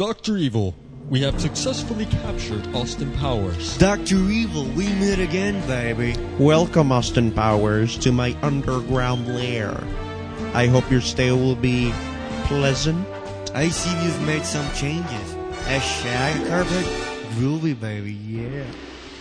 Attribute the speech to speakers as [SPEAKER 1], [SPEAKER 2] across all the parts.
[SPEAKER 1] Dr. Evil, we have successfully captured Austin Powers.
[SPEAKER 2] Dr. Evil, we meet again, baby.
[SPEAKER 3] Welcome, Austin Powers, to my underground lair. I hope your stay will be pleasant.
[SPEAKER 2] I see you've made some changes. A shag carpet? Groovy, baby, yeah.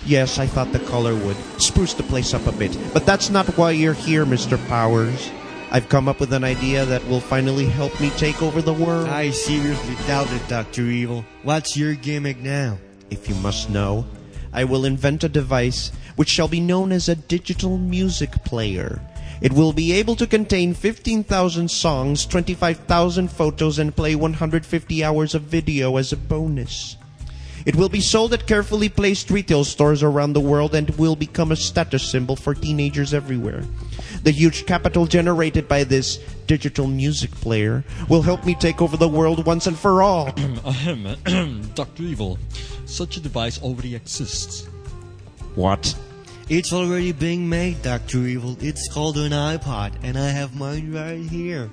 [SPEAKER 3] Yes, I thought the color would spruce the place up a bit, but that's not why you're here, Mr. Powers. I've come up with an idea that will finally help me take over the world.
[SPEAKER 2] I seriously doubt it, Dr. Evil. What's your gimmick now?
[SPEAKER 3] If you must know, I will invent a device which shall be known as a digital music player. It will be able to contain 15,000 songs, 25,000 photos, and play 150 hours of video as a bonus. It will be sold at carefully placed retail stores around the world and will become a status symbol for teenagers everywhere. The huge capital generated by this digital music player will help me take over the world once and for all.
[SPEAKER 1] Ahem, ahem, Dr. Evil, such a device already exists.
[SPEAKER 3] What?
[SPEAKER 2] It's already being made, Dr. Evil. It's called an iPod, and I have mine right here.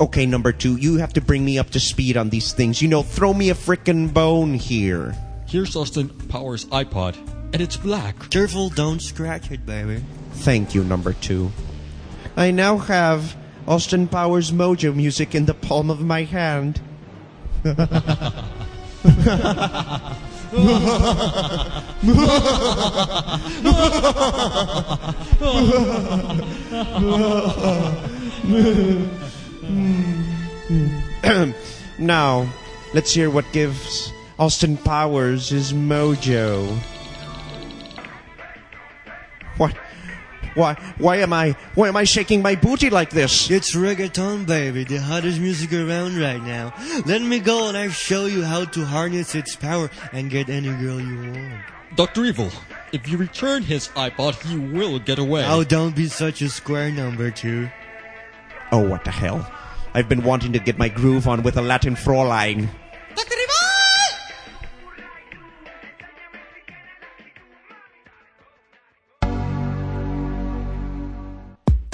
[SPEAKER 3] Okay, number two, you have to bring me up to speed on these things. You know, throw me a frickin' bone here.
[SPEAKER 1] Here's Austin Powers' iPod, and it's black.
[SPEAKER 2] Careful, don't scratch it, baby.
[SPEAKER 3] Thank you, number two. I now have Austin Powers Mojo music in the palm of my hand. now, let's hear what gives Austin Powers his mojo. What? Why? Why am I? Why am I shaking my booty like this?
[SPEAKER 2] It's reggaeton, baby, the hottest music around right now. Let me go and I show you how to harness its power and get any girl you want.
[SPEAKER 1] Dr. Evil, if you return his iPod, he will get away.
[SPEAKER 2] Oh, don't be such a square number two.
[SPEAKER 3] Oh, what the hell! I've been wanting to get my groove on with a Latin Fräulein.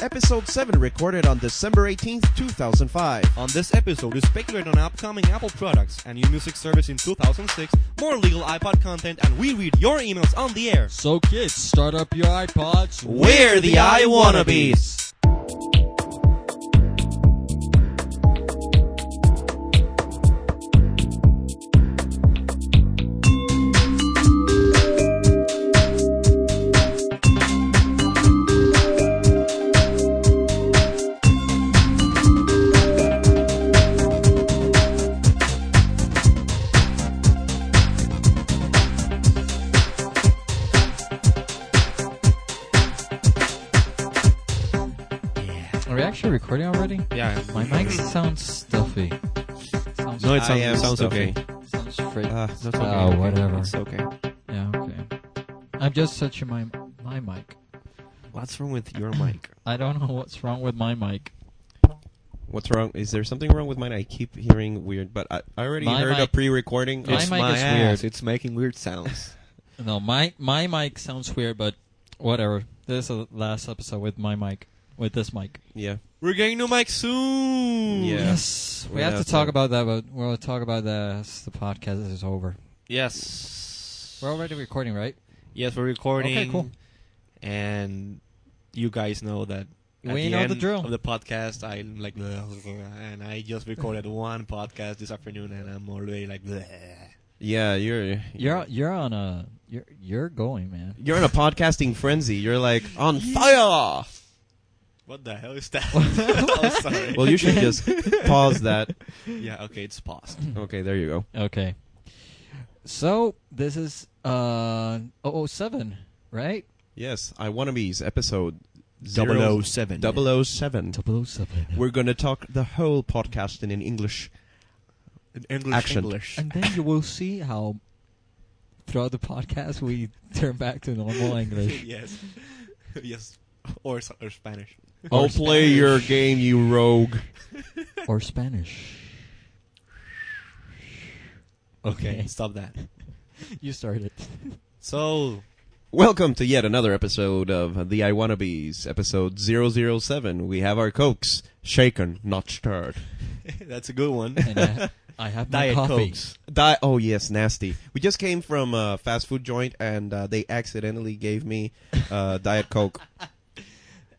[SPEAKER 3] Episode 7 recorded on December 18th, 2005.
[SPEAKER 4] On this episode, we speculate on upcoming Apple products and new music service in 2006, more legal iPod content, and we read your emails on the air.
[SPEAKER 1] So, kids, start up your iPods.
[SPEAKER 3] We're the I Wannabes!
[SPEAKER 5] Are we actually recording already?
[SPEAKER 4] Yeah,
[SPEAKER 5] My mic sounds stuffy. Sounds
[SPEAKER 4] no, it
[SPEAKER 3] I am
[SPEAKER 4] sounds, sounds okay.
[SPEAKER 5] sounds fr-
[SPEAKER 4] Uh, that's okay.
[SPEAKER 5] Oh,
[SPEAKER 4] okay.
[SPEAKER 5] whatever.
[SPEAKER 4] It's okay.
[SPEAKER 5] yeah, okay. I'm just searching my my mic.
[SPEAKER 4] What's wrong with your mic?
[SPEAKER 5] I don't know what's wrong with my mic.
[SPEAKER 4] What's wrong? Is there something wrong with mine? I keep hearing weird, but I, I already
[SPEAKER 5] My
[SPEAKER 4] heard a
[SPEAKER 5] mic-
[SPEAKER 4] pre-recording.
[SPEAKER 5] my
[SPEAKER 4] It's
[SPEAKER 5] mic is
[SPEAKER 4] ass.
[SPEAKER 5] weird.
[SPEAKER 4] It's making weird sounds.
[SPEAKER 5] No, my my mic sounds weird, but whatever. This is the last episode with my mic, with this mic.
[SPEAKER 4] yeah. We're getting new mic soon. Yeah.
[SPEAKER 5] Yes, we
[SPEAKER 4] We
[SPEAKER 5] have
[SPEAKER 4] have
[SPEAKER 5] to talk
[SPEAKER 4] to.
[SPEAKER 5] about that, but we'll talk about that as the podcast is over.
[SPEAKER 4] Yes.
[SPEAKER 5] We're already recording, right?
[SPEAKER 4] Yes, we're recording.
[SPEAKER 5] Okay, cool.
[SPEAKER 4] And you guys know that at
[SPEAKER 5] We
[SPEAKER 4] the
[SPEAKER 5] know
[SPEAKER 4] end
[SPEAKER 5] the drill.
[SPEAKER 4] of the podcast, I'm like, "Bleh," and I just recorded one podcast this afternoon, and I'm already like, "Bleh."
[SPEAKER 6] Yeah, you're
[SPEAKER 5] You're you're on a you're you're going, man.
[SPEAKER 6] you're in a podcasting frenzy. You're like on fire.
[SPEAKER 4] what the hell is that? oh, sorry.
[SPEAKER 6] Well, you should just pause that.
[SPEAKER 4] yeah, okay, it's paused.
[SPEAKER 6] Okay, there you go.
[SPEAKER 5] Okay. So this is uh 007, right?
[SPEAKER 6] Yes, I wanna be's episode
[SPEAKER 4] 007.
[SPEAKER 6] 007.
[SPEAKER 5] 007.
[SPEAKER 6] We're gonna talk the whole podcast in an English.
[SPEAKER 4] In English.
[SPEAKER 6] Action.
[SPEAKER 4] English.
[SPEAKER 5] And then you will see how throughout the podcast we turn back to normal English.
[SPEAKER 4] yes. yes. Or, s- or Spanish.
[SPEAKER 5] Or
[SPEAKER 6] Oh, play your game, you rogue.
[SPEAKER 5] Spanish. or Spanish.
[SPEAKER 4] Okay, stop that.
[SPEAKER 5] You started.
[SPEAKER 4] So,
[SPEAKER 6] Welcome to yet another episode of the I Wanna Be's episode 007. We have our cokes shaken, not stirred.
[SPEAKER 4] that's a good one.
[SPEAKER 5] And I, I have my
[SPEAKER 6] Diet
[SPEAKER 5] coffee.
[SPEAKER 6] Cokes. Di- oh yes, nasty. We just came from a fast food joint, and uh, they accidentally gave me uh, Diet Coke.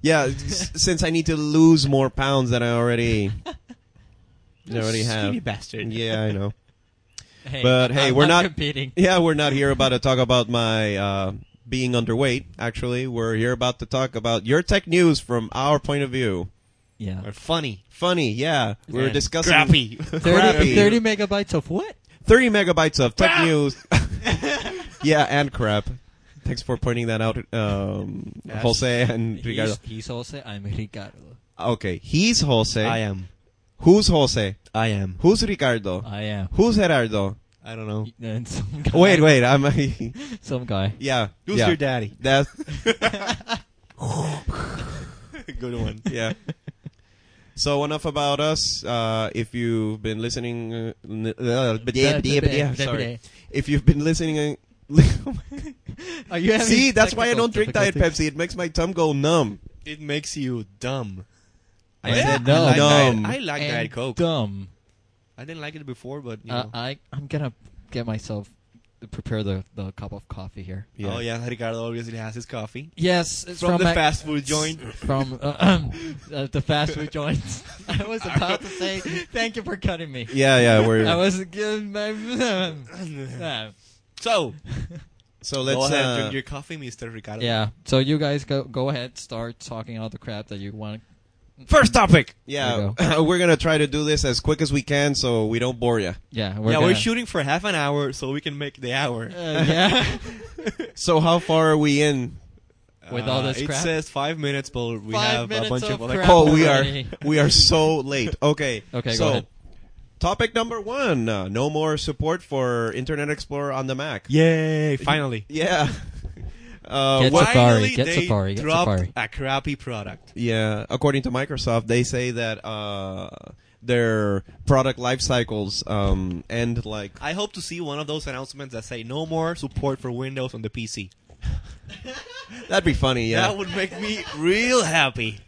[SPEAKER 6] Yeah, s- since I need to lose more pounds than I already, I already have.
[SPEAKER 7] Skinny bastard.
[SPEAKER 6] Yeah, I know.
[SPEAKER 5] Hey,
[SPEAKER 6] But, hey,
[SPEAKER 5] I'm
[SPEAKER 6] we're not-
[SPEAKER 5] competing.
[SPEAKER 6] Yeah, we're not here about to talk about my uh, being underweight. Actually, we're here about to talk about your tech news from our point of view.
[SPEAKER 5] Yeah,
[SPEAKER 4] Or funny.
[SPEAKER 6] Funny, yeah. We were
[SPEAKER 4] And
[SPEAKER 6] discussing
[SPEAKER 4] Crappy.
[SPEAKER 5] 30,
[SPEAKER 6] Crappy.
[SPEAKER 5] 30 megabytes of what?
[SPEAKER 6] 30 megabytes of tech news. yeah, and crap. Thanks for pointing that out, um, Jose and Ricardo.
[SPEAKER 5] He's, he's Jose. I'm Ricardo.
[SPEAKER 6] Okay, he's Jose.
[SPEAKER 4] I am.
[SPEAKER 6] Who's Jose?
[SPEAKER 4] I am.
[SPEAKER 6] Who's Ricardo?
[SPEAKER 4] Uh,
[SPEAKER 5] I am.
[SPEAKER 6] Who's Gerardo?
[SPEAKER 4] I don't know.
[SPEAKER 5] And some guy,
[SPEAKER 6] Wait, wait. I'm.
[SPEAKER 5] Some guy.
[SPEAKER 6] yeah.
[SPEAKER 4] Who's
[SPEAKER 6] yeah.
[SPEAKER 4] your daddy?
[SPEAKER 6] That's
[SPEAKER 4] Good one.
[SPEAKER 6] yeah. So enough about us. Uh, if you've been listening, uh, n- uh, but yeah, but yeah, but yeah, sorry. If you've been listening, uh,
[SPEAKER 5] Are you having
[SPEAKER 6] see that's why I
[SPEAKER 5] technical
[SPEAKER 6] don't drink Diet
[SPEAKER 5] difficulties?
[SPEAKER 6] Pepsi. It makes my tongue go numb.
[SPEAKER 4] It makes you dumb.
[SPEAKER 5] I said
[SPEAKER 6] no.
[SPEAKER 5] no.
[SPEAKER 6] Numb.
[SPEAKER 4] I like
[SPEAKER 5] And
[SPEAKER 4] Diet Coke.
[SPEAKER 5] Dumb.
[SPEAKER 4] I didn't like it before, but you
[SPEAKER 5] Uh,
[SPEAKER 4] know.
[SPEAKER 5] I I'm gonna get myself prepare the the cup of coffee here.
[SPEAKER 4] Oh yeah, Ricardo obviously has his coffee
[SPEAKER 5] Yes, it's
[SPEAKER 4] from,
[SPEAKER 5] from
[SPEAKER 4] the
[SPEAKER 5] Mac-
[SPEAKER 4] fast food joint.
[SPEAKER 5] from uh, uh, the fast food joints. I was about to say thank you for cutting me.
[SPEAKER 6] Yeah, yeah. We're
[SPEAKER 5] I was giving my. Uh,
[SPEAKER 4] So
[SPEAKER 6] so
[SPEAKER 4] go
[SPEAKER 6] let's.
[SPEAKER 4] ahead,
[SPEAKER 6] uh,
[SPEAKER 4] drink your coffee, Mister Ricardo.
[SPEAKER 5] yeah. So you guys go go ahead, start talking all the crap that you want.
[SPEAKER 4] First topic.
[SPEAKER 6] yeah,
[SPEAKER 5] There
[SPEAKER 6] we're gonna try to do this as quick as we can so we don't bore you.
[SPEAKER 5] Yeah, we're
[SPEAKER 4] yeah,
[SPEAKER 5] gonna,
[SPEAKER 4] we're shooting for half an hour, so we can make the hour.
[SPEAKER 5] Uh, yeah.
[SPEAKER 6] So how far are we in?
[SPEAKER 5] With all
[SPEAKER 4] Uh,
[SPEAKER 5] this
[SPEAKER 4] it
[SPEAKER 5] crap?
[SPEAKER 4] says five minutes, but we
[SPEAKER 5] Five
[SPEAKER 4] have a
[SPEAKER 5] minutes
[SPEAKER 4] bunch of
[SPEAKER 5] of
[SPEAKER 4] other.
[SPEAKER 5] crap.
[SPEAKER 6] Oh, we are
[SPEAKER 5] Already.
[SPEAKER 6] we are so late. Okay.
[SPEAKER 5] Okay, go
[SPEAKER 6] So
[SPEAKER 5] ahead.
[SPEAKER 6] topic number one: uh, no more support for Internet Explorer on the Mac.
[SPEAKER 4] Yay! Finally,
[SPEAKER 6] Yeah. Uh,
[SPEAKER 5] Get
[SPEAKER 6] what-
[SPEAKER 5] Safari,
[SPEAKER 4] Finally,
[SPEAKER 5] get
[SPEAKER 4] they
[SPEAKER 5] Safari, get
[SPEAKER 4] dropped
[SPEAKER 5] Safari.
[SPEAKER 4] a crappy product.
[SPEAKER 6] yeah. According to Microsoft, they say that uh, their product life cycles um, end like
[SPEAKER 4] I hope to see one of those announcements that say no more support for Windows on the PC.
[SPEAKER 6] that'd be funny. Yeah.
[SPEAKER 4] That would make me real happy.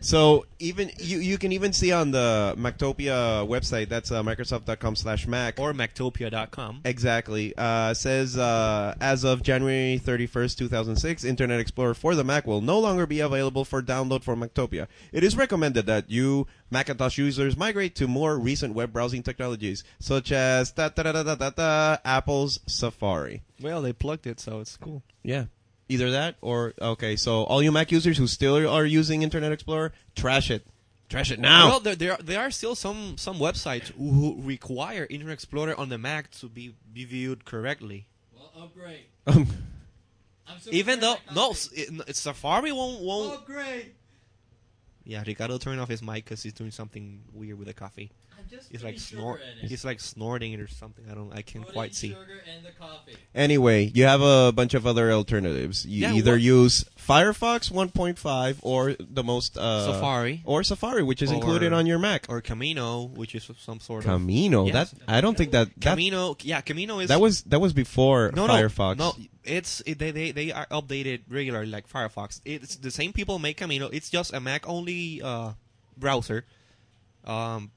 [SPEAKER 6] So even you, you can even see on the Mactopia website. That's uh, Microsoft.com/slash/Mac.
[SPEAKER 4] Or Mactopia.com.
[SPEAKER 6] Exactly. Uh, says uh, as of January 31st, 2006, Internet Explorer for the Mac will no longer be available for download for Mactopia. It is recommended that you Macintosh users migrate to more recent web browsing technologies such as da da da da da da da Apple's Safari.
[SPEAKER 4] Well, they plugged it, so it's cool.
[SPEAKER 6] Yeah. Either that or okay. So all you Mac users who still are using Internet Explorer, trash it. Trash it now.
[SPEAKER 4] Well, there, there, are, there are still some, some websites who require Internet Explorer on the Mac to be, be viewed correctly.
[SPEAKER 5] upgrade.
[SPEAKER 6] Um.
[SPEAKER 4] Even though, no, s- it, n- Safari won't. won't
[SPEAKER 5] upgrade.
[SPEAKER 4] yeah, Ricardo turned off his mic because he's doing something weird with the coffee. He's like, snort, he's like snorting it or something. I don't. I can't quite see.
[SPEAKER 6] Anyway, you have a bunch of other alternatives. You
[SPEAKER 4] Yeah,
[SPEAKER 6] either
[SPEAKER 4] what-
[SPEAKER 6] use Firefox 1.5 or the most uh,
[SPEAKER 4] Safari.
[SPEAKER 6] or Safari, which is
[SPEAKER 4] Or-
[SPEAKER 6] included on your Mac.
[SPEAKER 4] Or Camino, which is some sort of.
[SPEAKER 6] Camino.
[SPEAKER 4] Yes.
[SPEAKER 6] That I don't think that that,
[SPEAKER 4] Camino, yeah, Camino is
[SPEAKER 6] that was that was before
[SPEAKER 4] no, no,
[SPEAKER 6] Firefox.
[SPEAKER 4] No, it's it, they they they are updated regularly like Firefox. It's the same people make Camino. It's just a Mac only uh, browser, um,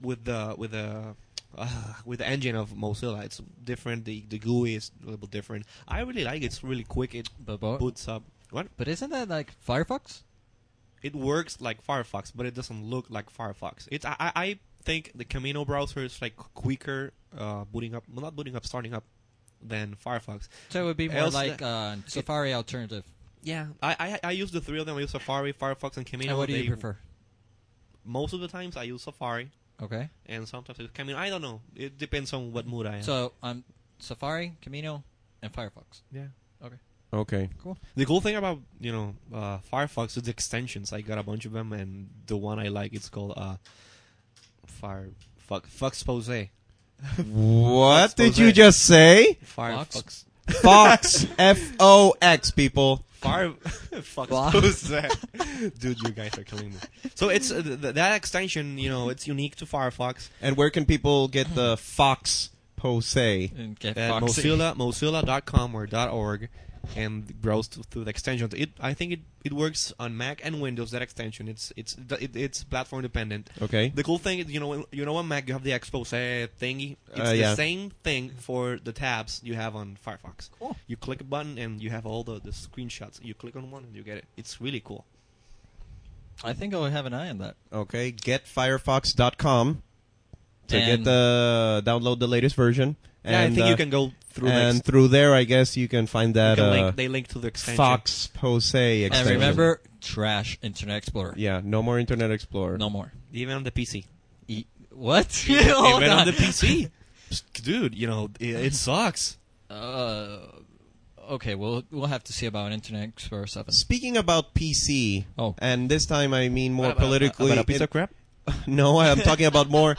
[SPEAKER 4] with the with the uh, with the engine of Mozilla. It's different. The the GUI is a little different. I really like it. It's really quick. It
[SPEAKER 5] But, but,
[SPEAKER 4] boots up. What?
[SPEAKER 5] but isn't that like Firefox?
[SPEAKER 4] It works like Firefox, but it doesn't look like Firefox. It's I I I think the Camino browser is like quicker uh, booting up, well, not booting up, starting up than Firefox.
[SPEAKER 5] So it would be more
[SPEAKER 4] Else
[SPEAKER 5] like
[SPEAKER 4] the-
[SPEAKER 5] uh, Safari alternative.
[SPEAKER 4] Yeah, I, I I use the three of them. I use Safari, Firefox, and Camino.
[SPEAKER 5] and what do
[SPEAKER 4] They-
[SPEAKER 5] you prefer?
[SPEAKER 4] Most of the times I use Safari,
[SPEAKER 5] Okay.
[SPEAKER 4] and sometimes I use Camino. I don't know. It depends on what mood I am.
[SPEAKER 5] So um, Safari, Camino, and Firefox.
[SPEAKER 4] yeah.
[SPEAKER 5] Okay.
[SPEAKER 6] Okay.
[SPEAKER 4] The cool thing about you know uh, Firefox is the extensions. I got a bunch of them, and the one I like it's called uh, Fire Fuck Foxpose.
[SPEAKER 6] What did
[SPEAKER 4] Jose.
[SPEAKER 6] you just say?
[SPEAKER 4] Firefox.
[SPEAKER 6] Fox F O X people.
[SPEAKER 4] Fire Foxpose. Dude, you guys are killing me. So it's uh, th- th- that extension. You know, it's unique to Firefox.
[SPEAKER 6] And where can people get the Fox Pose?
[SPEAKER 5] And get
[SPEAKER 4] at
[SPEAKER 5] Foxy.
[SPEAKER 4] Mozilla, Mozilla.com or .org. and browse th- through the extensions. It I think it, it works on Mac and Windows. That extension it's it's it, it's platform dependent.
[SPEAKER 6] Okay.
[SPEAKER 4] The cool thing is you know when- you know on Mac you have the expose thingy. It's
[SPEAKER 6] Uh,
[SPEAKER 4] the
[SPEAKER 6] yeah.
[SPEAKER 4] same thing for the tabs you have on Firefox.
[SPEAKER 5] Cool.
[SPEAKER 4] You click a button and you have all the, the screenshots. You click on one and you get it. It's really cool.
[SPEAKER 5] I think I'll have an eye on that.
[SPEAKER 6] Okay, getfirefox.com to get
[SPEAKER 5] And-
[SPEAKER 6] the download the latest version.
[SPEAKER 4] yeah, I
[SPEAKER 6] And,
[SPEAKER 4] think
[SPEAKER 6] uh,
[SPEAKER 4] you can go through the
[SPEAKER 6] and
[SPEAKER 4] ex-
[SPEAKER 6] through there, I guess you can find
[SPEAKER 4] you
[SPEAKER 6] that
[SPEAKER 4] can
[SPEAKER 6] uh,
[SPEAKER 4] link, they link to the extension.
[SPEAKER 6] Fox Pose extension.
[SPEAKER 5] And remember, trash Internet Explorer.
[SPEAKER 6] yeah, no more Internet Explorer.
[SPEAKER 5] No more.
[SPEAKER 4] even on the PC.
[SPEAKER 5] E- what?
[SPEAKER 4] even on the PC. Dude, you know, it, it sucks.
[SPEAKER 5] Uh, okay, we'll we'll have to see about Internet Explorer Seven.
[SPEAKER 6] Speaking about PC,
[SPEAKER 5] Oh.
[SPEAKER 6] and this time I mean more politically.
[SPEAKER 4] About a piece of crap?
[SPEAKER 6] no, I'm talking about more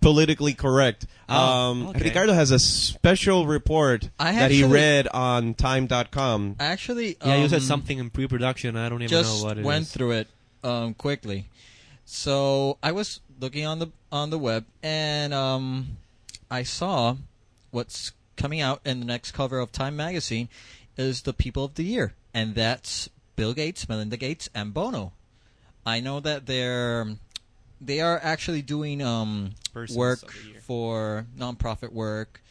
[SPEAKER 6] politically correct. um,
[SPEAKER 4] okay.
[SPEAKER 6] Ricardo has a special report
[SPEAKER 5] I
[SPEAKER 6] that he
[SPEAKER 5] actually-
[SPEAKER 6] read on Time.com.
[SPEAKER 5] Actually,
[SPEAKER 4] Yeah, you said
[SPEAKER 5] um,
[SPEAKER 4] something in pre-production. I don't even
[SPEAKER 5] Just
[SPEAKER 4] know what it is.
[SPEAKER 5] went through it um, quickly. So I was looking on the on the web, and um, I saw what's coming out in the next cover of Time magazine is the People of the Year, and that's Bill Gates, Melinda Gates, and Bono. I know that they're they are actually doing um,
[SPEAKER 4] Persons
[SPEAKER 5] work
[SPEAKER 4] of the year.
[SPEAKER 5] for nonprofit work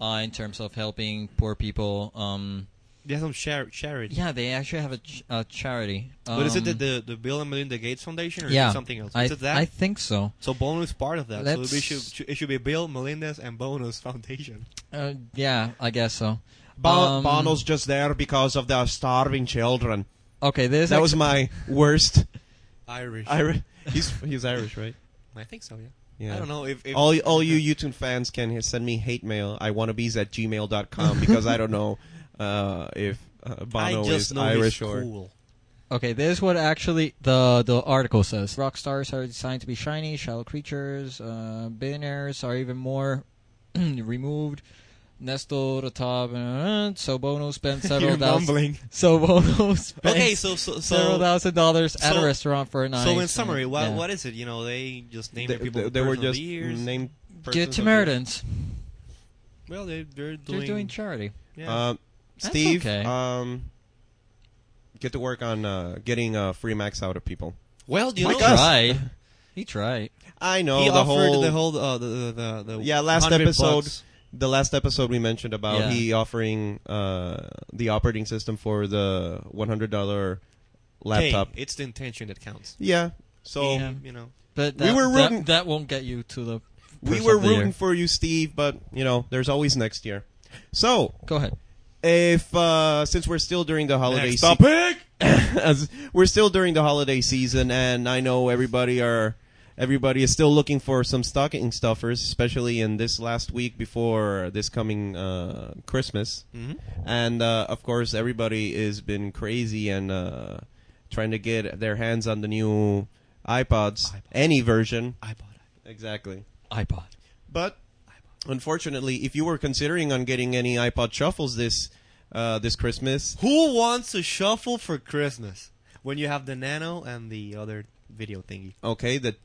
[SPEAKER 5] uh, in terms of helping poor people. Um,
[SPEAKER 4] There's some char- charity.
[SPEAKER 5] yeah, they actually have a, ch- a charity.
[SPEAKER 4] But is it the,
[SPEAKER 5] Um,
[SPEAKER 4] the the Bill and Melinda Gates Foundation or is it
[SPEAKER 5] yeah,
[SPEAKER 4] something else?
[SPEAKER 5] I,
[SPEAKER 4] is it that?
[SPEAKER 5] I think so.
[SPEAKER 4] so Bono is part of that. So it
[SPEAKER 5] Let's-
[SPEAKER 4] should it should be Bill, Melinda's, and Bono's Foundation.
[SPEAKER 5] Uh, yeah, I guess so.
[SPEAKER 6] Bon-
[SPEAKER 5] Um,
[SPEAKER 6] Bono's just there because of the starving children.
[SPEAKER 5] Okay, there's
[SPEAKER 6] That was
[SPEAKER 5] actu-
[SPEAKER 6] my worst.
[SPEAKER 4] Irish.
[SPEAKER 6] Irish. He's he's Irish, right?
[SPEAKER 4] I think so. Yeah.
[SPEAKER 6] Yeah.
[SPEAKER 4] I don't know if, if
[SPEAKER 6] All all you YouTube fans can send me hate mail. I want to be's at gmail.com because I don't know uh, if uh, Bono
[SPEAKER 4] I just
[SPEAKER 6] is
[SPEAKER 4] know
[SPEAKER 6] Irish
[SPEAKER 4] he's
[SPEAKER 6] or
[SPEAKER 4] cool.
[SPEAKER 5] okay. There's what actually the the article says. Rock stars are designed to be shiny, shallow creatures. Uh, billionaires are even more removed. Nestled atop, uh, so Bono spent several
[SPEAKER 2] You're
[SPEAKER 5] thousand.
[SPEAKER 2] mumbling.
[SPEAKER 5] So Bono spent
[SPEAKER 4] Okay, so so
[SPEAKER 5] several
[SPEAKER 4] so,
[SPEAKER 5] thousand dollars at
[SPEAKER 4] so-
[SPEAKER 5] a restaurant for a night.
[SPEAKER 4] so in summary, what
[SPEAKER 5] yeah.
[SPEAKER 4] what is it? You know, they just
[SPEAKER 6] They,
[SPEAKER 4] named their people.
[SPEAKER 6] they- they were
[SPEAKER 4] person of
[SPEAKER 6] just
[SPEAKER 4] the years.
[SPEAKER 6] named.
[SPEAKER 5] Good
[SPEAKER 4] persons of the year.
[SPEAKER 5] Samaritans.
[SPEAKER 4] Well, they they're doing.
[SPEAKER 5] They're doing charity.
[SPEAKER 4] yeah.
[SPEAKER 6] Um,
[SPEAKER 5] That's
[SPEAKER 6] Steve,
[SPEAKER 5] okay.
[SPEAKER 6] um, get to work on uh, getting uh, free Macs out of people.
[SPEAKER 4] well, you
[SPEAKER 5] he
[SPEAKER 4] know,
[SPEAKER 5] tried. He tried.
[SPEAKER 6] I know
[SPEAKER 4] he
[SPEAKER 6] the
[SPEAKER 4] offered
[SPEAKER 6] whole,
[SPEAKER 4] the whole uh, the, the, the, the
[SPEAKER 6] yeah last
[SPEAKER 4] 100
[SPEAKER 6] episode.
[SPEAKER 4] bucks.
[SPEAKER 6] The last episode we mentioned about
[SPEAKER 5] Yeah.
[SPEAKER 6] he offering uh, the operating system for the one hundred dollar laptop.
[SPEAKER 4] Hey, it's the intention that counts.
[SPEAKER 6] Yeah. So
[SPEAKER 5] Yeah.
[SPEAKER 4] You know,
[SPEAKER 5] But
[SPEAKER 6] We
[SPEAKER 5] that,
[SPEAKER 6] were
[SPEAKER 5] that-
[SPEAKER 6] rooting-
[SPEAKER 5] That, won't get you to the.
[SPEAKER 6] we
[SPEAKER 5] person
[SPEAKER 6] were
[SPEAKER 5] of the year.
[SPEAKER 6] rooting for you, Steve, but you know, there's always next year. So
[SPEAKER 5] Go ahead.
[SPEAKER 6] if uh, since we're still during the holiday
[SPEAKER 4] Next
[SPEAKER 6] season, as we're still during the holiday season, and I know everybody are everybody is still looking for some stocking stuffers, especially in this last week before this coming uh, Christmas.
[SPEAKER 4] Mhm.
[SPEAKER 6] And uh, of course, everybody has been crazy and uh, trying to get their hands on the new iPods, any version.
[SPEAKER 4] iPod.
[SPEAKER 6] Exactly.
[SPEAKER 5] iPod.
[SPEAKER 6] But unfortunately, if you were considering on getting any iPod shuffles this uh, this Christmas,
[SPEAKER 4] Who wants a shuffle for Christmas when you have the Nano and the other video thingy?
[SPEAKER 6] okay, the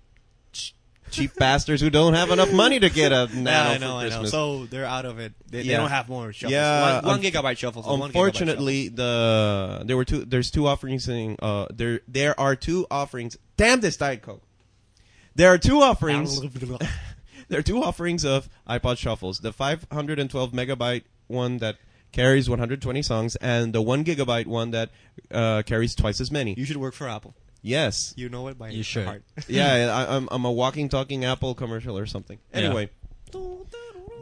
[SPEAKER 6] ch- cheap bastards who don't have enough money to get a nano
[SPEAKER 4] I know,
[SPEAKER 6] for
[SPEAKER 4] I know.
[SPEAKER 6] Christmas.
[SPEAKER 4] So they're out of it. They, they
[SPEAKER 6] Yeah.
[SPEAKER 4] don't have more shuffles.
[SPEAKER 6] Yeah,
[SPEAKER 4] one, one
[SPEAKER 6] unf-
[SPEAKER 4] gigabyte shuffles. and one gigabyte
[SPEAKER 6] Unfortunately, the there were two. There's two offerings. In, uh, there there are two offerings. Damn this Diet Coke. There are two offerings.
[SPEAKER 4] shuffles.
[SPEAKER 6] There are two offerings of iPod shuffles: the 512 megabyte one that carries 120 songs, and the one gigabyte one that uh, carries twice as many.
[SPEAKER 4] you should work for Apple.
[SPEAKER 6] Yes.
[SPEAKER 4] You know it by
[SPEAKER 5] You should.
[SPEAKER 4] heart.
[SPEAKER 6] yeah, I, I'm I'm a walking, talking Apple commercial or something. Anyway,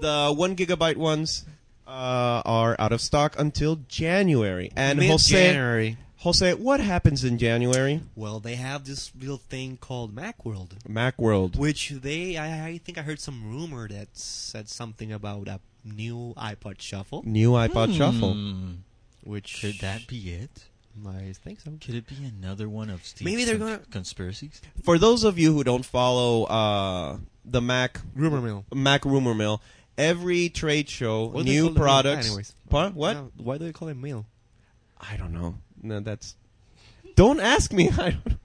[SPEAKER 6] the one gigabyte ones uh, are out of stock until January. And Jose,
[SPEAKER 4] Mid-January.
[SPEAKER 6] Jose, what happens in January?
[SPEAKER 4] Well, they have this little thing called Macworld,
[SPEAKER 6] Macworld.
[SPEAKER 4] which they I, I think I heard some rumor that said something about a new iPod shuffle,
[SPEAKER 6] New iPod Shuffle.
[SPEAKER 5] Hmm.
[SPEAKER 4] which
[SPEAKER 5] Could that be it?
[SPEAKER 4] I think so.
[SPEAKER 5] Could it be another one of Steve's
[SPEAKER 4] Maybe they're
[SPEAKER 5] cons-
[SPEAKER 4] gonna-
[SPEAKER 5] conspiracies?
[SPEAKER 6] For those of you who don't follow uh, the Mac
[SPEAKER 4] Rumor mill.
[SPEAKER 6] Mac rumor mill, every trade show,
[SPEAKER 4] What do they
[SPEAKER 6] new
[SPEAKER 4] call it?
[SPEAKER 6] products.
[SPEAKER 4] Anyways.
[SPEAKER 6] Pa- what?
[SPEAKER 4] No, why do they call it mill?
[SPEAKER 6] I don't know. No, that's. Don't ask me. I don't.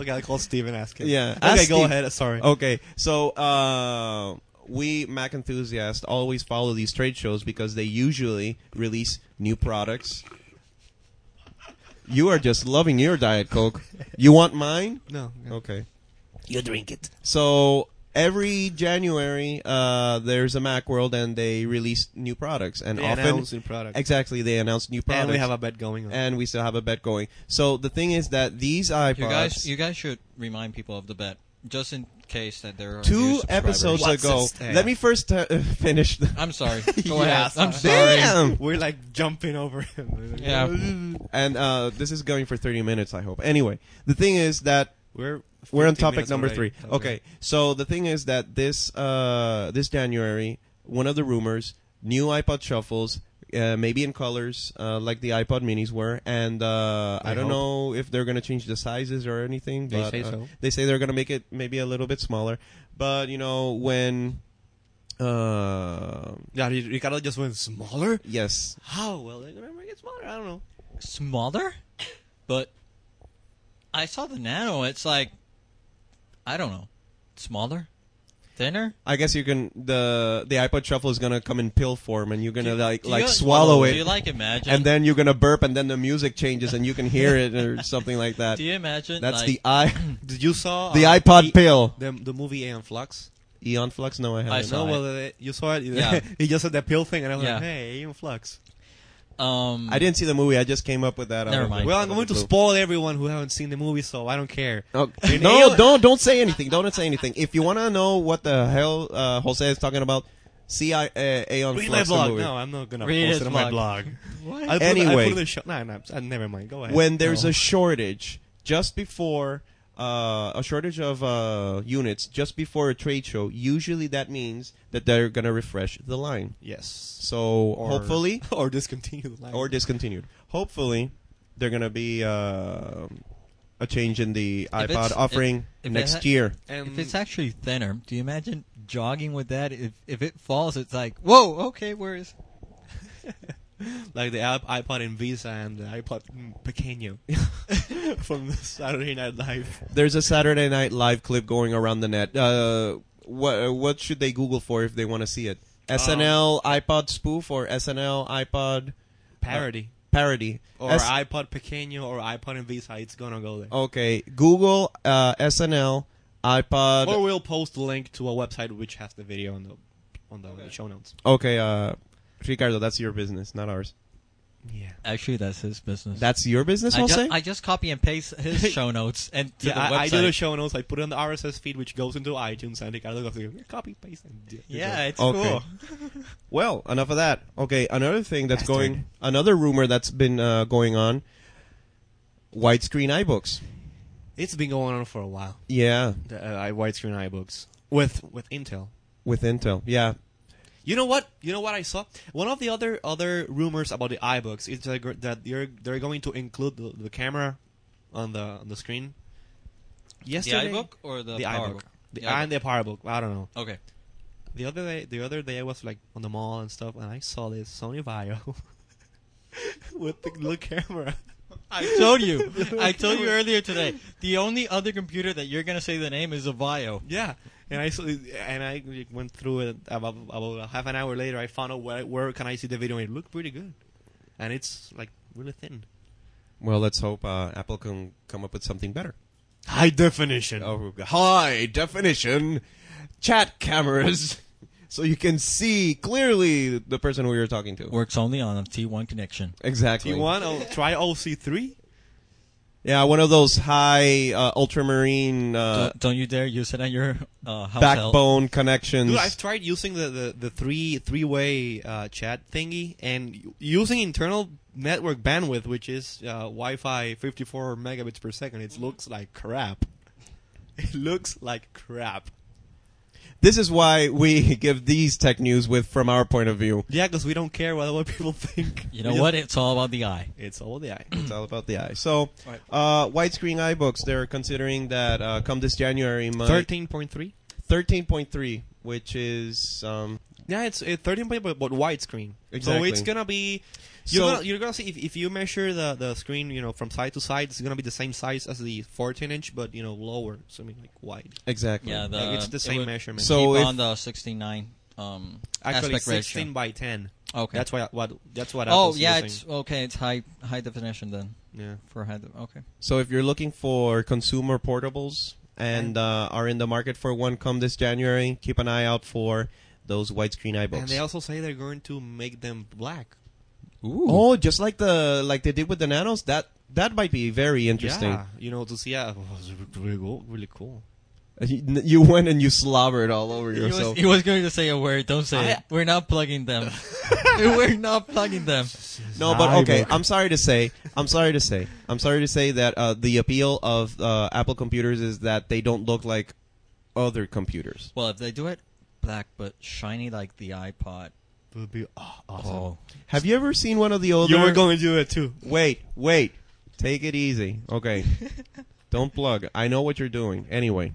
[SPEAKER 4] Okay, I call Steven. Ask him.
[SPEAKER 6] Yeah,
[SPEAKER 4] Okay,
[SPEAKER 6] ask
[SPEAKER 4] go
[SPEAKER 6] Steve.
[SPEAKER 4] ahead. Sorry.
[SPEAKER 6] Okay, so uh, we Mac enthusiasts always follow these trade shows because they usually release new products. You are just loving your Diet Coke. You want mine?
[SPEAKER 4] No. no.
[SPEAKER 6] Okay.
[SPEAKER 3] You drink it.
[SPEAKER 6] So every January, uh, there's a Macworld, and they release new products. And
[SPEAKER 4] They
[SPEAKER 6] often,
[SPEAKER 4] announce new products.
[SPEAKER 6] exactly, they announce new products.
[SPEAKER 4] And we have a bet going on.
[SPEAKER 6] and we still have a bet going. So the thing is that these iPods,
[SPEAKER 5] You guys, you guys should remind people of the bet, just in case that there are new
[SPEAKER 6] two
[SPEAKER 5] subscribers.
[SPEAKER 6] episodes
[SPEAKER 4] What's
[SPEAKER 6] ago.
[SPEAKER 4] this? Yeah.
[SPEAKER 6] Let me first uh, finish. The,
[SPEAKER 5] I'm sorry. Go
[SPEAKER 4] Yeah,
[SPEAKER 5] ahead. I'm sorry.
[SPEAKER 6] damn.
[SPEAKER 4] We're like jumping over him.
[SPEAKER 5] Yeah.
[SPEAKER 6] And uh, this is going for 30 minutes, I hope. Anyway, the thing is that
[SPEAKER 4] We're
[SPEAKER 6] we're on
[SPEAKER 4] 15
[SPEAKER 6] topic
[SPEAKER 4] minutes
[SPEAKER 6] number
[SPEAKER 4] already.
[SPEAKER 6] three. Okay, so the thing is that this uh, this January, one of the rumors, new iPod shuffles, uh, maybe in colors uh, like the iPod Minis were, and uh, I,
[SPEAKER 4] I
[SPEAKER 6] don't
[SPEAKER 4] hope.
[SPEAKER 6] know if they're gonna change the sizes or anything.
[SPEAKER 4] They
[SPEAKER 6] but,
[SPEAKER 4] say
[SPEAKER 6] uh,
[SPEAKER 4] so.
[SPEAKER 6] They say they're gonna make it maybe a little bit smaller, but you know when. Uh,
[SPEAKER 4] Yeah, Ricardo just went smaller.
[SPEAKER 6] yes,
[SPEAKER 4] How? Well, they're gonna make it smaller. I don't know.
[SPEAKER 5] Smaller, but I saw the nano. It's like, I don't know, smaller, thinner.
[SPEAKER 6] I guess you can. the The iPod shuffle is gonna come in pill form, and you're gonna like
[SPEAKER 5] Do
[SPEAKER 6] like
[SPEAKER 5] you-
[SPEAKER 6] swallow it.
[SPEAKER 5] Do you like imagine?
[SPEAKER 6] and then you're gonna burp, and then the music changes, and you can hear it or something like that.
[SPEAKER 5] do you imagine?
[SPEAKER 6] That's
[SPEAKER 5] like, Oh,
[SPEAKER 6] the i
[SPEAKER 4] Did you saw
[SPEAKER 6] the
[SPEAKER 4] uh,
[SPEAKER 6] iPod
[SPEAKER 4] E-
[SPEAKER 6] pill.
[SPEAKER 4] the the movie Aeon Flux?
[SPEAKER 6] Eon Flux? No, I haven't.
[SPEAKER 5] I saw it.
[SPEAKER 4] no, well, uh, you saw it.
[SPEAKER 5] Yeah.
[SPEAKER 4] he just said the pill thing, and I was
[SPEAKER 5] Yeah.
[SPEAKER 4] like, "Hey, Aeon Flux."
[SPEAKER 5] Um,
[SPEAKER 6] I didn't see the movie. I just came up with that. out
[SPEAKER 5] Never
[SPEAKER 6] of the-
[SPEAKER 5] mind.
[SPEAKER 4] Well, I'm going to
[SPEAKER 6] blue.
[SPEAKER 4] spoil everyone who haven't seen the movie, so I don't care.
[SPEAKER 6] Oh,
[SPEAKER 4] In
[SPEAKER 6] no,
[SPEAKER 4] Aeon-
[SPEAKER 6] don't don't say anything. Don't say anything. If you wanna know what the hell uh, Jose is talking about, see I, uh, Aeon
[SPEAKER 4] Read my
[SPEAKER 6] Flux. the
[SPEAKER 4] blog.
[SPEAKER 6] movie.
[SPEAKER 4] No, I'm not gonna
[SPEAKER 5] Read
[SPEAKER 4] post
[SPEAKER 5] his
[SPEAKER 4] it on my
[SPEAKER 5] blog.
[SPEAKER 4] blog. What? I put, I
[SPEAKER 6] Anyway.
[SPEAKER 4] put it in the show. Nah, nah, uh, never mind. Go ahead.
[SPEAKER 6] when there's a shortage just before uh, a shortage of uh, units just before a trade show usually that means that they're going to refresh the line
[SPEAKER 4] yes,
[SPEAKER 6] so hopefully
[SPEAKER 4] or discontinue the line,
[SPEAKER 6] or discontinued hopefully they're going to be uh, a change in the
[SPEAKER 5] it's-
[SPEAKER 6] ipod
[SPEAKER 5] if-
[SPEAKER 6] offering
[SPEAKER 5] if it
[SPEAKER 6] next
[SPEAKER 5] ha-
[SPEAKER 6] year
[SPEAKER 4] and
[SPEAKER 5] if it's actually thinner, do you imagine jogging with that? If if it falls, it's like, whoa, okay, where is?
[SPEAKER 4] like the iP- iPod Invisa and the iPod Pequeño from the Saturday Night Live.
[SPEAKER 6] there's a saturday night live clip going around the net uh, what, what should they google for if they want to see it
[SPEAKER 5] Um,
[SPEAKER 6] snl ipod spoof or snl ipod
[SPEAKER 4] parody
[SPEAKER 6] parody
[SPEAKER 4] or
[SPEAKER 6] S-
[SPEAKER 4] iPod Pequeño or iPod Invisa. It's gonna go there.
[SPEAKER 6] Okay, Google uh, SNL iPod.
[SPEAKER 4] Or we'll post a link to a website which has the video on the on the show notes.
[SPEAKER 6] okay, uh, Ricardo, that's your business, not ours.
[SPEAKER 4] Yeah.
[SPEAKER 5] Actually, that's his business.
[SPEAKER 6] That's your business,
[SPEAKER 5] I,
[SPEAKER 6] Jose.
[SPEAKER 5] just, I just copy and paste his show notes and to
[SPEAKER 4] yeah,
[SPEAKER 5] the
[SPEAKER 4] I,
[SPEAKER 5] website.
[SPEAKER 4] I do the show notes. I put it on the RSS feed, which goes into iTunes, and Ricardo goes, "Yeah, copy, paste, and d-
[SPEAKER 5] Yeah, it's
[SPEAKER 6] Okay.
[SPEAKER 5] cool.
[SPEAKER 6] well, enough of that. Okay, another thing that's going, another rumor that's been uh, going on: widescreen iBooks.
[SPEAKER 4] It's been going on for a while.
[SPEAKER 6] Yeah,
[SPEAKER 4] The uh, I- widescreen iBooks with with Intel.
[SPEAKER 6] with Intel. Yeah,
[SPEAKER 4] You know what? You know what I saw? One of the other other rumors about the iBooks is that gr- that they're they're going to include the, the camera on the on the screen.
[SPEAKER 5] The
[SPEAKER 4] Yesterday,
[SPEAKER 5] iBook or the,
[SPEAKER 4] the
[SPEAKER 5] PowerBook?
[SPEAKER 4] iBook, the,
[SPEAKER 5] The iBook.
[SPEAKER 4] and the PowerBook. I don't know.
[SPEAKER 5] Okay.
[SPEAKER 4] The other day, the other day I was like on the mall and stuff, and I saw this Sony Vaio with the little camera.
[SPEAKER 5] I told you. I told you earlier today. The only other computer that you're gonna say the name is a Vio.
[SPEAKER 4] Yeah, and I saw, and I like, went through it about, about half an hour later. I found out where, where can I see the video, and it looked pretty good, and it's like really thin.
[SPEAKER 6] well, let's hope uh, Apple can come up with something better.
[SPEAKER 4] High definition.
[SPEAKER 6] Oh, high definition chat cameras, so you can see clearly the person who you're talking to.
[SPEAKER 5] Works only on a T1 connection.
[SPEAKER 6] Exactly.
[SPEAKER 4] Do you want to oh, try OC3?
[SPEAKER 6] Yeah, one of those high uh, ultramarine uh,
[SPEAKER 5] don't, don't you dare use it on your uh, house help.
[SPEAKER 6] backbone connections.
[SPEAKER 4] Dude, I've tried using the, the, the three three way uh, chat thingy and using internal network bandwidth, which is uh, Wi-Fi 54 megabits per second. It looks like crap. It looks like crap.
[SPEAKER 6] this is why we give these tech news with from our point of view.
[SPEAKER 4] Yeah, because we don't care what other people think.
[SPEAKER 5] You know
[SPEAKER 4] We just-
[SPEAKER 5] what? It's all about the eye.
[SPEAKER 4] It's all the eye.
[SPEAKER 6] It's all about the eye. So, uh, widescreen iBooks. They're considering that uh, come this January, might-
[SPEAKER 4] Thirteen point three.
[SPEAKER 6] 13.3, which is um,
[SPEAKER 4] Yeah, it's uh, 13 point but, but widescreen. So
[SPEAKER 6] Exactly.
[SPEAKER 4] it's gonna be you're
[SPEAKER 6] So-
[SPEAKER 4] gonna you're gonna see if, if you measure the, the screen you know from side to side it's gonna be the same size as the 14 inch but you know lower so I mean like wide.
[SPEAKER 6] Exactly.
[SPEAKER 5] Yeah, the,
[SPEAKER 4] Like, it's
[SPEAKER 5] Um,
[SPEAKER 4] the
[SPEAKER 5] it
[SPEAKER 4] same
[SPEAKER 5] would
[SPEAKER 4] measurement.
[SPEAKER 6] So
[SPEAKER 5] keep
[SPEAKER 6] if-
[SPEAKER 5] on the 69 um,
[SPEAKER 4] Actually,
[SPEAKER 5] aspect
[SPEAKER 4] 16
[SPEAKER 5] ratio.
[SPEAKER 4] by 10.
[SPEAKER 5] Okay.
[SPEAKER 4] That's why what that's what.
[SPEAKER 5] oh
[SPEAKER 4] Apple's
[SPEAKER 5] yeah,
[SPEAKER 4] using.
[SPEAKER 5] it's okay. It's high high definition then
[SPEAKER 4] yeah.
[SPEAKER 5] for high. De- okay.
[SPEAKER 6] So if you're looking for consumer portables and uh, are in the market for one come this January, keep an eye out for those widescreen
[SPEAKER 4] And they
[SPEAKER 6] iBooks.
[SPEAKER 4] also say they're going to make them black.
[SPEAKER 6] Oh, just like the like they did with the Nanos, that that might be very interesting.
[SPEAKER 4] Yeah, you know to see. Yeah, oh, it's really cool. Really cool.
[SPEAKER 6] Uh, You you went and you slobbered all over
[SPEAKER 5] He was,
[SPEAKER 6] yourself.
[SPEAKER 5] he was going to say a word. Don't say it. We're not plugging them. We're not plugging them.
[SPEAKER 6] No, but okay. I'm sorry to say. I'm sorry to say. I'm sorry to say that uh, the appeal of uh, Apple computers is that they don't look like other computers.
[SPEAKER 5] Well, if they do it black but shiny like the iPod.
[SPEAKER 4] Will be aw- awesome.
[SPEAKER 5] Oh.
[SPEAKER 6] Have you ever seen one of the older?
[SPEAKER 4] You were going to do it too.
[SPEAKER 6] Wait, wait. Take it easy. Okay. Don't plug. I know what you're doing. Anyway.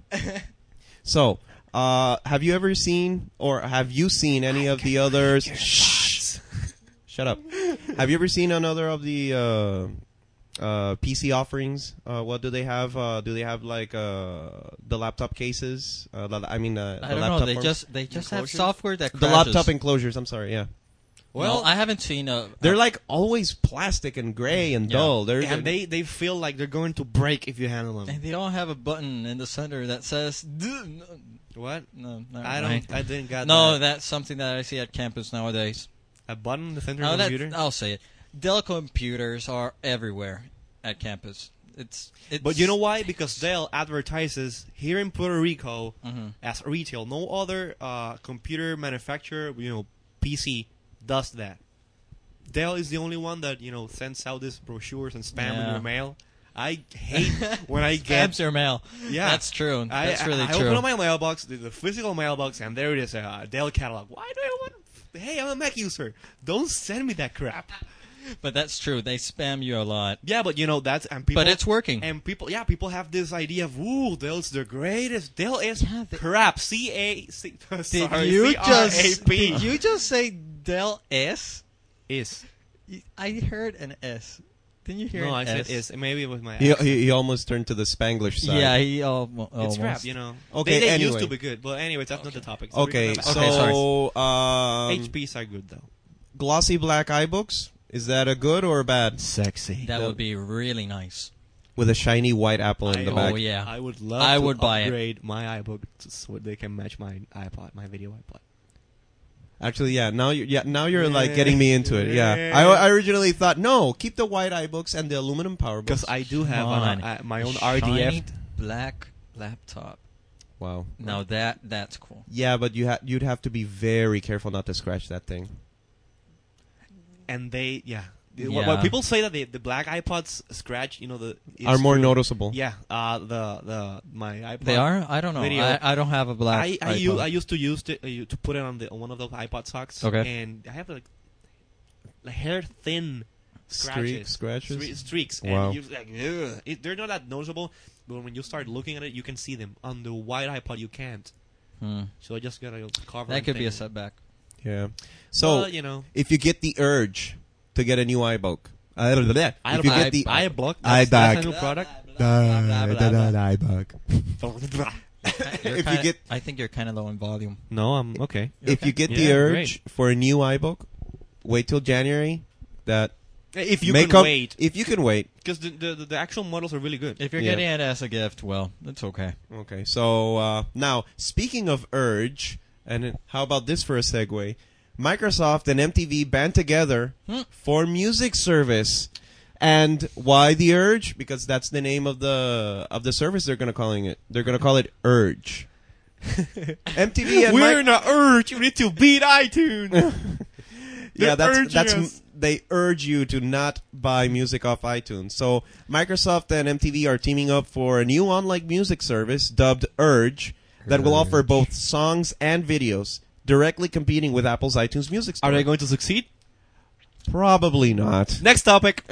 [SPEAKER 6] So, uh, have you ever seen or have you seen any of the others? Shh. Shut up. have you ever seen another of the uh, uh, PC offerings? Uh, what do they have? Uh, do they have like uh, the laptop cases? Uh, la- I mean, uh,
[SPEAKER 5] I
[SPEAKER 6] the
[SPEAKER 5] don't
[SPEAKER 6] laptop
[SPEAKER 5] know. They
[SPEAKER 6] forms?
[SPEAKER 5] just they just have
[SPEAKER 4] Enclosures?
[SPEAKER 5] software that
[SPEAKER 6] the
[SPEAKER 5] crashes.
[SPEAKER 6] laptop enclosures. I'm sorry. Yeah.
[SPEAKER 5] Well,
[SPEAKER 4] Well,
[SPEAKER 5] I haven't seen a.
[SPEAKER 6] They're like always plastic and gray and
[SPEAKER 5] Yeah.
[SPEAKER 6] dull. They're
[SPEAKER 4] and they they feel like they're going to break if you handle
[SPEAKER 5] and
[SPEAKER 4] them.
[SPEAKER 5] they all have a button in the center that says. "Duh."
[SPEAKER 4] What?
[SPEAKER 5] No, no,
[SPEAKER 4] I don't. I didn't got
[SPEAKER 5] no,
[SPEAKER 4] that.
[SPEAKER 5] that's something that I see at campus nowadays.
[SPEAKER 4] a button in the center
[SPEAKER 5] Oh,
[SPEAKER 4] of the
[SPEAKER 5] that-
[SPEAKER 4] computer.
[SPEAKER 5] I'll say it. Dell computers are everywhere at campus. It's, it's
[SPEAKER 4] But you know why? Because Dell advertises here in Puerto Rico
[SPEAKER 5] Mm-hmm.
[SPEAKER 4] as retail. No other uh, computer manufacturer, you know, PC does that. Dell is the only one that you know sends out these brochures and spam in
[SPEAKER 5] Yeah.
[SPEAKER 4] your mail. I hate when I
[SPEAKER 5] Cabs
[SPEAKER 4] get.
[SPEAKER 5] or mail.
[SPEAKER 4] Yeah.
[SPEAKER 5] that's true.
[SPEAKER 4] I,
[SPEAKER 5] That's really
[SPEAKER 4] I, I
[SPEAKER 5] true.
[SPEAKER 4] open up my mailbox, the, the physical mailbox, and there it is, a uh, Dell catalog. Why do I want? Hey, I'm a Mac user. Don't send me that crap.
[SPEAKER 5] but that's true. They spam you a lot.
[SPEAKER 4] Yeah, but you know that's and people.
[SPEAKER 5] but it's working.
[SPEAKER 4] And people, yeah, people have this idea of, ooh, Dell's the greatest. Dell is
[SPEAKER 5] Yeah, they-
[SPEAKER 4] crap. C A C.
[SPEAKER 5] did
[SPEAKER 4] sorry,
[SPEAKER 5] you just
[SPEAKER 4] C-R-A-P.
[SPEAKER 5] did you just say Dell S?
[SPEAKER 4] is?
[SPEAKER 5] I heard an S. Didn't you hear?
[SPEAKER 4] No,
[SPEAKER 5] an
[SPEAKER 4] I said
[SPEAKER 5] S?
[SPEAKER 4] is. Maybe it was my.
[SPEAKER 6] He,
[SPEAKER 4] accent.
[SPEAKER 6] he, he almost turned to the Spanglish side.
[SPEAKER 5] Yeah, he al-
[SPEAKER 4] it's
[SPEAKER 5] almost.
[SPEAKER 4] crap, you know.
[SPEAKER 6] Okay,
[SPEAKER 4] they, they
[SPEAKER 6] anyway.
[SPEAKER 4] used to be good, but anyways, that's not the topic. So
[SPEAKER 6] Okay,
[SPEAKER 4] we're
[SPEAKER 6] so
[SPEAKER 4] gonna-
[SPEAKER 6] um,
[SPEAKER 4] HPs are good though.
[SPEAKER 6] glossy black iBooks is that a good or a bad?
[SPEAKER 4] Sexy.
[SPEAKER 5] That would be really nice.
[SPEAKER 6] With a shiny white apple in the
[SPEAKER 5] oh
[SPEAKER 6] back.
[SPEAKER 5] yeah,
[SPEAKER 4] I would love.
[SPEAKER 5] I
[SPEAKER 4] to
[SPEAKER 5] would buy it.
[SPEAKER 4] upgrade my iBook to- so they can match my iPod, my video iPod.
[SPEAKER 6] Actually, yeah. Now you yeah now you're like
[SPEAKER 4] Yeah.
[SPEAKER 6] getting me into it. Yeah.
[SPEAKER 4] Yeah.
[SPEAKER 6] I, I originally thought no, keep the white iBooks and the aluminum power books.
[SPEAKER 4] Because I do have
[SPEAKER 5] Come
[SPEAKER 4] an,
[SPEAKER 5] on.
[SPEAKER 4] uh, my own
[SPEAKER 5] Shiny
[SPEAKER 4] RDF.
[SPEAKER 5] black laptop.
[SPEAKER 6] wow.
[SPEAKER 5] Now that that's cool.
[SPEAKER 6] Yeah, but you ha- you'd have to be very careful not to scratch that thing.
[SPEAKER 4] and they yeah.
[SPEAKER 5] Yeah.
[SPEAKER 4] When, when people say that they, the black iPods scratch, you know the it's
[SPEAKER 6] Are more
[SPEAKER 4] true.
[SPEAKER 6] noticeable.
[SPEAKER 4] Yeah, uh, the the my iPod.
[SPEAKER 5] They are. I don't know.
[SPEAKER 4] Video.
[SPEAKER 5] I, I don't have a black.
[SPEAKER 4] I I,
[SPEAKER 5] iPod.
[SPEAKER 4] u- I used to use to, uh, to put it on the on one of those iPod socks.
[SPEAKER 5] Okay.
[SPEAKER 4] And I have like like hair thin
[SPEAKER 6] Streak
[SPEAKER 4] scratches,
[SPEAKER 6] scratches.
[SPEAKER 4] stre- streaks,
[SPEAKER 6] Wow.
[SPEAKER 4] and you like ugh. It, they're not that noticeable, but when you start looking at it, you can see them. On the white iPod, you can't.
[SPEAKER 5] Hmm.
[SPEAKER 4] So I just gotta cover.
[SPEAKER 5] That
[SPEAKER 4] and
[SPEAKER 5] could be a
[SPEAKER 4] thing.
[SPEAKER 5] setback.
[SPEAKER 6] Yeah. So
[SPEAKER 4] Well, you know.
[SPEAKER 6] if you get the urge to get a new iBook, I don't know that. If you get the
[SPEAKER 4] I block.
[SPEAKER 6] I
[SPEAKER 4] That's, that's a
[SPEAKER 6] back.
[SPEAKER 4] new product.
[SPEAKER 6] iBook.
[SPEAKER 5] You're
[SPEAKER 6] If you
[SPEAKER 5] kinda-
[SPEAKER 6] get-
[SPEAKER 5] I think you're kind of low in volume.
[SPEAKER 4] No, I'm okay.
[SPEAKER 6] if you get the
[SPEAKER 4] Yeah,
[SPEAKER 6] urge for a new iBook, wait till January. That
[SPEAKER 4] If you
[SPEAKER 6] make
[SPEAKER 4] can
[SPEAKER 6] up,
[SPEAKER 4] wait,
[SPEAKER 6] If you can wait.
[SPEAKER 4] because the, the the actual models are really good.
[SPEAKER 5] If you're
[SPEAKER 6] Yeah.
[SPEAKER 5] getting it as a gift, well, it's okay.
[SPEAKER 6] Okay. So uh, now, speaking of urge, and it- how about this for a segue? Microsoft and MTV band together
[SPEAKER 4] Hmm.
[SPEAKER 6] for music service. And why the urge? Because that's the name of the of the service they're gonna calling it. They're gonna call it Urge. MTV and Mi-
[SPEAKER 4] in a urge. You need to beat iTunes.
[SPEAKER 6] yeah,
[SPEAKER 4] They're
[SPEAKER 6] that's
[SPEAKER 4] urging
[SPEAKER 6] that's
[SPEAKER 4] us.
[SPEAKER 6] they urge you to not buy music off iTunes. So Microsoft and MTV are teaming up for a new online music service dubbed Urge that will offer both songs and videos, directly competing with Apple's iTunes Music. Store.
[SPEAKER 4] Are they going to succeed?
[SPEAKER 6] Probably not.
[SPEAKER 4] Next topic.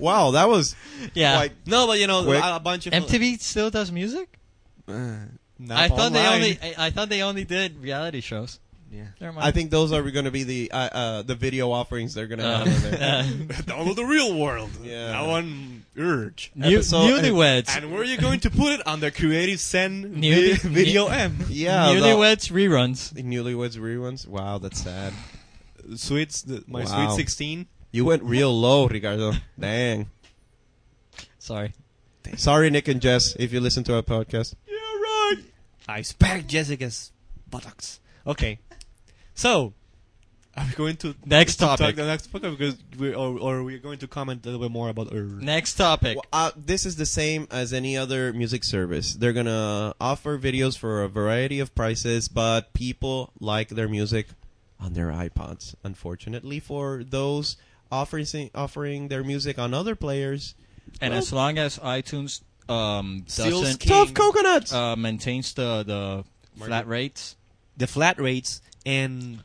[SPEAKER 6] Wow, that was
[SPEAKER 5] Yeah.
[SPEAKER 6] Like-
[SPEAKER 4] No, but you know,
[SPEAKER 6] Quick.
[SPEAKER 4] a bunch of
[SPEAKER 5] MTV still does music?
[SPEAKER 4] Uh, Not
[SPEAKER 5] I thought they
[SPEAKER 4] online.
[SPEAKER 5] only I, I thought they only did reality shows.
[SPEAKER 4] Yeah.
[SPEAKER 5] Never mind.
[SPEAKER 6] I think those are going to be the uh, uh, the video offerings they're going to
[SPEAKER 5] Uh,
[SPEAKER 6] have on there.
[SPEAKER 4] Download the real world.
[SPEAKER 6] Yeah.
[SPEAKER 4] Now on Urge.
[SPEAKER 5] New,
[SPEAKER 6] episode-
[SPEAKER 5] newlyweds.
[SPEAKER 4] And where are you going to put it? On the Creative Send
[SPEAKER 5] New-
[SPEAKER 4] vi- Video M.
[SPEAKER 6] Yeah,
[SPEAKER 5] newlyweds reruns.
[SPEAKER 6] the Newlyweds reruns. Wow, that's sad.
[SPEAKER 4] Sweets, the, my
[SPEAKER 6] Wow.
[SPEAKER 4] Sweet 16.
[SPEAKER 6] You went real low, Ricardo. Dang.
[SPEAKER 5] Sorry.
[SPEAKER 6] Sorry, Nick and Jess, if you listen to our podcast.
[SPEAKER 4] Yeah, right. I spanked Jessica's buttocks. Okay. So, are we going to
[SPEAKER 5] Next
[SPEAKER 4] talk
[SPEAKER 5] topic.
[SPEAKER 4] the next podcast because we or, or we're going to comment a little bit more about Urge?
[SPEAKER 5] Next topic.
[SPEAKER 6] Well, uh, this is the same as any other music service. They're gonna offer videos for a variety of prices, but people like their music on their iPods. Unfortunately, for those offering offering their music on other players,
[SPEAKER 5] And as long as iTunes um,
[SPEAKER 4] Still
[SPEAKER 5] doesn't
[SPEAKER 4] king.
[SPEAKER 6] tough coconuts.
[SPEAKER 5] uh, maintains the the flat rates,
[SPEAKER 4] the flat rates and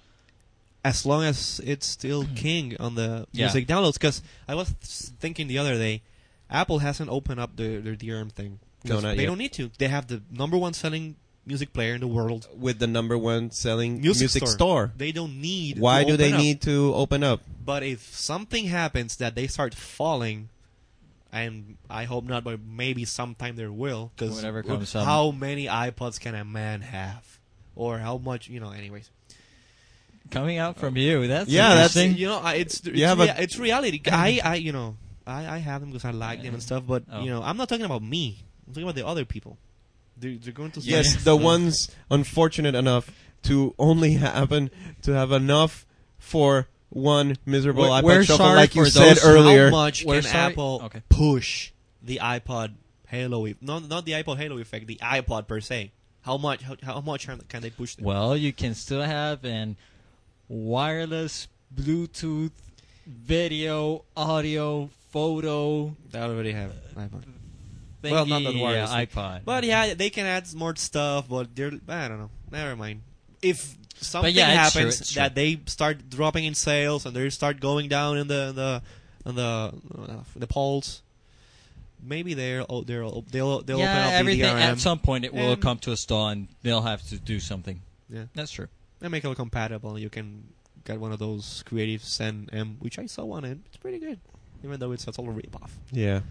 [SPEAKER 4] as long as it's still king on the
[SPEAKER 5] Mm-hmm. Yeah.
[SPEAKER 4] music downloads because i was thinking the other day apple hasn't opened up their, their drm thing 'Cause
[SPEAKER 6] No, not
[SPEAKER 4] they
[SPEAKER 6] yet.
[SPEAKER 4] don't need to they have the number one selling music player in the world
[SPEAKER 6] with the number one selling
[SPEAKER 4] music,
[SPEAKER 6] store.
[SPEAKER 4] they don't need
[SPEAKER 6] Why
[SPEAKER 4] to
[SPEAKER 6] do they
[SPEAKER 4] open up.
[SPEAKER 6] need to open up?
[SPEAKER 4] but if something happens that they start falling and i hope not but maybe sometime there will because
[SPEAKER 5] Whatever comes up.
[SPEAKER 4] how many ipods can a man have or how much you know anyways
[SPEAKER 5] coming out from you. That's
[SPEAKER 6] Yeah, that's-
[SPEAKER 5] interesting.
[SPEAKER 4] you know I- it's it's,
[SPEAKER 6] have
[SPEAKER 4] rea-
[SPEAKER 6] a-
[SPEAKER 4] it's reality. I I you know I I have them because I like them and stuff. But
[SPEAKER 5] Oh.
[SPEAKER 4] you know I'm not talking about me. I'm talking about the other people. They're, they're going to
[SPEAKER 6] Yes, the ones unfortunate enough to only happen to have enough for one miserable
[SPEAKER 5] We're-
[SPEAKER 6] iPod
[SPEAKER 5] we're
[SPEAKER 6] shuffle,
[SPEAKER 5] sorry
[SPEAKER 6] like you
[SPEAKER 5] for
[SPEAKER 6] said
[SPEAKER 5] those-
[SPEAKER 4] How
[SPEAKER 6] earlier.
[SPEAKER 4] much
[SPEAKER 5] We're
[SPEAKER 4] can
[SPEAKER 5] sorry-
[SPEAKER 4] Apple
[SPEAKER 5] okay.
[SPEAKER 4] push the iPod Halo? e- Not not the iPod Halo effect. The iPod per se. How much how, how much can can they push? Them?
[SPEAKER 5] Well, you can still have an wireless Bluetooth video, audio, photo
[SPEAKER 4] They already have iPod.
[SPEAKER 5] thingy.
[SPEAKER 4] Well, not that wireless
[SPEAKER 5] Yeah,
[SPEAKER 4] thing.
[SPEAKER 5] iPod.
[SPEAKER 4] But yeah, they can add more stuff, but they're I don't know. Never mind. If something
[SPEAKER 5] yeah, it's true,
[SPEAKER 4] happens
[SPEAKER 5] it's true.
[SPEAKER 4] that they start dropping in sales and they start going down in the the in the uh, the polls, maybe they're oh, they're oh, they'll they'll
[SPEAKER 5] yeah,
[SPEAKER 4] open up
[SPEAKER 5] everything
[SPEAKER 4] the DRM
[SPEAKER 5] at some point it will
[SPEAKER 4] And-
[SPEAKER 5] come to a stall and they'll have to do something.
[SPEAKER 4] Yeah.
[SPEAKER 5] That's true.
[SPEAKER 4] and make it all compatible. You can get one of those creative Sen M, which I saw one and it's pretty good, even though it's a total ripoff.
[SPEAKER 6] Yeah.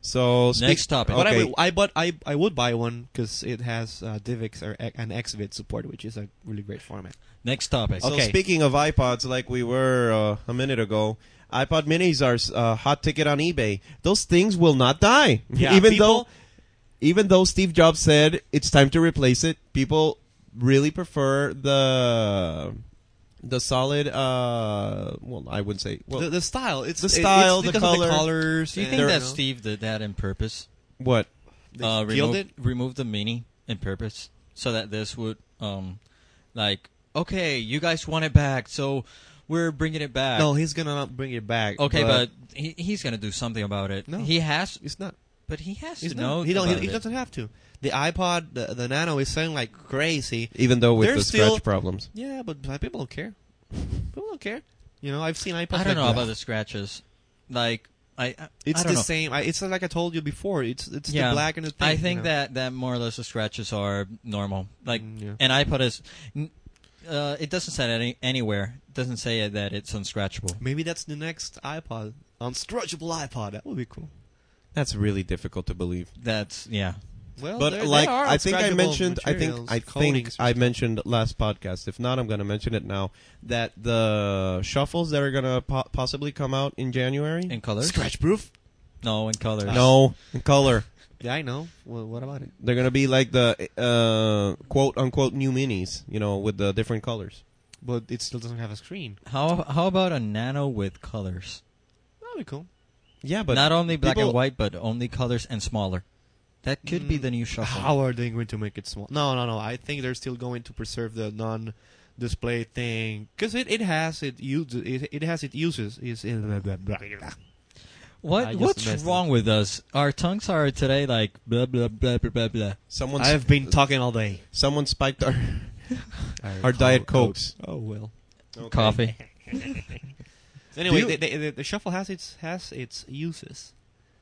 [SPEAKER 6] So speak-
[SPEAKER 5] Next topic.
[SPEAKER 4] But I,
[SPEAKER 6] Okay.
[SPEAKER 4] would, I but I I would buy one because it has uh, DivX or an Xvid support, which is a really great format.
[SPEAKER 5] Next topic.
[SPEAKER 6] So
[SPEAKER 4] Okay.
[SPEAKER 6] speaking of iPods, like we were uh, a minute ago, iPod Minis are uh, hot ticket on eBay. Those things will not die,
[SPEAKER 4] Yeah,
[SPEAKER 6] even
[SPEAKER 4] people-
[SPEAKER 6] though, even though Steve Jobs said it's time to replace it. People really prefer the the solid. Uh, well, I would say well,
[SPEAKER 4] the, the style. It's
[SPEAKER 6] the
[SPEAKER 4] it-
[SPEAKER 6] style,
[SPEAKER 4] it's
[SPEAKER 6] the
[SPEAKER 4] because of
[SPEAKER 6] color.
[SPEAKER 4] colors.
[SPEAKER 5] Do you
[SPEAKER 4] and-
[SPEAKER 5] think
[SPEAKER 6] There-
[SPEAKER 5] that Steve did that in purpose?
[SPEAKER 6] what
[SPEAKER 5] uh,
[SPEAKER 4] killed
[SPEAKER 5] remove,
[SPEAKER 4] it?
[SPEAKER 5] remove the mini in purpose so that this would, um, like, okay, you guys want it back, so we're bringing it back.
[SPEAKER 4] No, he's gonna not bring it back.
[SPEAKER 5] okay, but, he, he's gonna do something about it.
[SPEAKER 4] No.
[SPEAKER 5] He has,
[SPEAKER 4] it's not.
[SPEAKER 5] but he has
[SPEAKER 4] It's
[SPEAKER 5] to know.
[SPEAKER 4] not. He don't. He,
[SPEAKER 5] about
[SPEAKER 4] he
[SPEAKER 5] it.
[SPEAKER 4] doesn't have to. The iPod, the, the Nano is selling like crazy.
[SPEAKER 6] even though with
[SPEAKER 4] They're
[SPEAKER 6] the
[SPEAKER 4] still-
[SPEAKER 6] scratch problems.
[SPEAKER 4] Yeah, but but people don't care. People don't care. You know, I've seen iPods.
[SPEAKER 5] I don't
[SPEAKER 4] like
[SPEAKER 5] know
[SPEAKER 4] that.
[SPEAKER 5] about the scratches. Like, I, I
[SPEAKER 4] It's
[SPEAKER 5] I
[SPEAKER 4] the
[SPEAKER 5] don't know.
[SPEAKER 4] same. I, it's like I told you before. It's it's
[SPEAKER 5] Yeah.
[SPEAKER 4] the black and the. Thing,
[SPEAKER 5] I
[SPEAKER 4] you
[SPEAKER 5] think
[SPEAKER 4] know.
[SPEAKER 5] that, that more or less the scratches are normal. Like,
[SPEAKER 4] Mm, yeah.
[SPEAKER 5] an iPod is, n- uh, it doesn't say any, anywhere. It doesn't say that it's unscratchable.
[SPEAKER 4] maybe that's the next iPod, unstretchable iPod. That would be cool.
[SPEAKER 6] That's really difficult to believe.
[SPEAKER 5] That's, yeah.
[SPEAKER 4] Well,
[SPEAKER 6] but
[SPEAKER 4] Oh, there- there
[SPEAKER 6] like
[SPEAKER 4] are
[SPEAKER 6] I think I
[SPEAKER 4] unstretchable
[SPEAKER 6] mentioned, I
[SPEAKER 4] materials,
[SPEAKER 6] think I think
[SPEAKER 4] coatings.
[SPEAKER 6] I mentioned last podcast. If not, I'm going to mention it now. That the shuffles that are going to po- possibly come out in January.
[SPEAKER 5] In colors?
[SPEAKER 4] scratch proof.
[SPEAKER 5] No, in colors.
[SPEAKER 6] no, in color.
[SPEAKER 4] Yeah, I know. Well, what about it?
[SPEAKER 6] They're going to be like the uh, quote unquote new minis, you know, with the different colors.
[SPEAKER 4] But it still doesn't have a screen.
[SPEAKER 5] How how about a nano with colors?
[SPEAKER 4] That'd be cool.
[SPEAKER 6] Yeah, but
[SPEAKER 5] Not only black
[SPEAKER 6] people-
[SPEAKER 5] and white, but only colors and smaller. That could be
[SPEAKER 4] Mm,
[SPEAKER 5] the new
[SPEAKER 6] Uh-huh.
[SPEAKER 5] shuffle.
[SPEAKER 4] How are they going to make it small? No, no, no. I think they're still going to preserve the non-display thing because it, it has it uses it, it has it uses is in blah, blah, blah, blah. I
[SPEAKER 5] What
[SPEAKER 4] just
[SPEAKER 5] what's
[SPEAKER 4] messed
[SPEAKER 5] wrong with us? Our tongues are today like blah blah blah blah blah blah.
[SPEAKER 6] someone
[SPEAKER 4] I've been talking all day.
[SPEAKER 6] someone spiked our our diet cokes.
[SPEAKER 4] Oh well.
[SPEAKER 5] Coffee.
[SPEAKER 4] Anyway,
[SPEAKER 6] you-
[SPEAKER 4] the, the, the, the shuffle has its has its uses.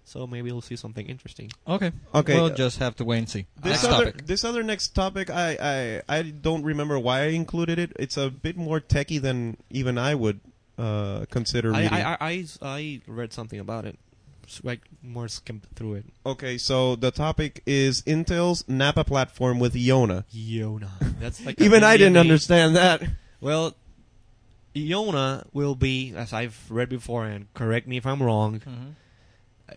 [SPEAKER 4] So maybe we'll see something interesting.
[SPEAKER 5] Okay.
[SPEAKER 6] Okay.
[SPEAKER 5] We'll just have to wait and see.
[SPEAKER 6] This
[SPEAKER 5] Next
[SPEAKER 6] other
[SPEAKER 5] topic.
[SPEAKER 6] this other next topic, I, I I don't remember why I included it. It's a bit more techie than even I would uh, consider
[SPEAKER 4] I,
[SPEAKER 6] reading.
[SPEAKER 4] I, I, I, I read something about it. S- Like more skimmed through it.
[SPEAKER 6] okay, so the topic is Intel's Napa platform with Iona.
[SPEAKER 4] Yona. That's like
[SPEAKER 6] Even I
[SPEAKER 4] I
[SPEAKER 6] didn't understand that.
[SPEAKER 4] Well, Iona will be, as I've read before, and correct me if I'm wrong.
[SPEAKER 5] Mhm.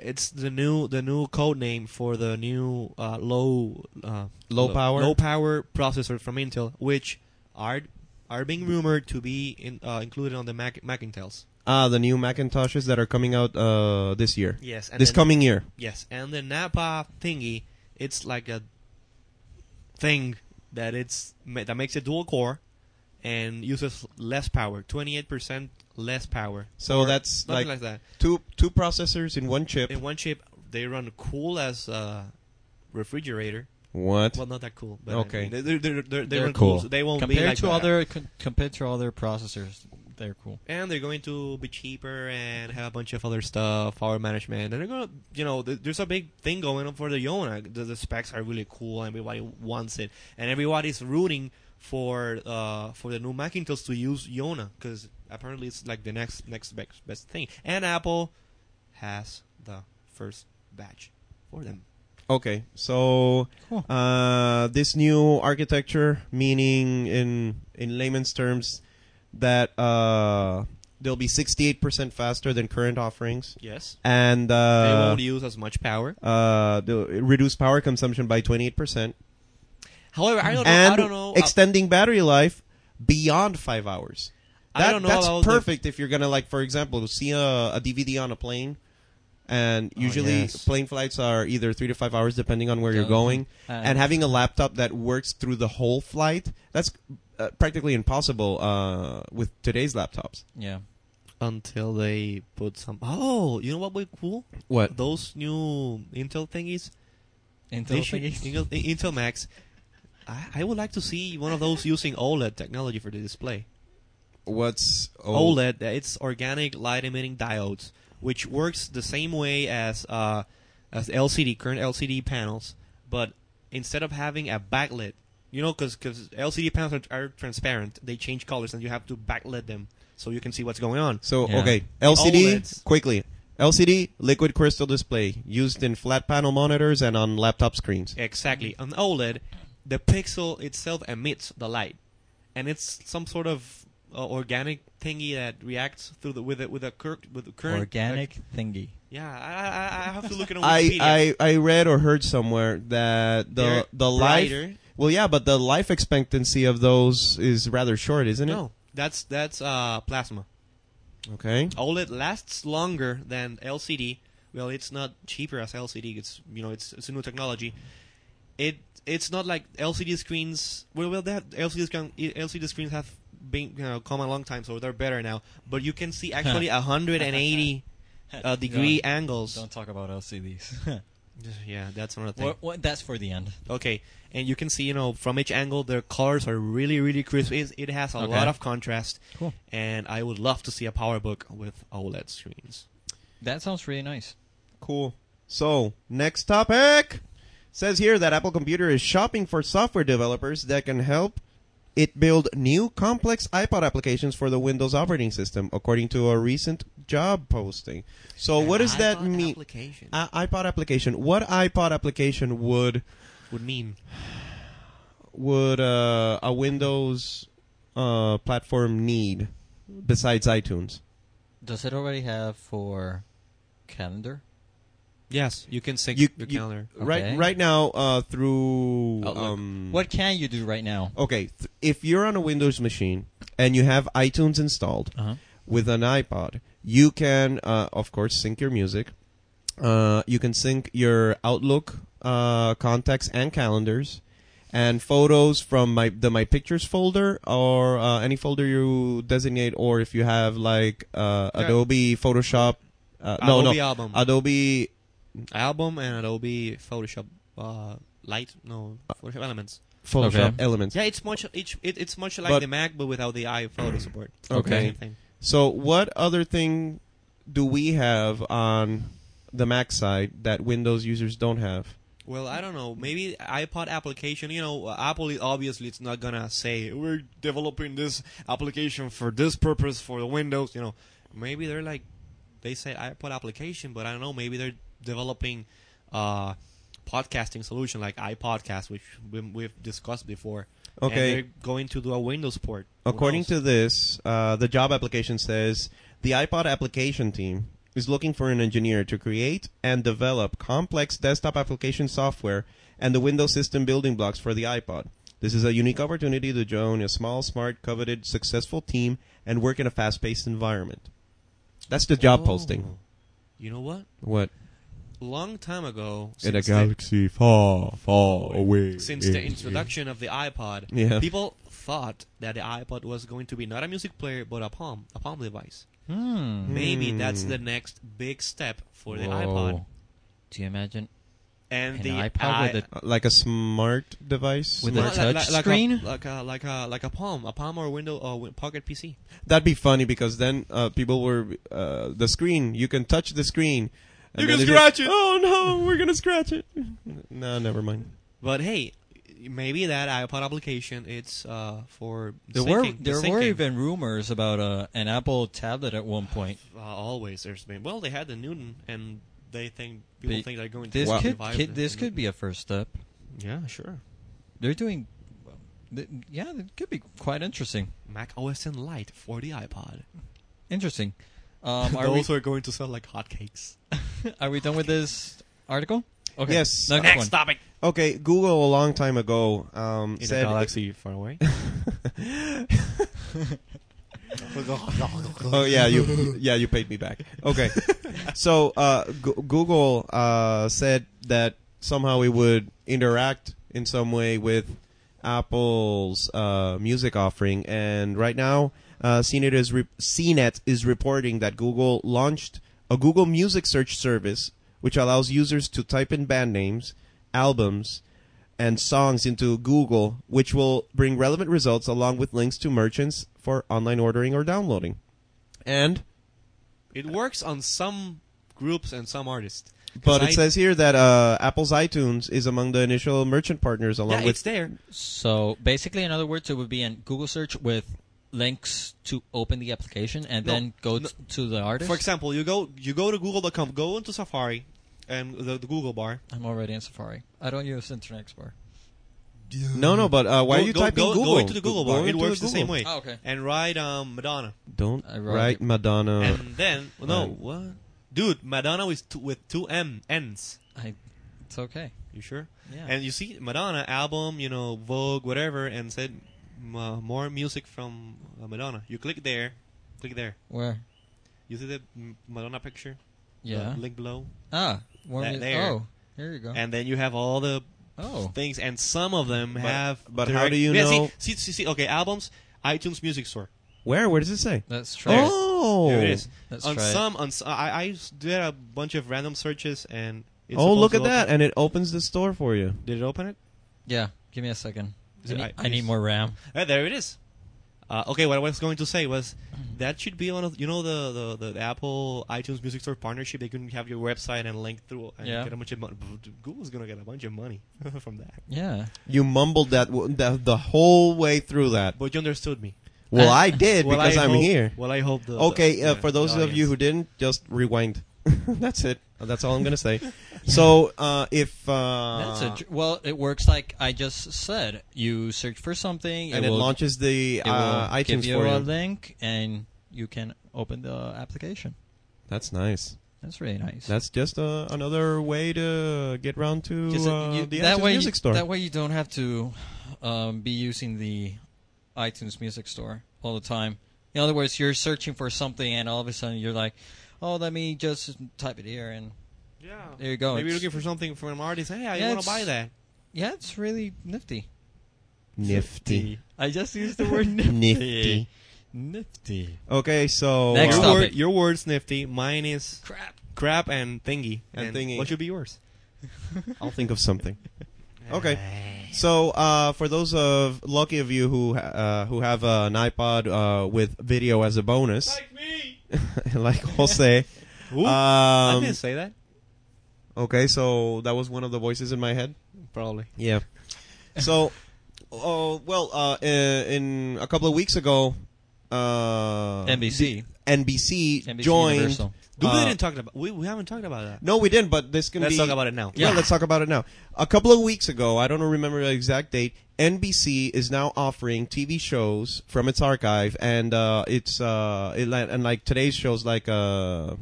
[SPEAKER 4] It's the new the new code name for the new uh, low uh,
[SPEAKER 6] Low power?
[SPEAKER 4] low power processor from Intel, which are are being rumored to be in, uh, included on the Mac Macintels.
[SPEAKER 6] Ah, the new Macintoshes that are coming out uh, this year,
[SPEAKER 4] Yes, and
[SPEAKER 6] this
[SPEAKER 4] then-
[SPEAKER 6] coming year.
[SPEAKER 4] Yes, and the Napa thingy, it's like a thing that it's ma- that makes it dual core and uses less power, twenty eight percent less power.
[SPEAKER 6] So
[SPEAKER 4] Or
[SPEAKER 6] that's
[SPEAKER 4] something
[SPEAKER 6] like,
[SPEAKER 4] like that.
[SPEAKER 6] two two processors in one chip.
[SPEAKER 4] In one chip, they run cool as a refrigerator.
[SPEAKER 6] What?
[SPEAKER 4] Well, not that cool. But
[SPEAKER 6] Okay.
[SPEAKER 4] I mean, they're, they're, they're, they
[SPEAKER 5] They're
[SPEAKER 4] run cool.
[SPEAKER 5] cool.
[SPEAKER 4] so they won't
[SPEAKER 5] compared
[SPEAKER 4] be like
[SPEAKER 5] to
[SPEAKER 4] that.
[SPEAKER 5] other con- compared to other processors, they're cool.
[SPEAKER 4] and they're going to be cheaper and have a bunch of other stuff, power management, and they're gonna, you know, th- there's a big thing going on for the Yona. The, the specs are really cool, everybody wants it, and everybody's rooting for uh for the new Macintosh to use Yona because apparently it's like the next next best, best thing, and Apple has the first batch for them.
[SPEAKER 6] Okay, so
[SPEAKER 5] Cool.
[SPEAKER 6] uh, this new architecture, meaning in in layman's terms, that uh, they'll be sixty eight percent faster than current offerings,
[SPEAKER 4] Yes,
[SPEAKER 6] and
[SPEAKER 4] they
[SPEAKER 6] uh,
[SPEAKER 4] won't e- use as much power.
[SPEAKER 6] uh, they'll reduce power consumption by twenty eight percent,
[SPEAKER 4] However, I don't know.
[SPEAKER 6] and
[SPEAKER 4] I don't know. uh,
[SPEAKER 6] extending battery life beyond five hours.
[SPEAKER 4] I
[SPEAKER 6] That-
[SPEAKER 4] don't know
[SPEAKER 6] that's
[SPEAKER 4] about the-
[SPEAKER 6] perfect if you're gonna like, for example, see a, a DVD on a plane. And
[SPEAKER 4] Oh,
[SPEAKER 6] usually,
[SPEAKER 5] yes.
[SPEAKER 6] plane flights are either three to five hours, depending on where you're
[SPEAKER 5] Yeah.
[SPEAKER 6] going
[SPEAKER 5] And,
[SPEAKER 6] and having a laptop that works through the whole flight that's uh, practically impossible uh, with today's laptops
[SPEAKER 5] yeah,
[SPEAKER 4] until they put some. Oh, you know what would be cool?
[SPEAKER 6] what
[SPEAKER 4] those new Intel thingies, they
[SPEAKER 5] Intel
[SPEAKER 4] should,
[SPEAKER 5] thingy.
[SPEAKER 4] Intel, Intel Max. I, I would like to see one of those using OLED technology for the display.
[SPEAKER 6] what's old?
[SPEAKER 4] OLED, uh, it's organic light emitting diodes, which works the same way as uh, as LCD current LCD panels, but instead of having a backlit, you know, because LCD panels are, are transparent, they change colors, and you have to backlit them so you can see what's going on.
[SPEAKER 6] so
[SPEAKER 5] Yeah.
[SPEAKER 6] okay lcd
[SPEAKER 4] OLEDs.
[SPEAKER 6] quickly lcd liquid crystal display used in flat panel monitors and on laptop screens
[SPEAKER 4] Exactly. On OLED, the pixel itself emits the light, and it's some sort of uh, organic thingy that reacts through the with a, with a cur- with the current
[SPEAKER 5] organic thingy.
[SPEAKER 4] yeah, I, I I have to look it on Wikipedia.
[SPEAKER 6] I, I i read or heard somewhere that the
[SPEAKER 4] They're
[SPEAKER 6] the life
[SPEAKER 4] brighter.
[SPEAKER 6] well yeah but the life expectancy of those is rather short isn't it
[SPEAKER 4] no, that's that's uh, plasma.
[SPEAKER 6] okay
[SPEAKER 4] OLED lasts longer than LCD. Well, it's not cheaper as LCD. It's you know it's it's a new technology. It it's not like LCD screens. Well, well, that LCD screen, LCD screens have been you know, come a long time, so they're better now. But you can see actually 180 uh, degree
[SPEAKER 5] Don't-
[SPEAKER 4] angles.
[SPEAKER 5] Don't talk about LCDs.
[SPEAKER 4] Yeah, that's another thing.
[SPEAKER 5] what, what, that's for the end.
[SPEAKER 4] Okay, and you can see, you know, from each angle, their colors are really, really crisp. It, it has a
[SPEAKER 5] Okay.
[SPEAKER 4] lot of contrast.
[SPEAKER 5] Cool.
[SPEAKER 4] And I would love to see a PowerBook with OLED screens.
[SPEAKER 5] That sounds really nice.
[SPEAKER 6] Cool. So, next topic says here that Apple Computer is shopping for software developers that can help it build new complex iPod applications for the Windows operating system, according to a recent job posting. So, what does that mean?
[SPEAKER 4] Application
[SPEAKER 6] I iPod application. What iPod application would
[SPEAKER 4] would mean
[SPEAKER 6] would uh, a Windows uh, platform need besides iTunes?
[SPEAKER 5] Does it already have for calendar?
[SPEAKER 4] yes, you can sync
[SPEAKER 6] You-
[SPEAKER 4] your
[SPEAKER 6] you-
[SPEAKER 4] calendar.
[SPEAKER 5] Okay.
[SPEAKER 6] Right, right now uh, through
[SPEAKER 5] Outlook.
[SPEAKER 6] um,
[SPEAKER 5] What can you do right now?
[SPEAKER 6] okay, th- if you're on a Windows machine and you have iTunes installed
[SPEAKER 5] Uh-huh.
[SPEAKER 6] with an iPod, you can, uh, of course, sync your music. Uh, you can sync your Outlook uh, contacts and calendars, and photos from my the My Pictures folder or uh, any folder you designate, or if you have like uh,
[SPEAKER 4] Yeah.
[SPEAKER 6] Adobe Photoshop. Uh, no,
[SPEAKER 4] Adobe
[SPEAKER 6] no,
[SPEAKER 4] album,
[SPEAKER 6] Adobe
[SPEAKER 4] album, and Adobe Photoshop uh, Light. No, Photoshop Elements.
[SPEAKER 6] Photoshop
[SPEAKER 5] Okay.
[SPEAKER 6] Elements.
[SPEAKER 4] Yeah, it's much. It's it, it's much like
[SPEAKER 6] But-
[SPEAKER 4] the Mac, but without the eye photo support.
[SPEAKER 6] Okay.
[SPEAKER 4] Same thing.
[SPEAKER 6] So, what other thing do we have on the Mac side that Windows users don't have.
[SPEAKER 4] Well, I don't know. Maybe iPod application. You know, Apple is- obviously it's not gonna say we're developing this application for this purpose for the Windows. You know, maybe they're like they say iPod application, but I don't know. Maybe they're developing uh, podcasting solution like iPodcast, which we, we've discussed before. And
[SPEAKER 6] Okay.
[SPEAKER 4] they're going to do a Windows port. Who
[SPEAKER 6] According
[SPEAKER 4] knows?
[SPEAKER 6] to this, uh, the job application says the iPod application team is looking for an engineer to create and develop complex desktop application software and the Windows system building blocks for the iPod. This is a unique opportunity to join a small, smart, coveted, successful team and work in a fast paced environment. That's the job
[SPEAKER 4] Oh.
[SPEAKER 6] posting.
[SPEAKER 4] you know what?
[SPEAKER 6] What?
[SPEAKER 4] Long time ago,
[SPEAKER 6] In a
[SPEAKER 4] since they-
[SPEAKER 6] galaxy far, far away.
[SPEAKER 4] since the introduction of the iPod,
[SPEAKER 6] Yeah.
[SPEAKER 4] people thought that the iPod was going to be not a music player but a palm, a palm device.
[SPEAKER 5] Hmm.
[SPEAKER 4] Maybe
[SPEAKER 6] Hmm.
[SPEAKER 4] that's the next big step for the
[SPEAKER 5] Whoa.
[SPEAKER 4] iPod
[SPEAKER 5] Do you imagine
[SPEAKER 4] and
[SPEAKER 5] an
[SPEAKER 4] the
[SPEAKER 5] iPod
[SPEAKER 4] i-
[SPEAKER 5] with a
[SPEAKER 6] Uh, Like a smart device?
[SPEAKER 5] With
[SPEAKER 4] No,
[SPEAKER 5] a
[SPEAKER 4] like-
[SPEAKER 5] touch
[SPEAKER 4] like,
[SPEAKER 5] screen?
[SPEAKER 4] like a like a like a palm, a palm or window or wi- pocket PC.
[SPEAKER 6] That'd be funny because then uh, people were uh, the screen. You can touch the screen. and
[SPEAKER 4] You
[SPEAKER 6] then
[SPEAKER 4] can
[SPEAKER 6] it's
[SPEAKER 4] scratch
[SPEAKER 6] just,
[SPEAKER 4] it.
[SPEAKER 6] Oh no, we're gonna scratch it. no, never mind.
[SPEAKER 4] But hey, maybe that iPod application it's uh, for
[SPEAKER 5] There were
[SPEAKER 4] syncing-
[SPEAKER 5] there
[SPEAKER 4] syncing.
[SPEAKER 5] were even rumors about uh, an Apple tablet at one point.
[SPEAKER 4] uh, always there's been well they had the Newton and they think people
[SPEAKER 5] But
[SPEAKER 4] think they're going
[SPEAKER 5] This
[SPEAKER 4] to
[SPEAKER 5] could,
[SPEAKER 4] revive
[SPEAKER 5] could
[SPEAKER 4] the-
[SPEAKER 5] this
[SPEAKER 4] the
[SPEAKER 5] could be a first step.
[SPEAKER 4] Newton. yeah sure
[SPEAKER 5] They're doing, th- yeah, it could be quite interesting.
[SPEAKER 4] Mac OS in Lite for the iPod.
[SPEAKER 5] Interesting. Um, are, we,
[SPEAKER 4] Those are going to sell like hotcakes.
[SPEAKER 5] are we done with this article? Okay.
[SPEAKER 6] Yes.
[SPEAKER 5] Next, one.
[SPEAKER 4] topic.
[SPEAKER 6] Okay, Google a long time ago um,
[SPEAKER 4] In
[SPEAKER 6] said
[SPEAKER 4] a galaxy far away.
[SPEAKER 6] Oh yeah, you yeah you paid me back. Okay, so uh, G- Google uh, said that somehow it would interact in some way with Apple's uh, music offering, and right now uh, CNET is re- CNET is reporting that Google launched a Google Music search service which allows users to type in band names, albums, and songs into Google, which will bring relevant results along with links to merchants for online ordering or downloading. And
[SPEAKER 4] it works on some groups and some artists. 'Cause
[SPEAKER 6] but
[SPEAKER 4] I-
[SPEAKER 6] it says here that uh, Apple's iTunes is among the initial merchant partners, along
[SPEAKER 4] yeah, it's
[SPEAKER 6] with
[SPEAKER 4] there.
[SPEAKER 5] So basically, in other words, it would be in Google search with links to open the application and
[SPEAKER 4] No,
[SPEAKER 5] then go
[SPEAKER 4] no.
[SPEAKER 5] t- to the artist.
[SPEAKER 4] For example, you go you go to Google.com, go into Safari, and the, the Google bar.
[SPEAKER 5] I'm already in Safari. I don't use Internet Explorer.
[SPEAKER 6] no, no. But uh, why
[SPEAKER 4] go,
[SPEAKER 6] are you
[SPEAKER 4] go,
[SPEAKER 6] typing
[SPEAKER 4] go,
[SPEAKER 6] Google?
[SPEAKER 4] Go into the Google
[SPEAKER 6] Go
[SPEAKER 4] bar. It
[SPEAKER 6] into
[SPEAKER 4] works the,
[SPEAKER 6] Google.
[SPEAKER 4] same way.
[SPEAKER 5] Oh, okay.
[SPEAKER 4] And write um, Madonna,
[SPEAKER 6] Don't
[SPEAKER 5] I wrote
[SPEAKER 6] write
[SPEAKER 5] it.
[SPEAKER 6] Madonna.
[SPEAKER 4] and then no
[SPEAKER 6] Oh. right.
[SPEAKER 4] what, dude? Madonna is two, with two M N's.
[SPEAKER 5] I, it's okay.
[SPEAKER 4] You sure?
[SPEAKER 5] Yeah.
[SPEAKER 4] And you see Madonna album, you know, Vogue, whatever, and said m- uh, more music from uh, Madonna. You click there, click there.
[SPEAKER 5] Where?
[SPEAKER 4] You see the m- Madonna picture? The
[SPEAKER 5] Yeah.
[SPEAKER 4] link below,
[SPEAKER 5] ah. Where
[SPEAKER 4] that
[SPEAKER 5] is-
[SPEAKER 4] there.
[SPEAKER 5] Oh. Here you go.
[SPEAKER 4] and then you have all the
[SPEAKER 5] oh.
[SPEAKER 4] things, and some of them have.
[SPEAKER 6] but how do you
[SPEAKER 4] yeah,
[SPEAKER 6] know-
[SPEAKER 4] See, see, see, see, okay, albums, iTunes Music Store.
[SPEAKER 6] Where? Where does it say?
[SPEAKER 5] Let's try. it.
[SPEAKER 6] Oh,
[SPEAKER 4] There it is.
[SPEAKER 5] Let's
[SPEAKER 4] on
[SPEAKER 5] try it.
[SPEAKER 4] some, Um, on s I I I s did a bunch of random searches, and it's
[SPEAKER 6] oh, look at
[SPEAKER 4] supposed to
[SPEAKER 6] that,
[SPEAKER 4] open-
[SPEAKER 6] and it opens the store for you.
[SPEAKER 4] Did it open it?
[SPEAKER 5] Yeah. Give me a second.
[SPEAKER 4] Is
[SPEAKER 5] I
[SPEAKER 4] it-
[SPEAKER 5] need,
[SPEAKER 4] I-
[SPEAKER 5] I need
[SPEAKER 4] is-
[SPEAKER 5] more RAM.
[SPEAKER 4] Uh, there it is. Uh, okay, what I was going to say was that should be one of you know the the, the Apple iTunes Music Store partnership. They can have your website and link through and
[SPEAKER 5] Yeah.
[SPEAKER 4] get a bunch of money. Google's gonna get a bunch of money from that.
[SPEAKER 5] Yeah.
[SPEAKER 6] You mumbled that w- the, the whole way through that.
[SPEAKER 4] But you understood me
[SPEAKER 6] Well, I did
[SPEAKER 4] Well,
[SPEAKER 6] because
[SPEAKER 4] I
[SPEAKER 6] I'm
[SPEAKER 4] hope-
[SPEAKER 6] here.
[SPEAKER 4] Well, I hope the
[SPEAKER 6] Okay,
[SPEAKER 4] the-
[SPEAKER 6] uh, for those
[SPEAKER 4] the
[SPEAKER 6] of you
[SPEAKER 4] audience-
[SPEAKER 6] who didn't, just rewind. That's it. Uh, That's all I'm gonna say. So uh, if uh,
[SPEAKER 5] That's a dr- well. It works like I just said. You search for something,
[SPEAKER 6] and it,
[SPEAKER 5] will,
[SPEAKER 6] launches the
[SPEAKER 5] it will
[SPEAKER 6] uh,
[SPEAKER 5] give
[SPEAKER 6] iTunes
[SPEAKER 5] you
[SPEAKER 6] for
[SPEAKER 5] a
[SPEAKER 6] you.
[SPEAKER 5] link, and you can open the application.
[SPEAKER 6] That's nice.
[SPEAKER 5] That's really nice.
[SPEAKER 6] That's just uh, another way to get round to
[SPEAKER 5] Just, uh,
[SPEAKER 6] uh,
[SPEAKER 5] you-
[SPEAKER 6] the
[SPEAKER 5] that
[SPEAKER 6] iTunes
[SPEAKER 5] way you-
[SPEAKER 6] Music Store.
[SPEAKER 5] That way you don't have to um, be using the iTunes Music Store all the time. In other words, you're searching for something, and all of a sudden you're like, "Oh, let me just type it here." And
[SPEAKER 4] yeah,
[SPEAKER 5] there you go.
[SPEAKER 4] Maybe you're
[SPEAKER 5] It's-
[SPEAKER 4] looking for something from an artist. Hey, I
[SPEAKER 5] Yeah,
[SPEAKER 4] want
[SPEAKER 5] it's-
[SPEAKER 4] to buy that.
[SPEAKER 5] yeah, it's really nifty.
[SPEAKER 6] Nifty.
[SPEAKER 5] I just used the word nifty.
[SPEAKER 6] Nifty.
[SPEAKER 5] Nifty.
[SPEAKER 6] Okay, so
[SPEAKER 5] Next
[SPEAKER 6] uh,
[SPEAKER 4] your,
[SPEAKER 5] topic.
[SPEAKER 4] word, your word's nifty. Mine is
[SPEAKER 5] Crap.
[SPEAKER 4] crap and thingy.
[SPEAKER 6] And thingy.
[SPEAKER 4] What should be yours?
[SPEAKER 6] I'll think of something. Okay. So, uh, for those of lucky of you who uh, who have uh, an iPod uh, with video as a bonus,
[SPEAKER 4] me.
[SPEAKER 6] like Jose,
[SPEAKER 4] Ooh,
[SPEAKER 6] um,
[SPEAKER 4] I didn't say that.
[SPEAKER 6] Okay, so that was one of the voices in my head.
[SPEAKER 4] Probably.
[SPEAKER 6] Yeah. So, oh well, uh, in, in a couple of weeks ago, uh,
[SPEAKER 5] NBC.
[SPEAKER 6] NBC,
[SPEAKER 5] NBC
[SPEAKER 6] joined.
[SPEAKER 5] Universal.
[SPEAKER 4] Dude, we
[SPEAKER 6] uh,
[SPEAKER 4] didn't talk about. We, we haven't talked about
[SPEAKER 5] uh,
[SPEAKER 4] that.
[SPEAKER 6] No, we didn't. But this can
[SPEAKER 4] Let's
[SPEAKER 6] be.
[SPEAKER 4] talk about it now.
[SPEAKER 6] Yeah.
[SPEAKER 5] Yeah.
[SPEAKER 6] let's talk about it now. A couple of weeks ago, I don't remember the exact date. NBC is now offering TV shows from its archive, and uh, it's uh, it, li- and like today's shows, like uh,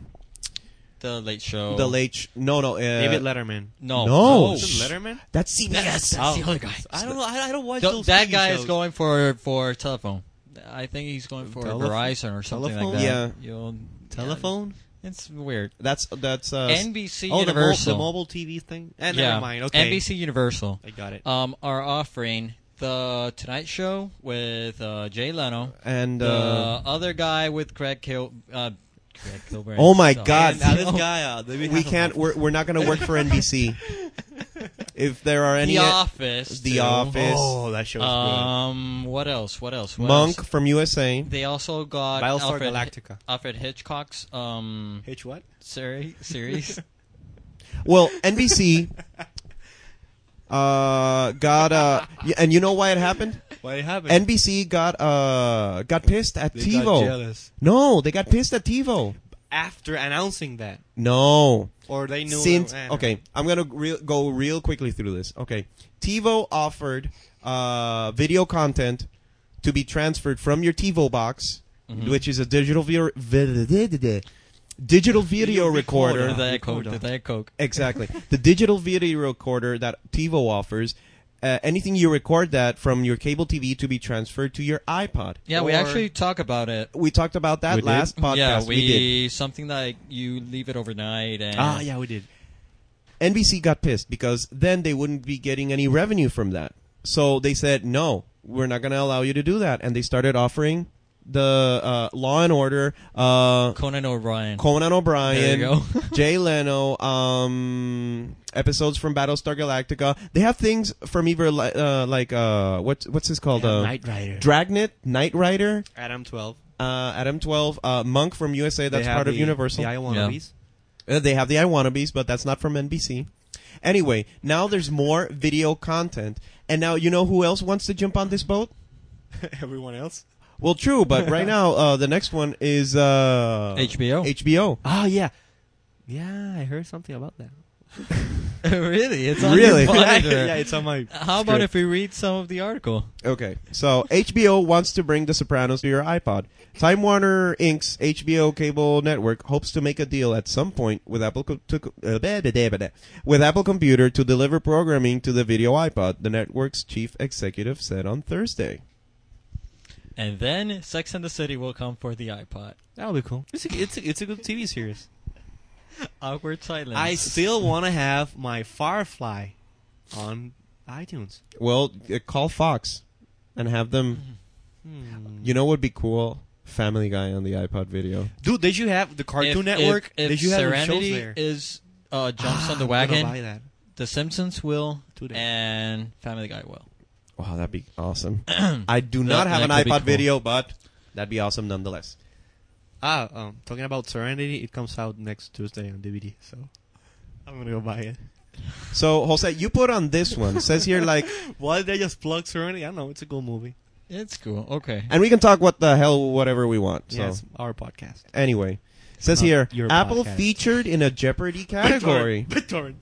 [SPEAKER 5] The Late Show.
[SPEAKER 6] the late. Sh- no, no, uh,
[SPEAKER 4] David Letterman.
[SPEAKER 5] No.
[SPEAKER 6] No.
[SPEAKER 4] Is it Letterman?
[SPEAKER 6] That's CBS.
[SPEAKER 5] That's the other guy.
[SPEAKER 4] I don't know. I, I don't watch
[SPEAKER 5] Th-
[SPEAKER 4] those.
[SPEAKER 5] that
[SPEAKER 4] TV
[SPEAKER 5] guy
[SPEAKER 4] shows.
[SPEAKER 5] is going for for telephone. I think he's going for Verizon or something
[SPEAKER 2] telephone?
[SPEAKER 5] like that.
[SPEAKER 6] Yeah.
[SPEAKER 5] You'll-
[SPEAKER 4] telephone.
[SPEAKER 5] yeah, it's weird.
[SPEAKER 6] That's that's uh,
[SPEAKER 5] NBC
[SPEAKER 4] Oh, the, mo-
[SPEAKER 5] Universal.
[SPEAKER 4] the mobile TV thing. Eh,
[SPEAKER 5] yeah.
[SPEAKER 4] Never mind. Okay.
[SPEAKER 5] NBC Universal
[SPEAKER 4] I got it.
[SPEAKER 5] um, are offering the Tonight Show with uh, Jay Leno,
[SPEAKER 6] and
[SPEAKER 5] the
[SPEAKER 6] uh,
[SPEAKER 5] other guy with Craig Kil. Uh, Craig Kilburn.
[SPEAKER 6] Oh my
[SPEAKER 5] Sorry.
[SPEAKER 6] God.
[SPEAKER 4] now this guy. Uh, they-
[SPEAKER 6] we can't. We're, we're not going to work for NBC. if there are any,
[SPEAKER 5] The Office.
[SPEAKER 6] The
[SPEAKER 5] too.
[SPEAKER 6] Office,
[SPEAKER 4] Oh, that show is
[SPEAKER 5] Um, what else? What else?
[SPEAKER 4] Oh,
[SPEAKER 5] What
[SPEAKER 6] Monk
[SPEAKER 5] else?
[SPEAKER 6] from USA.
[SPEAKER 5] They also got
[SPEAKER 4] Battlestar
[SPEAKER 5] Alfred,
[SPEAKER 4] Galactica.
[SPEAKER 5] Alfred Hitchcock's um
[SPEAKER 4] good. Hitch what?
[SPEAKER 5] seri- series.
[SPEAKER 6] Well, NBC uh, got uh, y- and you know why it happened?
[SPEAKER 4] What happened?
[SPEAKER 6] NBC got uh, got pissed at
[SPEAKER 4] They got
[SPEAKER 6] TiVo.
[SPEAKER 4] jealous.
[SPEAKER 6] No, they got pissed at TiVo.
[SPEAKER 4] After announcing that,
[SPEAKER 6] No,
[SPEAKER 4] or they knew.
[SPEAKER 6] since
[SPEAKER 4] eh, no.
[SPEAKER 6] okay, I'm gonna re- go real quickly through this. Okay, TiVo offered uh, video content to be transferred from your TiVo box,
[SPEAKER 4] Mm-hmm.
[SPEAKER 6] which is a digital vi- vi- digital video recorder.
[SPEAKER 5] the Diet Coke. The Diet Coke.
[SPEAKER 6] Exactly. the digital video recorder that TiVo offers, uh, anything you record that from your cable TV to be transferred to your iPod.
[SPEAKER 5] Yeah, we
[SPEAKER 4] Or-
[SPEAKER 5] actually talk about it.
[SPEAKER 6] We talked about that
[SPEAKER 5] We did?
[SPEAKER 6] last podcast.
[SPEAKER 5] Yeah,
[SPEAKER 6] we,
[SPEAKER 5] we,
[SPEAKER 6] did.
[SPEAKER 5] something like you leave it overnight and
[SPEAKER 4] Ah, yeah, we did.
[SPEAKER 6] NBC got pissed because then they wouldn't be getting any revenue from that. So they said, no, we're not going to allow you to do that. And they started offering the uh, Law and Order, uh,
[SPEAKER 5] Conan O'Brien.
[SPEAKER 6] Conan
[SPEAKER 5] There
[SPEAKER 6] O'Brien,
[SPEAKER 5] you go.
[SPEAKER 6] Jay Leno, um, episodes from Battlestar Galactica. They have things from either li- uh, like uh, what's what's this called? Uh,
[SPEAKER 4] Night Rider.
[SPEAKER 6] Dragnet, Knight Rider,
[SPEAKER 4] Adam Twelve.
[SPEAKER 5] Oh,
[SPEAKER 6] uh, Adam Twelve, uh, Monk from USA. That's
[SPEAKER 4] They have
[SPEAKER 6] part of
[SPEAKER 4] the-
[SPEAKER 6] Universal.
[SPEAKER 4] The I
[SPEAKER 5] Yeah.
[SPEAKER 4] Wanna Be's.
[SPEAKER 6] Uh, they have the I Wannabes, but that's not from NBC. Anyway, now there's more video content, and now you know who else wants to jump on this boat.
[SPEAKER 4] Everyone else.
[SPEAKER 6] Well, true, but right now uh, the next one is uh,
[SPEAKER 5] HBO.
[SPEAKER 6] HBO.
[SPEAKER 4] Oh yeah, yeah. I heard something about that.
[SPEAKER 5] really? It's on
[SPEAKER 6] Really?
[SPEAKER 5] Your monitor.
[SPEAKER 4] yeah, it's on my.
[SPEAKER 5] How about if we read some of the article?
[SPEAKER 6] Okay, so HBO wants to bring The Sopranos to your iPod. Time Warner Inc.'s HBO cable network hopes to make a deal at some point with Apple co- to, uh, blah, blah, blah, blah, blah, with Apple Computer to deliver programming to the video iPod. The network's chief executive said on Thursday.
[SPEAKER 5] And then Sex and the City will come for the iPod.
[SPEAKER 4] That'll be cool. It's a, it's a, it's a good TV series.
[SPEAKER 5] Awkward silence.
[SPEAKER 4] I still want to have my Firefly on iTunes.
[SPEAKER 6] Well, uh, call Fox and have them.
[SPEAKER 5] Hmm.
[SPEAKER 6] You know what would be cool? Family Guy on the iPod video.
[SPEAKER 4] Dude, did you have the
[SPEAKER 5] If-
[SPEAKER 4] Cartoon
[SPEAKER 5] if-
[SPEAKER 4] Network?
[SPEAKER 5] If,
[SPEAKER 4] did you have the
[SPEAKER 5] Serenity
[SPEAKER 4] shows there? Ah,
[SPEAKER 5] is uh, jumps on the
[SPEAKER 4] I'm gonna buy
[SPEAKER 5] wagon,
[SPEAKER 4] that.
[SPEAKER 5] The Simpsons will,
[SPEAKER 4] Today.
[SPEAKER 5] and Family Guy will.
[SPEAKER 6] Wow, that'd be awesome. I do not
[SPEAKER 5] That-
[SPEAKER 6] have
[SPEAKER 5] that could
[SPEAKER 6] an
[SPEAKER 5] be
[SPEAKER 6] iPod
[SPEAKER 5] cool.
[SPEAKER 6] video, but that'd be awesome nonetheless.
[SPEAKER 4] Ah, um, talking about Serenity, it comes out next Tuesday on DVD. So I'm gonna go buy it.
[SPEAKER 6] So, Jose, you put on this one. Says here, like,
[SPEAKER 4] Why did they just plug Serenity? I don't know. It's a cool movie.
[SPEAKER 5] It's cool. Okay.
[SPEAKER 6] and we can talk what the hell, whatever we want. So,
[SPEAKER 4] Yeah, it's our podcast.
[SPEAKER 6] anyway, says
[SPEAKER 4] not
[SPEAKER 6] here,
[SPEAKER 4] your
[SPEAKER 6] Apple
[SPEAKER 4] podcast.
[SPEAKER 6] featured in a Jeopardy category.
[SPEAKER 4] BitTorrent.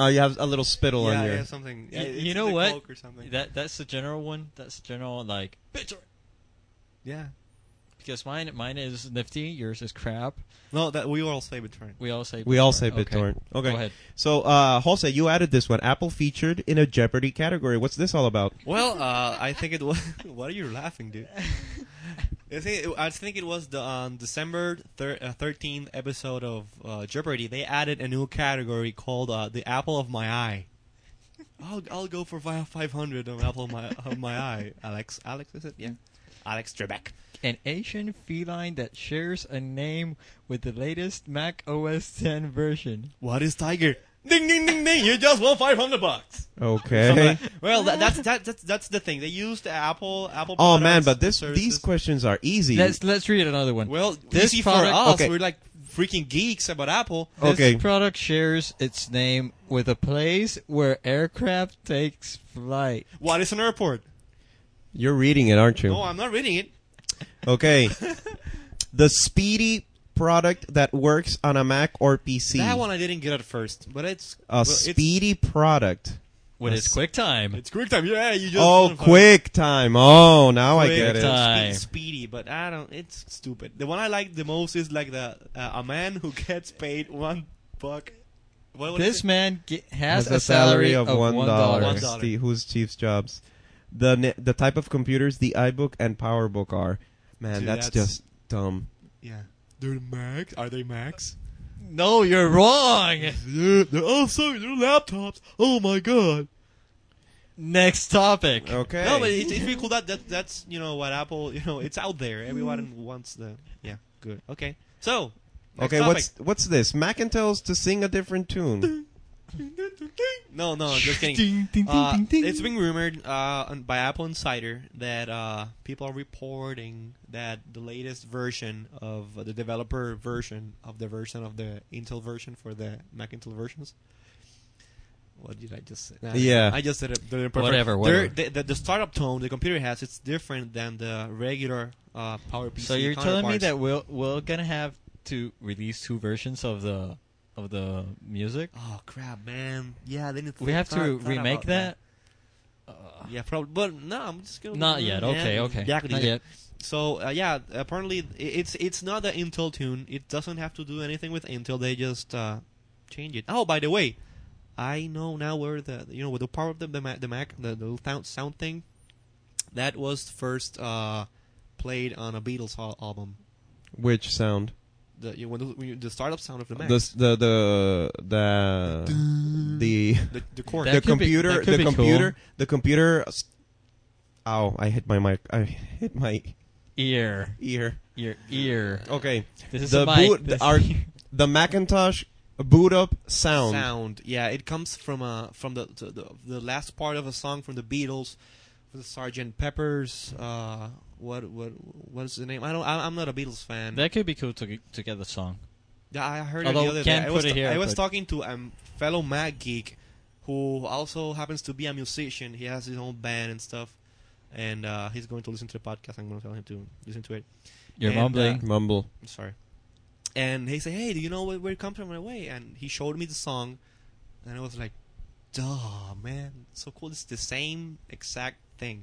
[SPEAKER 6] Oh, you have a little spittle
[SPEAKER 4] Yeah,
[SPEAKER 6] on your.
[SPEAKER 4] yeah, something. Yeah,
[SPEAKER 5] Y-
[SPEAKER 4] it's-
[SPEAKER 5] you
[SPEAKER 4] it's
[SPEAKER 5] know
[SPEAKER 4] a
[SPEAKER 5] what?
[SPEAKER 4] Coke or something.
[SPEAKER 5] That that's the general one. That's the general like bitch.
[SPEAKER 4] yeah.
[SPEAKER 5] Because mine mine is nifty. Yours is crap.
[SPEAKER 4] No, that we all say BitTorrent.
[SPEAKER 5] We all say
[SPEAKER 6] We all say
[SPEAKER 5] Okay.
[SPEAKER 6] BitTorrent. Okay.
[SPEAKER 5] Go ahead.
[SPEAKER 6] So, uh, Jose, you added this one. Apple featured in a Jeopardy category. What's this all about?
[SPEAKER 4] Well, uh, I think it was. what are you laughing, dude? I think it, I think it was the um, December uh, thirteenth episode of uh, Jeopardy. They added a new category called uh, the apple of my eye. I'll I'll go for five hundred on apple of my of my eye. Alex, Alex is it? Yeah, Alex Trebek.
[SPEAKER 5] An Asian feline that shares a name with the latest Mac OS 10 version.
[SPEAKER 4] What is tiger? Ding ding ding ding! You just won five hundred bucks.
[SPEAKER 6] Okay.
[SPEAKER 4] Well, that, that's that, that's that's the thing. They used the Apple Apple.
[SPEAKER 6] oh man,
[SPEAKER 4] products,
[SPEAKER 6] but this
[SPEAKER 4] services.
[SPEAKER 6] these questions are easy.
[SPEAKER 5] Let's let's read another one.
[SPEAKER 4] Well,
[SPEAKER 5] This
[SPEAKER 4] easy
[SPEAKER 5] product-
[SPEAKER 4] for us.
[SPEAKER 6] okay.
[SPEAKER 4] We're like freaking geeks about Apple.
[SPEAKER 5] This
[SPEAKER 6] Okay.
[SPEAKER 5] product shares its name with a place where aircraft takes flight.
[SPEAKER 4] What is an airport?
[SPEAKER 6] You're reading it, aren't you?
[SPEAKER 4] No, I'm not reading it.
[SPEAKER 6] Okay. the speedy product that works on a Mac or PC.
[SPEAKER 4] That one I didn't get at first, but it's
[SPEAKER 6] a
[SPEAKER 4] well, it's-
[SPEAKER 6] speedy product.
[SPEAKER 1] When it's QuickTime.
[SPEAKER 4] It's quick time. Yeah, you just
[SPEAKER 6] Oh,
[SPEAKER 4] notified.
[SPEAKER 6] quick time. Oh, now I get it.
[SPEAKER 1] QuickTime.
[SPEAKER 4] Speed-
[SPEAKER 1] Aye.
[SPEAKER 4] speedy, but I don't. It's stupid. The one I like the most is like the uh, a man who gets paid one buck. What was
[SPEAKER 5] This
[SPEAKER 4] it?
[SPEAKER 5] man ge- has,
[SPEAKER 6] Has
[SPEAKER 5] a salary of
[SPEAKER 6] one dollar.
[SPEAKER 4] One dollar.
[SPEAKER 6] Steve- Who's Chief's jobs? The ne- the type of computers the iBook and PowerBook are. Man,
[SPEAKER 4] Dude,
[SPEAKER 6] that's,
[SPEAKER 4] that's-
[SPEAKER 6] just dumb.
[SPEAKER 4] yeah, they're Macs. Are they Macs?
[SPEAKER 5] No, you're wrong.
[SPEAKER 2] They're, they're also your oh, laptops. Oh my god.
[SPEAKER 5] Next topic.
[SPEAKER 6] Okay.
[SPEAKER 4] No, but it's, it's really cool that, that that's you know what Apple you know it's out there.
[SPEAKER 5] Mm.
[SPEAKER 4] Everyone wants the yeah good okay. So next
[SPEAKER 6] okay,
[SPEAKER 4] topic.
[SPEAKER 6] what's what's this? Macintells to sing a different tune.
[SPEAKER 4] no no I'm just kidding. Uh, it's been rumored uh, on- by Apple Insider that uh, people are reporting that the latest version of the developer version of the version of the Intel version for the Mac Intel versions. What did I just say? Nah,
[SPEAKER 6] Yeah.
[SPEAKER 4] I just said it. they're imperfect.
[SPEAKER 5] Whatever,
[SPEAKER 4] They're-
[SPEAKER 5] whatever.
[SPEAKER 4] The, the, the startup tone the computer has it's different than the regular uh, PowerPC.
[SPEAKER 5] So you're telling me
[SPEAKER 4] counterparts.
[SPEAKER 5] that we're we're gonna have to release two versions of the of the music?
[SPEAKER 4] Oh crap, man! Yeah, they need
[SPEAKER 5] We have to remake that. Uh,
[SPEAKER 4] Yeah, probably. But no, I'm just gonna.
[SPEAKER 5] Not yet.
[SPEAKER 4] Yeah,
[SPEAKER 5] Okay. Okay.
[SPEAKER 4] exactly.
[SPEAKER 5] Not yet.
[SPEAKER 4] So uh, yeah, apparently i- it's it's not the Intel tune. It doesn't have to do anything with Intel. They just uh, change it. Oh, by the way, I know now where the you know with the power of the the Mac the, Mac, the, the little sound, sound thing that was first uh, played on a Beatles al- album.
[SPEAKER 6] Which sound?
[SPEAKER 4] The you, when the, when you, the startup sound of the Mac.
[SPEAKER 6] The s- the the the the
[SPEAKER 4] the, the chord.
[SPEAKER 5] That
[SPEAKER 6] the
[SPEAKER 5] could be-
[SPEAKER 6] computer
[SPEAKER 5] that could
[SPEAKER 6] the
[SPEAKER 5] be cool.
[SPEAKER 6] computer the computer. s- Ow! I hit my mic. I hit my
[SPEAKER 5] Ear.
[SPEAKER 6] ear.
[SPEAKER 5] Your ear.
[SPEAKER 6] Okay.
[SPEAKER 5] This is
[SPEAKER 6] the
[SPEAKER 5] a mic.
[SPEAKER 6] boot
[SPEAKER 5] This-
[SPEAKER 6] the, our, the Macintosh boot up sound.
[SPEAKER 4] Yeah, it comes from uh from the the, the the last part of a song from the Beatles, the Sergeant Pepper's. Uh, what what what is the name? I don't. I, I'm not a Beatles fan.
[SPEAKER 5] that could be cool to get- to get the song.
[SPEAKER 4] Yeah, I heard it
[SPEAKER 5] Although
[SPEAKER 4] the other
[SPEAKER 5] can't
[SPEAKER 4] day. I was,
[SPEAKER 5] put it
[SPEAKER 4] ta-
[SPEAKER 5] here,
[SPEAKER 4] I was
[SPEAKER 5] but-
[SPEAKER 4] talking to a um, fellow Mac geek who also happens to be a musician. He has his own band and stuff. And uh, he's going to listen to the podcast. I'm going to tell him to listen to it.
[SPEAKER 5] You're
[SPEAKER 4] And, uh,
[SPEAKER 5] mumbling.
[SPEAKER 6] Mumble.
[SPEAKER 4] I'm sorry. And he said, "Hey, do you know where, where it comes from?" Right away, and he showed me the song, and I was like, "Duh, man, it's so cool! It's the same exact thing."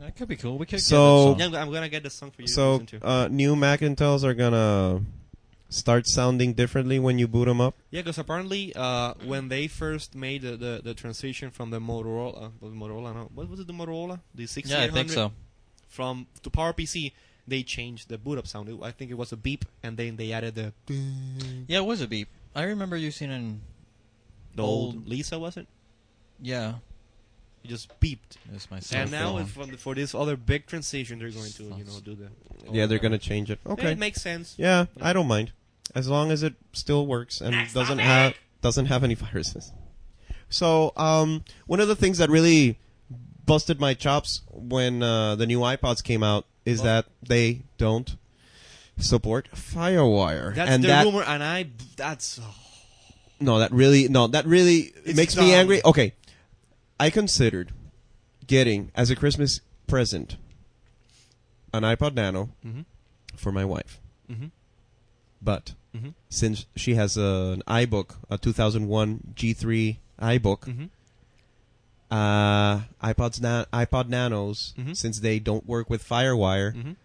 [SPEAKER 5] uh, that could be cool. We could.
[SPEAKER 6] So-
[SPEAKER 5] get
[SPEAKER 4] Yeah,
[SPEAKER 5] that
[SPEAKER 4] I'm, I'm gonna get the song for you. to
[SPEAKER 6] So
[SPEAKER 4] listen to.
[SPEAKER 6] uh, new Macintells are gonna start sounding differently when you boot them up.
[SPEAKER 4] yeah, because apparently, uh, when they first made the, the, the transition from the Motorola, uh, the Morola, no, what was it, the Motorola, the
[SPEAKER 5] song.
[SPEAKER 4] 6800
[SPEAKER 5] yeah, I think so.
[SPEAKER 4] from to PowerPC, they changed the boot up sound. It- I think it was a beep, and then they added the
[SPEAKER 5] Yeah, it was a beep. I remember using an.
[SPEAKER 4] the
[SPEAKER 5] Oh.
[SPEAKER 4] old Lisa, was it?
[SPEAKER 5] Yeah,
[SPEAKER 4] It just beeped.
[SPEAKER 5] it's my. cell
[SPEAKER 4] And now,
[SPEAKER 5] phone.
[SPEAKER 4] if from the, for this other big transition, they're going to you know do the.
[SPEAKER 6] Yeah, they're gonna change it.
[SPEAKER 4] Oh, Okay.
[SPEAKER 6] Okay.
[SPEAKER 4] It makes sense.
[SPEAKER 6] Yeah, I don't mind as long as it still works and doesn't have doesn't have any viruses. So um, one of the things that really busted my chops when uh, the new iPods came out is that they don't support FireWire,
[SPEAKER 4] That's
[SPEAKER 6] and
[SPEAKER 4] the
[SPEAKER 6] that
[SPEAKER 4] rumor, and I. That's
[SPEAKER 6] No, that really no, that really
[SPEAKER 4] It's
[SPEAKER 6] makes
[SPEAKER 4] dumb.
[SPEAKER 6] me angry. Okay. I considered getting as a Christmas present an iPod Nano
[SPEAKER 4] Mhm.
[SPEAKER 6] for my wife.
[SPEAKER 4] Mhm.
[SPEAKER 6] But
[SPEAKER 4] Mhm.
[SPEAKER 6] since she has a, an iBook, a 2001 G3 iBook,
[SPEAKER 4] Mhm.
[SPEAKER 6] uh, iPods na- iPod Nanos,
[SPEAKER 4] Mhm.
[SPEAKER 6] since they don't work with FireWire,
[SPEAKER 4] Mhm.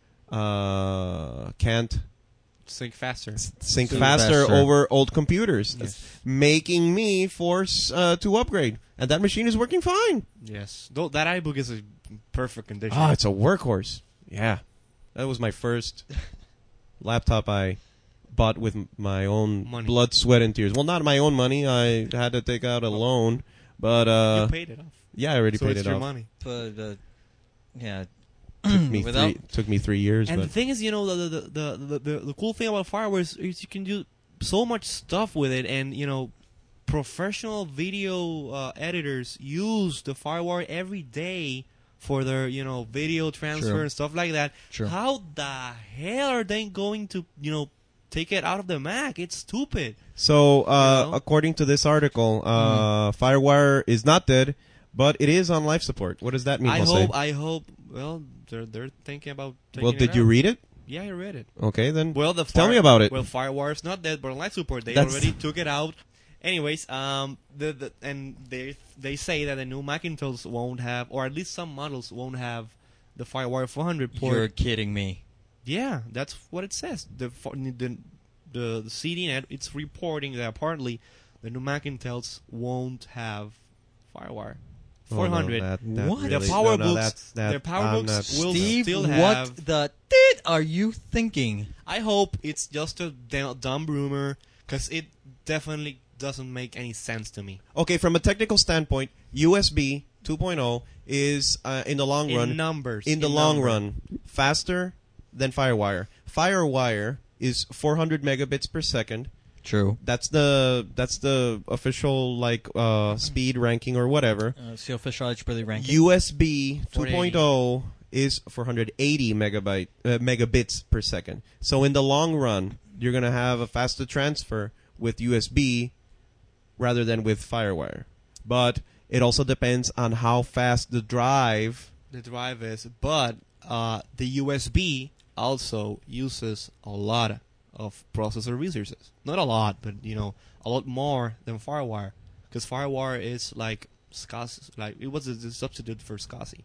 [SPEAKER 6] uh, can't
[SPEAKER 4] think faster.
[SPEAKER 6] sync
[SPEAKER 5] Sync
[SPEAKER 6] faster,
[SPEAKER 5] faster.
[SPEAKER 6] over old computers, making me force uh, to upgrade. And that machine is working fine.
[SPEAKER 4] Yes, Though that iBook is a perfect condition.
[SPEAKER 6] Ah, it's a workhorse. Yeah, that was my first laptop I bought with m- my own
[SPEAKER 4] Money.
[SPEAKER 6] blood, sweat, and tears. Well, not my own money. I had to take out a loan, but uh,
[SPEAKER 4] you paid it off.
[SPEAKER 6] yeah, I already
[SPEAKER 4] so
[SPEAKER 6] paid it
[SPEAKER 4] it's your
[SPEAKER 6] off.
[SPEAKER 4] money.
[SPEAKER 5] But uh, yeah,
[SPEAKER 6] Took me
[SPEAKER 5] Without-
[SPEAKER 6] three, took me three years,
[SPEAKER 4] And the
[SPEAKER 6] but
[SPEAKER 4] thing is, you know, the the, the, the, the the cool thing about Firewire is, is you can do so much stuff with it, and you know, professional video uh, editors use the Firewire every day for their you know video transfer
[SPEAKER 5] True.
[SPEAKER 4] and stuff like that.
[SPEAKER 5] True.
[SPEAKER 4] How the hell are they going to you know Take it out of the Mac. It's stupid.
[SPEAKER 6] So, uh,
[SPEAKER 4] You know? Mm-hmm.
[SPEAKER 6] according to this article, uh, FireWire is not dead, but it is on life support. What does that mean?
[SPEAKER 4] I
[SPEAKER 6] Jose?
[SPEAKER 4] hope. I hope. Well, they're they're thinking about. Taking
[SPEAKER 6] well,
[SPEAKER 4] it
[SPEAKER 6] did you
[SPEAKER 4] out.
[SPEAKER 6] read it?
[SPEAKER 4] Yeah, I read it.
[SPEAKER 6] Okay, then.
[SPEAKER 4] Well, the
[SPEAKER 6] Tell
[SPEAKER 4] fire-
[SPEAKER 6] me about it.
[SPEAKER 4] Well, Firewire's not dead, but on life support they
[SPEAKER 6] That's-
[SPEAKER 4] already took it out. Anyways, um, the, the and they they say that the new Macintosh won't have, or at least some models won't have, the FireWire 400 port.
[SPEAKER 5] You're kidding me.
[SPEAKER 4] Yeah, that's what it says. The fo- the the, the CDNet it's reporting that apparently the new Macintosh won't have FireWire
[SPEAKER 6] Oh, no,
[SPEAKER 4] 400.
[SPEAKER 6] that- that
[SPEAKER 5] What?
[SPEAKER 4] The
[SPEAKER 6] really-
[SPEAKER 4] power
[SPEAKER 6] no, no,
[SPEAKER 4] books-
[SPEAKER 6] that's- that-
[SPEAKER 4] their power
[SPEAKER 6] I'm
[SPEAKER 4] books
[SPEAKER 6] not-
[SPEAKER 4] will-
[SPEAKER 5] Steve,
[SPEAKER 4] still have-
[SPEAKER 5] what the did are you thinking?
[SPEAKER 4] I hope it's just a d- dumb rumor because it definitely doesn't make any sense to me.
[SPEAKER 6] Okay, from a technical standpoint, USB 2.0 is uh, in the long
[SPEAKER 4] In
[SPEAKER 6] run
[SPEAKER 4] numbers,
[SPEAKER 6] in the
[SPEAKER 4] in
[SPEAKER 6] long
[SPEAKER 4] number.
[SPEAKER 6] run faster than FireWire. FireWire is 400 megabits per second.
[SPEAKER 5] True.
[SPEAKER 6] That's the that's the official like uh, speed ranking or whatever.
[SPEAKER 5] Uh, it's the official Archbury ranking.
[SPEAKER 6] USB
[SPEAKER 4] 480.
[SPEAKER 6] 2.0 is 480 megabyte uh, megabits per second. So in the long run, you're gonna have a faster transfer with USB rather than with FireWire. But it also depends on how fast the drive.
[SPEAKER 4] The drive is, but uh, the USB also uses a lot of processor resources. Not a lot, but you know, a lot more than FireWire, because FireWire is like SCSI, like it was a, a substitute for SCSI,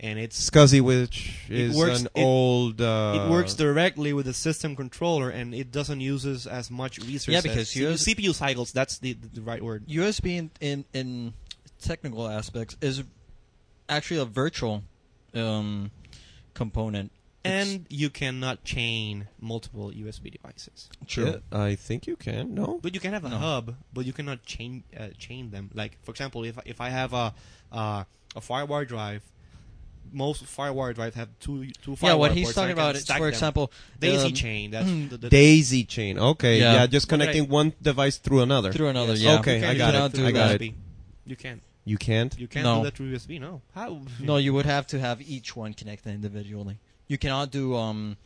[SPEAKER 4] and it's
[SPEAKER 6] SCSI, which
[SPEAKER 4] It
[SPEAKER 6] is
[SPEAKER 4] works-
[SPEAKER 6] an
[SPEAKER 4] it-
[SPEAKER 6] old, uh,
[SPEAKER 4] it works directly with the system controller, and it doesn't uses as much resources.
[SPEAKER 5] Yeah, because
[SPEAKER 4] CPU
[SPEAKER 5] US
[SPEAKER 4] CPU cycles. That's the, the, the right word.
[SPEAKER 5] USB in, in in technical aspects is actually a virtual um, component. It's-
[SPEAKER 4] And you cannot chain multiple USB devices.
[SPEAKER 5] true.
[SPEAKER 6] Yeah, I think you can. No,
[SPEAKER 4] But you can have a
[SPEAKER 5] No.
[SPEAKER 4] hub, but you cannot chain uh, chain them. Like for example, if if I have a uh, a FireWire drive, most FireWire drives have two two FireWire
[SPEAKER 5] yeah, what he's
[SPEAKER 4] ports, so I
[SPEAKER 5] talking
[SPEAKER 4] can
[SPEAKER 5] about is,
[SPEAKER 4] stack
[SPEAKER 5] for
[SPEAKER 4] them.
[SPEAKER 5] example,
[SPEAKER 4] daisy
[SPEAKER 5] um,
[SPEAKER 4] chain. That's the, the,
[SPEAKER 6] Daisy chain. Okay, yeah,
[SPEAKER 5] Yeah.
[SPEAKER 6] just
[SPEAKER 4] What did I-
[SPEAKER 6] connecting one device through another.
[SPEAKER 5] through another.
[SPEAKER 4] Yes.
[SPEAKER 5] Yeah,
[SPEAKER 6] Okay,
[SPEAKER 4] You
[SPEAKER 6] I
[SPEAKER 4] can't
[SPEAKER 6] got
[SPEAKER 4] do
[SPEAKER 5] it.
[SPEAKER 4] that through
[SPEAKER 5] I got it.
[SPEAKER 4] USB. You can't.
[SPEAKER 6] you can't.
[SPEAKER 4] You can't
[SPEAKER 5] No.
[SPEAKER 4] do that through USB. No. How?
[SPEAKER 5] No, you would have to have each one connected individually. You cannot do um.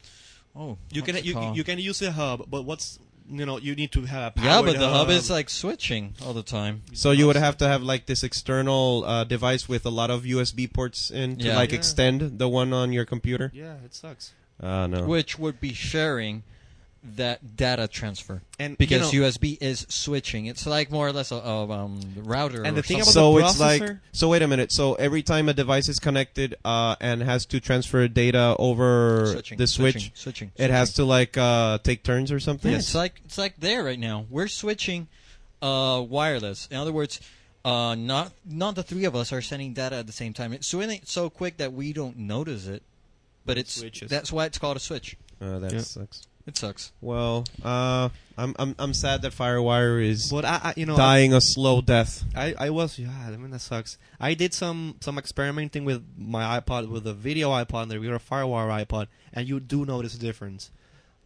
[SPEAKER 5] Oh,
[SPEAKER 4] You
[SPEAKER 5] what's
[SPEAKER 4] can
[SPEAKER 5] it
[SPEAKER 4] you,
[SPEAKER 5] called?
[SPEAKER 4] you can use a hub, but what's you know you need to have a
[SPEAKER 5] Yeah,
[SPEAKER 4] powered
[SPEAKER 5] but the hub is like switching all the time.
[SPEAKER 6] So you would have to have like this external uh, device with a lot of USB ports in to
[SPEAKER 5] Yeah.
[SPEAKER 6] like
[SPEAKER 4] Yeah.
[SPEAKER 6] extend the one on your computer.
[SPEAKER 4] yeah, it sucks.
[SPEAKER 6] Ah no.
[SPEAKER 5] which would be sharing that data transfer
[SPEAKER 4] And
[SPEAKER 5] because
[SPEAKER 4] you know,
[SPEAKER 5] USB is switching. It's like more or less a, a um, router.
[SPEAKER 4] And
[SPEAKER 5] or
[SPEAKER 4] the thing
[SPEAKER 5] something.
[SPEAKER 4] about
[SPEAKER 6] so
[SPEAKER 4] the
[SPEAKER 6] it's like
[SPEAKER 4] processor?
[SPEAKER 6] so. Wait a minute. So every time a device is connected uh, and has to transfer data over
[SPEAKER 5] switching,
[SPEAKER 6] the switch,
[SPEAKER 5] switching, switching,
[SPEAKER 6] it has to like uh, take turns or something.
[SPEAKER 5] Yeah, it's like it's like there right now. We're switching uh, wireless. In other words, uh, not not the three of us are sending data at the same time. It's swinging so quick that we don't notice it, but it's
[SPEAKER 4] Switches.
[SPEAKER 5] that's why it's called a switch.
[SPEAKER 6] Uh, that
[SPEAKER 4] Yeah.
[SPEAKER 6] sucks.
[SPEAKER 5] It sucks.
[SPEAKER 6] Well, uh, I'm I'm I'm sad that FireWire is
[SPEAKER 4] but I, I you know
[SPEAKER 6] dying a slow death.
[SPEAKER 4] I, I was yeah I mean that sucks. I did some some experimenting with my iPod with a video iPod and the regular FireWire iPod, and you do notice a difference.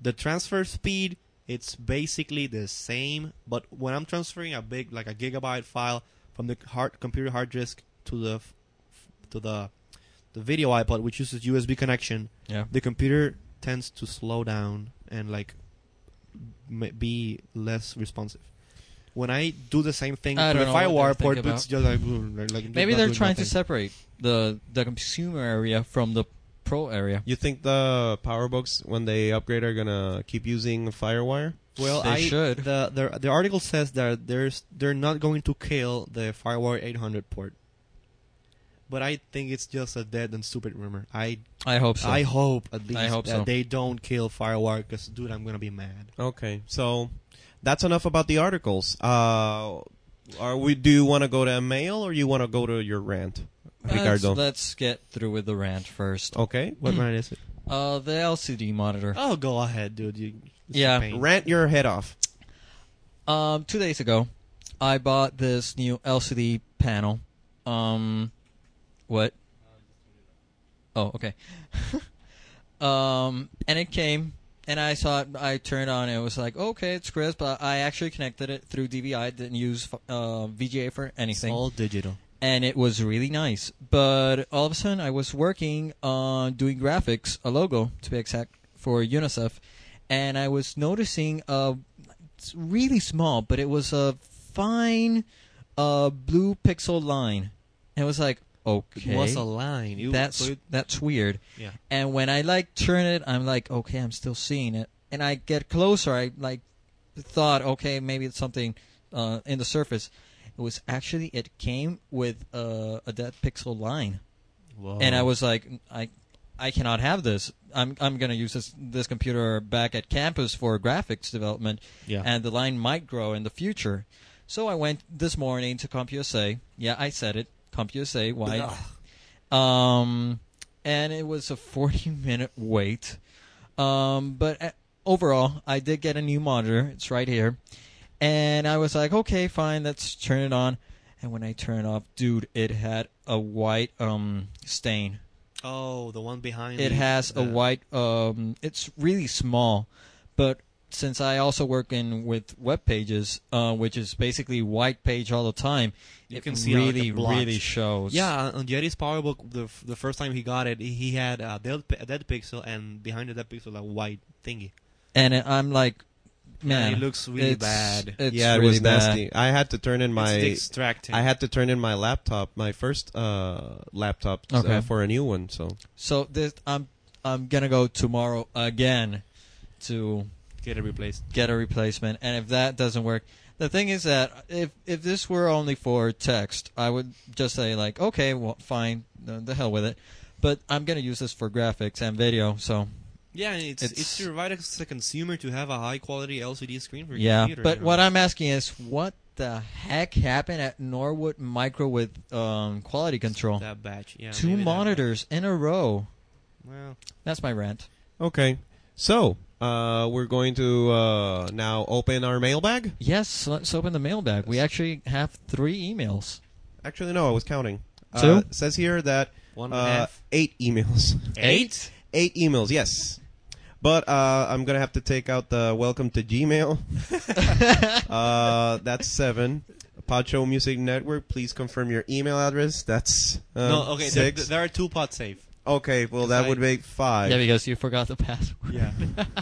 [SPEAKER 4] The transfer speed it's basically the same, but when I'm transferring a big like a gigabyte file from the hard computer hard disk to the f- to the the video iPod, which uses USB connection,
[SPEAKER 5] Yeah.
[SPEAKER 4] the computer tends to slow down and like m- be less responsive. When I do the same thing
[SPEAKER 5] I
[SPEAKER 4] to
[SPEAKER 5] don't
[SPEAKER 4] the
[SPEAKER 5] know what
[SPEAKER 4] firewire
[SPEAKER 5] they're
[SPEAKER 4] port,
[SPEAKER 5] thinking
[SPEAKER 4] it's just like, like
[SPEAKER 5] Maybe
[SPEAKER 4] not
[SPEAKER 5] they're
[SPEAKER 4] doing
[SPEAKER 5] trying
[SPEAKER 4] nothing.
[SPEAKER 5] to separate the the consumer area from the pro area.
[SPEAKER 6] You think the PowerBooks when they upgrade are gonna keep using FireWire?
[SPEAKER 4] Well,
[SPEAKER 5] They
[SPEAKER 4] I
[SPEAKER 5] should.
[SPEAKER 4] The, the the article says that there's they're not going to kill the firewire 800 port. But I think it's just a dead and stupid rumor. I
[SPEAKER 5] I hope so.
[SPEAKER 4] I hope at least
[SPEAKER 5] hope
[SPEAKER 4] that
[SPEAKER 5] so.
[SPEAKER 4] they don't kill firewire because dude, I'm gonna be mad.
[SPEAKER 6] Okay, so that's enough about the articles. Uh, are we? Do you want to go to mail or you want to go to your rant,
[SPEAKER 5] Let's,
[SPEAKER 6] Ricardo?
[SPEAKER 5] let's get through with the rant first.
[SPEAKER 6] Okay,
[SPEAKER 4] What brand is it?
[SPEAKER 5] Uh, the LCD monitor.
[SPEAKER 4] Hmm. Oh, go ahead, dude. You, it's a
[SPEAKER 5] Yeah.
[SPEAKER 4] pain.
[SPEAKER 6] rant your head off.
[SPEAKER 5] Um, two days ago, I bought this new LCD panel. Um, what? Oh, okay. um, and it came, and I saw it. I turned on. It was like, okay, it's crisp. But I actually connected it through DVI. Didn't use uh, VGA for
[SPEAKER 4] It's
[SPEAKER 5] anything.
[SPEAKER 4] all digital.
[SPEAKER 5] and it was really nice. But all of a sudden, I was working on doing graphics, a logo to be exact, for UNICEF, and I was noticing a it's really small, but it was a fine uh, blue pixel line. And it was like, okay,
[SPEAKER 4] It was a line. You-
[SPEAKER 5] that's
[SPEAKER 4] so it-
[SPEAKER 5] that's weird.
[SPEAKER 4] yeah.
[SPEAKER 5] And when I like turn it, I'm like, okay, I'm still seeing it. And I get closer, I like thought, okay, maybe it's something uh, in the surface. It was actually it came with uh, a dead pixel line, and I was like, I I cannot have this. I'm I'm gonna use this this computer back at campus for graphics development,
[SPEAKER 4] Yeah.
[SPEAKER 5] and the line might grow in the future. So I went this morning to CompUSA. Yeah, I said it. CompUSA. Why? Um, and it was a 40 minute wait. Um, but uh, overall, I did get a new monitor. It's right here. And I was like, okay, fine, let's turn it on. And when I turn it off, dude, it had a white um stain.
[SPEAKER 4] Oh, the one behind.
[SPEAKER 5] It
[SPEAKER 4] the-
[SPEAKER 5] has a
[SPEAKER 4] the-
[SPEAKER 5] white um it's really small, but since I also work in with web pages, uh, which is basically white page all the time,
[SPEAKER 4] You
[SPEAKER 5] it
[SPEAKER 4] can see, like, the
[SPEAKER 5] really
[SPEAKER 4] blotch.
[SPEAKER 5] really shows.
[SPEAKER 4] Yeah, uh, on Jetty's PowerBook, the f- the first time he got it, he- he had a dead, p- a dead pixel and behind the dead pixel a white thingy.
[SPEAKER 5] and it- I'm like, man,
[SPEAKER 4] it looks really
[SPEAKER 5] it's-
[SPEAKER 4] bad.
[SPEAKER 5] It's
[SPEAKER 6] yeah, it
[SPEAKER 5] really
[SPEAKER 6] was
[SPEAKER 5] bad.
[SPEAKER 6] nasty. I had to turn in my
[SPEAKER 4] it's distracting.
[SPEAKER 6] I had to turn in my laptop, my first uh, laptop, uh,
[SPEAKER 5] Okay.
[SPEAKER 6] for a new one. So
[SPEAKER 5] So this, I'm I'm gonna go tomorrow again to
[SPEAKER 4] get it replaced.
[SPEAKER 5] get a replacement, and if that doesn't work, the thing is that if if this were only for text, I would just say like, okay, well, fine, the, the hell with it. But I'm gonna use this for graphics and video, so
[SPEAKER 4] Yeah, and it's,
[SPEAKER 5] It's-
[SPEAKER 4] it's to provide us the consumer to have a high quality LCD screen for your
[SPEAKER 5] yeah.
[SPEAKER 4] computer.
[SPEAKER 5] But
[SPEAKER 4] you know.
[SPEAKER 5] what I'm asking is, what the heck happened at Norwood Micro with um, quality control?
[SPEAKER 4] that batch? Yeah,
[SPEAKER 5] Two
[SPEAKER 4] maybe that-
[SPEAKER 5] monitors in a row.
[SPEAKER 4] Well,
[SPEAKER 5] That's my rant.
[SPEAKER 6] okay, so uh, we're going to uh, now open our mailbag.
[SPEAKER 5] Yes, let's open the mailbag. We actually have three emails.
[SPEAKER 6] Actually, no, I was counting.
[SPEAKER 5] Two?
[SPEAKER 6] Uh, it says here that
[SPEAKER 4] One and a
[SPEAKER 6] uh,
[SPEAKER 4] half.
[SPEAKER 6] eight emails.
[SPEAKER 5] Eight?
[SPEAKER 6] Eight emails, yes. But uh, I'm gonna have to take out the welcome to Gmail. uh, that's seven. Pacho Music Network, please confirm your email address. That's uh,
[SPEAKER 4] no, okay. There,
[SPEAKER 6] six.
[SPEAKER 4] there are two pods safe.
[SPEAKER 6] okay, well that
[SPEAKER 4] I-
[SPEAKER 6] would make five.
[SPEAKER 5] Yeah, because you forgot the password.
[SPEAKER 4] Yeah.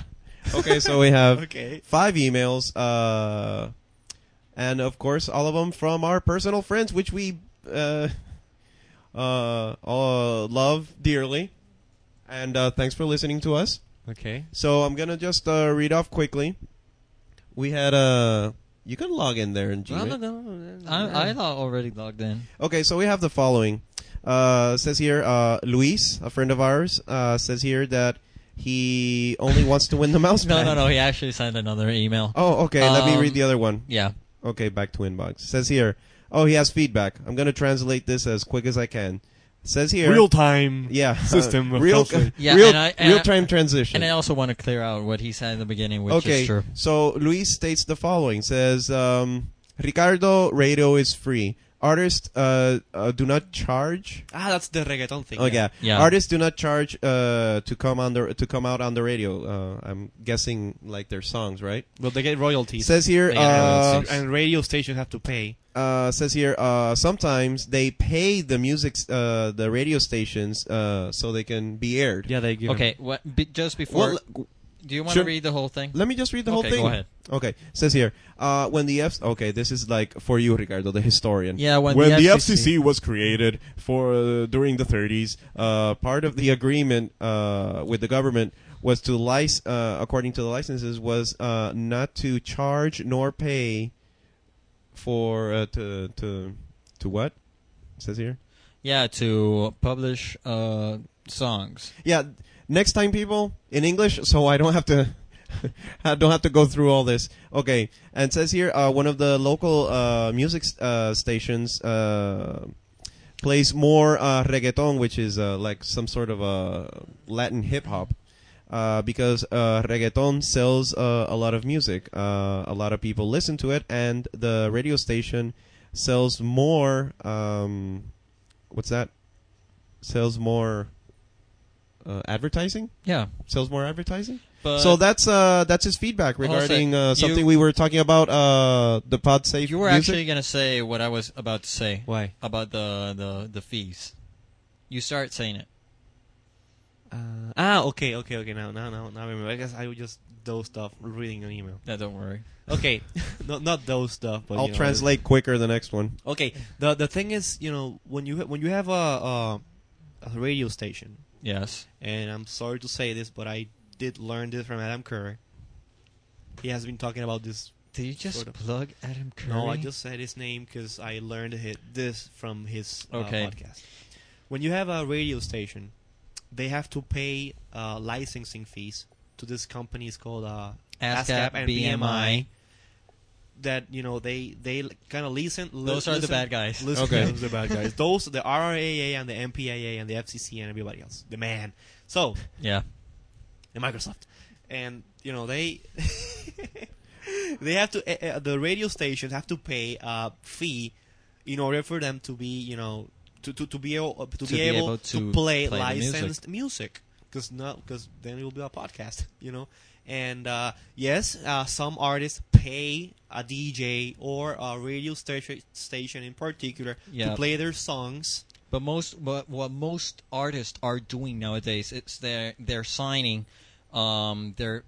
[SPEAKER 6] okay, so we have
[SPEAKER 4] okay.
[SPEAKER 6] five emails, uh, and of course, all of them from our personal friends, which we uh, uh, all love dearly. And uh, thanks for listening to us.
[SPEAKER 4] Okay.
[SPEAKER 6] So I'm gonna just uh, read off quickly. We had Uh, you can log in there in Gmail.
[SPEAKER 5] I, I thought already logged in.
[SPEAKER 6] Okay, so we have the following. Uh, says here, uh, Luis, a friend of ours, uh, says here that he only wants to win the mouse.
[SPEAKER 5] No,
[SPEAKER 6] pad.
[SPEAKER 5] no, no. He actually sent another email.
[SPEAKER 6] Oh, okay. let me
[SPEAKER 5] Um,
[SPEAKER 6] read the other one.
[SPEAKER 5] Yeah.
[SPEAKER 6] Okay, back to inbox. Says here. Oh, he has feedback. I'm gonna translate this as quick as I can. Says here.
[SPEAKER 2] Real time.
[SPEAKER 6] yeah
[SPEAKER 2] system of
[SPEAKER 6] real
[SPEAKER 2] translation.
[SPEAKER 5] Yeah,
[SPEAKER 6] real,
[SPEAKER 5] and I- and I-
[SPEAKER 6] real time transition.
[SPEAKER 5] And I also want to clear out what he said in the beginning, which
[SPEAKER 6] Okay.
[SPEAKER 5] is true.
[SPEAKER 6] So Luis states the following: says um, Ricardo, radio is free. Artists uh, uh, do not charge.
[SPEAKER 4] Ah, that's the reggaeton thing.
[SPEAKER 6] Oh yeah.
[SPEAKER 5] Yeah.
[SPEAKER 6] Artists do not charge uh, to come on the to come out on the radio. Uh, I'm guessing like their songs, right?
[SPEAKER 4] Well, they get royalties.
[SPEAKER 6] says here.
[SPEAKER 5] They get
[SPEAKER 6] Uh,
[SPEAKER 5] royalties.
[SPEAKER 4] and radio stations have to pay.
[SPEAKER 6] uh, says here. Uh, sometimes they pay the music, uh, the radio stations, uh, so they can be aired.
[SPEAKER 4] Yeah, they give.
[SPEAKER 5] Okay, what, be, just before.
[SPEAKER 6] Well,
[SPEAKER 5] do you want
[SPEAKER 6] sure.
[SPEAKER 5] to read the whole thing?
[SPEAKER 6] Let me just read the whole
[SPEAKER 5] Okay,
[SPEAKER 6] thing.
[SPEAKER 5] go ahead.
[SPEAKER 6] Okay, says here, uh, when the F. Okay, this is like for you, Ricardo, the historian.
[SPEAKER 5] Yeah, when the FCC
[SPEAKER 6] was created for uh, during the 30s, uh, part of the agreement uh, with the government was to license, uh, according to the licenses, was uh, not to charge nor pay for uh, to to to what It says here.
[SPEAKER 5] Yeah, to publish uh, songs.
[SPEAKER 6] Yeah, next time, people, in English, so I don't have to. I don't have to go through all this. Okay, and it says here uh, one of the local uh, music uh, stations uh, plays more uh, reggaeton, which is uh, like some sort of uh, Latin hip hop, uh, because uh, reggaeton sells uh, a lot of music. Uh, a lot of people listen to it, and the radio station sells more. Um, what's that? Sells more uh, advertising.
[SPEAKER 5] Yeah.
[SPEAKER 6] Sells more advertising.
[SPEAKER 5] But
[SPEAKER 6] so that's uh, that's his feedback regarding uh,
[SPEAKER 5] Jose, you-
[SPEAKER 6] something we were talking about uh, the pod safe.
[SPEAKER 5] you were
[SPEAKER 6] music.
[SPEAKER 5] actually going to say what I was about to say
[SPEAKER 4] Why?
[SPEAKER 5] about the, the, the fees. You start saying it.
[SPEAKER 4] Uh, ah, okay, okay, okay. Now, now, now, now. I remember. I guess I just those stuff reading an email.
[SPEAKER 5] No, don't worry.
[SPEAKER 4] Okay, no, not those stuff. But
[SPEAKER 6] I'll
[SPEAKER 4] you know,
[SPEAKER 6] translate quicker the next one.
[SPEAKER 4] Okay, the the thing is, you know, when you ha- when you have a, a a radio station,
[SPEAKER 5] Yes.
[SPEAKER 4] and I'm sorry to say this, but I did learn this from Adam Curry. He has been talking about this.
[SPEAKER 5] Did you just
[SPEAKER 4] Sort of.
[SPEAKER 5] plug Adam Curry?
[SPEAKER 4] No, I just said his name because I learned hi- this from his uh,
[SPEAKER 5] Okay.
[SPEAKER 4] podcast. When you have a radio station, they have to pay uh, licensing fees to this company. It's called uh,
[SPEAKER 5] ASCAP,
[SPEAKER 4] and
[SPEAKER 5] BMI.
[SPEAKER 4] That you know they they kind of listen. li-
[SPEAKER 5] Those are the
[SPEAKER 4] listen-
[SPEAKER 5] bad guys.
[SPEAKER 4] Listen,
[SPEAKER 6] Okay.
[SPEAKER 4] those are the bad guys. Those the RRAA and the MPAA and the FCC and everybody else. The man. So
[SPEAKER 5] Yeah.
[SPEAKER 4] and Microsoft, and you know they they have to uh, uh, the radio stations have to pay a fee in order for them to be you know to to, to be able to, be, able, to, play,
[SPEAKER 5] play the music.
[SPEAKER 4] licensed music because not because then it will be a podcast you know and uh, yes uh, some artists pay a DJ or a radio station station in particular
[SPEAKER 5] Yeah.
[SPEAKER 4] to play their songs
[SPEAKER 5] But most, but what most artists are doing nowadays, it's they're they're signing, um, they're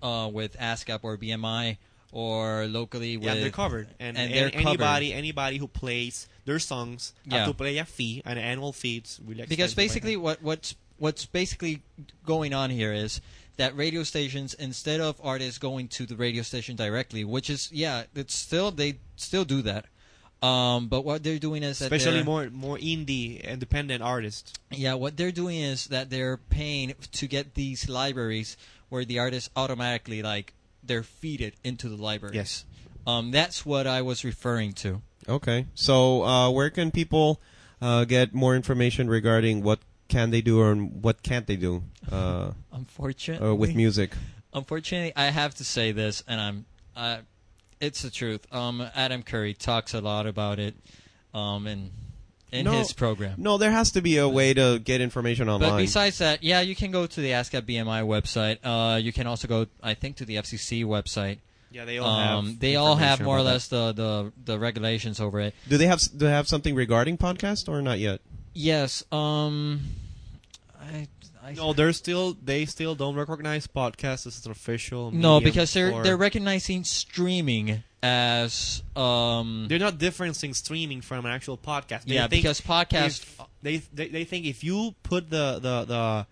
[SPEAKER 5] uh, with ASCAP or BMI or locally with
[SPEAKER 4] Yeah, they're covered,
[SPEAKER 5] and
[SPEAKER 4] and, and
[SPEAKER 5] they're
[SPEAKER 4] anybody anybody who plays their songs
[SPEAKER 5] Yeah.
[SPEAKER 4] have to pay a fee, an annual fee. It's really
[SPEAKER 5] because
[SPEAKER 4] expensive right
[SPEAKER 5] basically
[SPEAKER 4] now.
[SPEAKER 5] what what's what's basically going on here is that radio stations instead of artists going to the radio station directly, which is yeah, it's still they still do that. Um, but what they're doing is that
[SPEAKER 4] especially
[SPEAKER 5] they're-
[SPEAKER 4] more more indie independent artists.
[SPEAKER 5] Yeah, what they're doing is that they're paying to get these libraries where the artists automatically like they're feeded into the libraries.
[SPEAKER 4] Yes.
[SPEAKER 5] Um, that's what I was referring to.
[SPEAKER 6] Okay. So, uh, where can people uh, get more information regarding what can they do or what can't they do uh,
[SPEAKER 5] Unfortunately,
[SPEAKER 6] uh, with music?
[SPEAKER 5] Unfortunately, I have to say this, and I'm, uh, it's the truth. Um, Adam Curry talks a lot about it, um, in in
[SPEAKER 6] No,
[SPEAKER 5] his program.
[SPEAKER 6] No, there has to be a way to get information online.
[SPEAKER 5] But besides that, yeah, you can go to the ASCAP BMI website. Uh, you can also go, I think, to the FCC website.
[SPEAKER 4] Yeah, they all
[SPEAKER 5] Um,
[SPEAKER 4] have.
[SPEAKER 5] they all have
[SPEAKER 4] information
[SPEAKER 5] more or
[SPEAKER 4] about
[SPEAKER 5] less the, the, the regulations over it.
[SPEAKER 6] do they have do they have something regarding podcast or not yet?
[SPEAKER 5] Yes. Um, I, I
[SPEAKER 4] that. No, they're still they still don't recognize podcasts as an official.
[SPEAKER 5] no,
[SPEAKER 4] medium
[SPEAKER 5] because they're
[SPEAKER 4] for-
[SPEAKER 5] they're recognizing streaming as um.
[SPEAKER 4] they're not differencing streaming from an actual podcast. They
[SPEAKER 5] yeah,
[SPEAKER 4] think
[SPEAKER 5] because podcast
[SPEAKER 4] if uh, they, they they think if you put the the the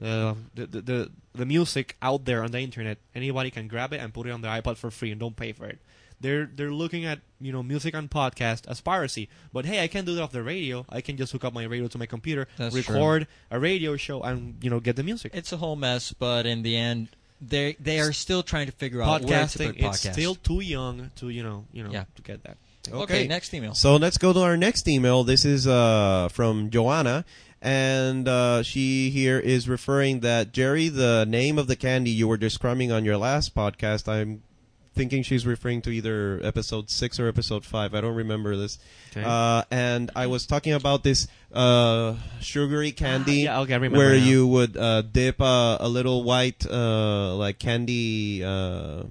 [SPEAKER 4] the, the, the, the music out there on the internet, anybody can grab it and put it on their iPod for free and don't pay for it. They're they're looking at you know music on podcast as piracy. But hey, I can do that off the radio. I can just hook up my radio to my computer,
[SPEAKER 5] That's true.
[SPEAKER 4] record a radio show, and you know get the music.
[SPEAKER 5] it's a whole mess, but in the end, they they are still trying to figure out where to
[SPEAKER 4] Podcasting
[SPEAKER 5] put
[SPEAKER 4] it's
[SPEAKER 5] podcast.
[SPEAKER 4] still too young to you know you know
[SPEAKER 5] Yeah.
[SPEAKER 4] to get that.
[SPEAKER 5] okay. Next email.
[SPEAKER 6] So let's go to our next email. This is uh, from Joanna, and uh, she here is referring that Jerry, the name of the candy you were describing on your last podcast, I'm thinking she's referring to either episode six or episode five. I don't remember this.
[SPEAKER 4] Okay.
[SPEAKER 6] Uh, and I was talking about this uh, sugary candy
[SPEAKER 4] Ah, yeah, okay, I remember
[SPEAKER 6] where
[SPEAKER 4] now.
[SPEAKER 6] you would uh, dip uh, a little white uh, like candy. Uh,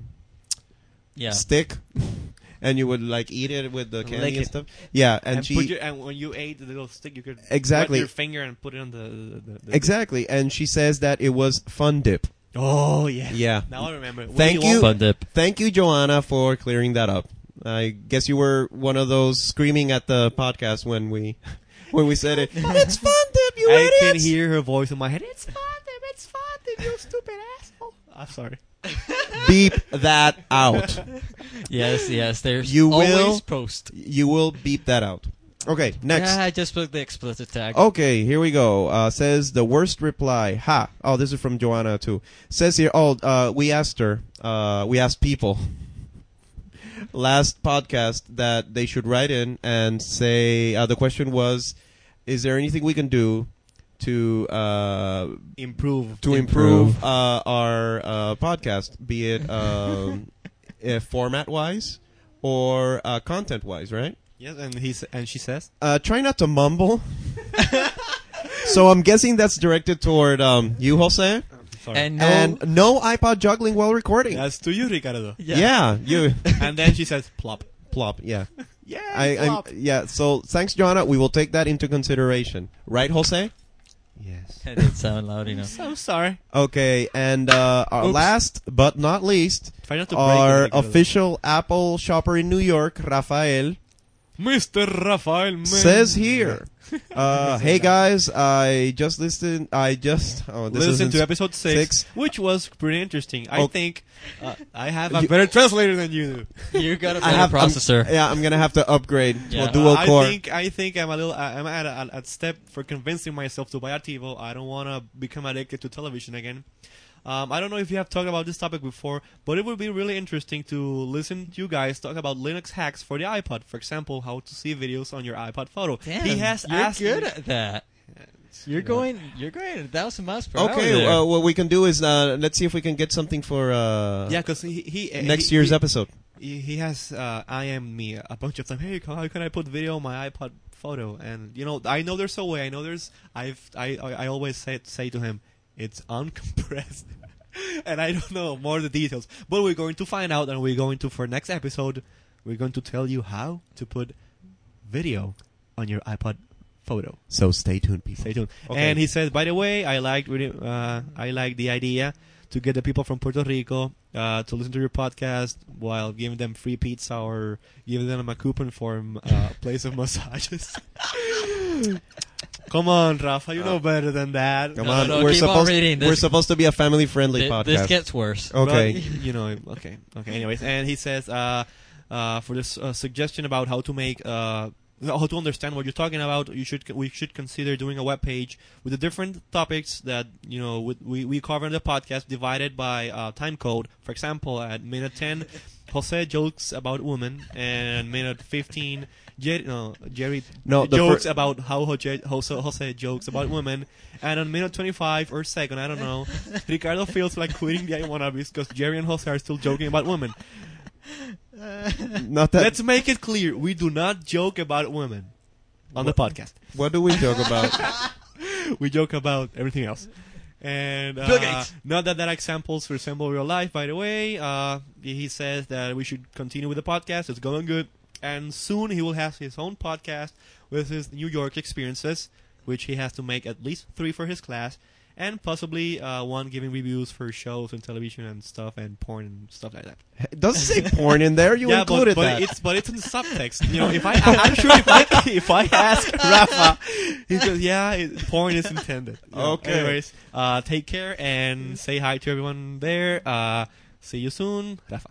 [SPEAKER 5] Yeah.
[SPEAKER 6] stick, and you would like eat it with the candy
[SPEAKER 4] Lick
[SPEAKER 6] and
[SPEAKER 4] it.
[SPEAKER 6] stuff. Yeah, and,
[SPEAKER 4] And,
[SPEAKER 6] she
[SPEAKER 4] put your, and when you ate the little stick, you could
[SPEAKER 6] Exactly.
[SPEAKER 4] wet your finger and put it on the, the, the, the
[SPEAKER 6] exactly, and she says that it was fun dip.
[SPEAKER 4] Oh yeah.
[SPEAKER 6] Yeah.
[SPEAKER 4] Now I remember. When
[SPEAKER 6] Thank
[SPEAKER 4] want-
[SPEAKER 6] you,
[SPEAKER 5] Fun dip.
[SPEAKER 6] thank you, Joanna, for clearing that up. I guess you were one of those screaming at the podcast when we when we said it. it's fun dip, you
[SPEAKER 4] I
[SPEAKER 6] idiots.
[SPEAKER 4] can hear her voice in my head. It's fun, Dave, It's fun, Dave, You stupid asshole. I'm sorry.
[SPEAKER 6] Beep that out.
[SPEAKER 5] Yes. Yes. There's
[SPEAKER 6] You
[SPEAKER 5] always
[SPEAKER 6] will-
[SPEAKER 5] post.
[SPEAKER 6] You will beep that out. Okay, next.
[SPEAKER 5] Yeah, I just put the explicit tag.
[SPEAKER 4] Oh,
[SPEAKER 6] Okay, here we go. Uh, says the worst reply. Ha. Oh, this is from Joanna too. Says here. Oh, uh, we asked her. Uh, we asked people last podcast that they should write in and say uh, the question was, is there anything we can do to uh,
[SPEAKER 4] Improve.
[SPEAKER 6] to improve, uh, our uh, podcast, be it um, uh, format wise or uh, content wise, right?
[SPEAKER 4] Yes, and he s- and she says.
[SPEAKER 6] uh, try not to mumble. so I'm guessing that's directed toward um, you, Jose.
[SPEAKER 4] Sorry.
[SPEAKER 5] And no.
[SPEAKER 6] And no iPod juggling while recording.
[SPEAKER 4] that's to you, Ricardo.
[SPEAKER 6] yeah. you
[SPEAKER 4] and then she says, "Plop."
[SPEAKER 6] plop. Yeah,
[SPEAKER 4] Yeah.
[SPEAKER 6] I, I yeah. So thanks, Joanna. We will take that into consideration, right, Jose?
[SPEAKER 4] Yes.
[SPEAKER 5] That didn't sound loud enough.
[SPEAKER 4] I'm sorry.
[SPEAKER 6] Okay, and uh, our last but not least,
[SPEAKER 2] Try not to
[SPEAKER 6] our
[SPEAKER 2] break it, Nicolas.
[SPEAKER 6] official Apple shopper in New York, Rafael,
[SPEAKER 2] Mr. Rafael Mendez.
[SPEAKER 6] says here, uh, "Hey guys, I just listened. I just oh, this
[SPEAKER 2] Listen
[SPEAKER 6] isn't-
[SPEAKER 2] to episode six,
[SPEAKER 6] six.
[SPEAKER 2] which was pretty interesting. I
[SPEAKER 6] Oh.
[SPEAKER 2] think uh, I have a better translator than you do.
[SPEAKER 5] You got a
[SPEAKER 6] I
[SPEAKER 5] better
[SPEAKER 4] um,
[SPEAKER 6] I'm-
[SPEAKER 5] processor.
[SPEAKER 6] yeah, I'm gonna have to upgrade
[SPEAKER 5] Yeah.
[SPEAKER 6] to dual
[SPEAKER 2] I
[SPEAKER 6] core.
[SPEAKER 2] think I think I'm a little I- I'm at a, a step for convincing myself to buy a TiVo. I don't want to become addicted to television again. Um, I don't know if you have talked about this topic before, but it would be really interesting to listen to you guys talk about Linux hacks for the iPod. For example, how to see videos on your iPod photo.
[SPEAKER 5] Damn,
[SPEAKER 2] he has
[SPEAKER 5] you're
[SPEAKER 2] asked.
[SPEAKER 5] good
[SPEAKER 2] me-
[SPEAKER 5] at that. You're going. You're going at a thousand miles per hour.
[SPEAKER 6] Okay,
[SPEAKER 5] there.
[SPEAKER 6] uh, what we can do is uh, let's see if we can get something for uh,
[SPEAKER 4] Yeah, because he, he uh,
[SPEAKER 6] next
[SPEAKER 4] he-
[SPEAKER 6] year's
[SPEAKER 4] he,
[SPEAKER 6] episode.
[SPEAKER 4] he he has uh, IM'd me a bunch of times. Hey, how how can I put video on my iPod photo? And you know, I know there's a way. I know there's. I've I I, I always say say to him, it's uncompressed, and I don't know more the details. But we're going to find out, and we're going to for next episode, we're going to tell you how to put video on your iPod photo.
[SPEAKER 6] So stay tuned, people.
[SPEAKER 4] Stay tuned.
[SPEAKER 6] Okay.
[SPEAKER 4] And he says, by the way, I liked really, uh, I like the idea to get the people from Puerto Rico uh, to listen to your podcast while giving them free pizza or giving them a coupon for a uh, place of massages. Come on, Rafa, you know better than that.
[SPEAKER 6] Uh, Come
[SPEAKER 5] No,
[SPEAKER 6] on,
[SPEAKER 5] no,
[SPEAKER 6] we're
[SPEAKER 5] keep on
[SPEAKER 6] supposed
[SPEAKER 5] reading. This-
[SPEAKER 6] we're supposed to be a family friendly
[SPEAKER 5] Th-
[SPEAKER 6] podcast.
[SPEAKER 5] this gets worse.
[SPEAKER 6] okay.
[SPEAKER 4] But, you know, okay, okay. Anyways, and he says uh, uh, for this uh, suggestion about how to make. Uh, how to understand what you're talking about? You should we should consider doing a web page with the different topics that you know with, we we cover in the podcast, divided by uh, time code. For example, at minute ten, Jose jokes about women, and minute fifteen, Jerry, no, Jerry
[SPEAKER 6] No, the
[SPEAKER 4] jokes
[SPEAKER 6] fir-
[SPEAKER 4] about how Jose, Jose Jose jokes about women, and on minute 25 or second, I don't know, Ricardo feels like quitting the I Wannabes because Jerry and Jose are still joking about women.
[SPEAKER 6] Not that.
[SPEAKER 4] Let's make it clear: we do not joke about women on the podcast.
[SPEAKER 6] what do we joke about?
[SPEAKER 4] We joke about everything else. And uh,
[SPEAKER 5] Bill Gates.
[SPEAKER 4] not that that examples resemble real life, by the way. Uh, he says that we should continue with the podcast. It's going good, and soon he will have his own podcast with his New York experiences, which he has to make at least three for his class, and possibly uh, one giving reviews for shows and television and stuff and porn and stuff like that.
[SPEAKER 6] It doesn't say porn in there. You
[SPEAKER 4] but,
[SPEAKER 6] included
[SPEAKER 4] but
[SPEAKER 6] that.
[SPEAKER 4] it's but it's in subtext. You know, if I I'm sure if I if I ask Rafa, he says, "Yeah, it, porn is intended." You know,
[SPEAKER 6] Okay.
[SPEAKER 4] Anyways, uh, take care and say hi to everyone there. Uh, see you soon, Rafa.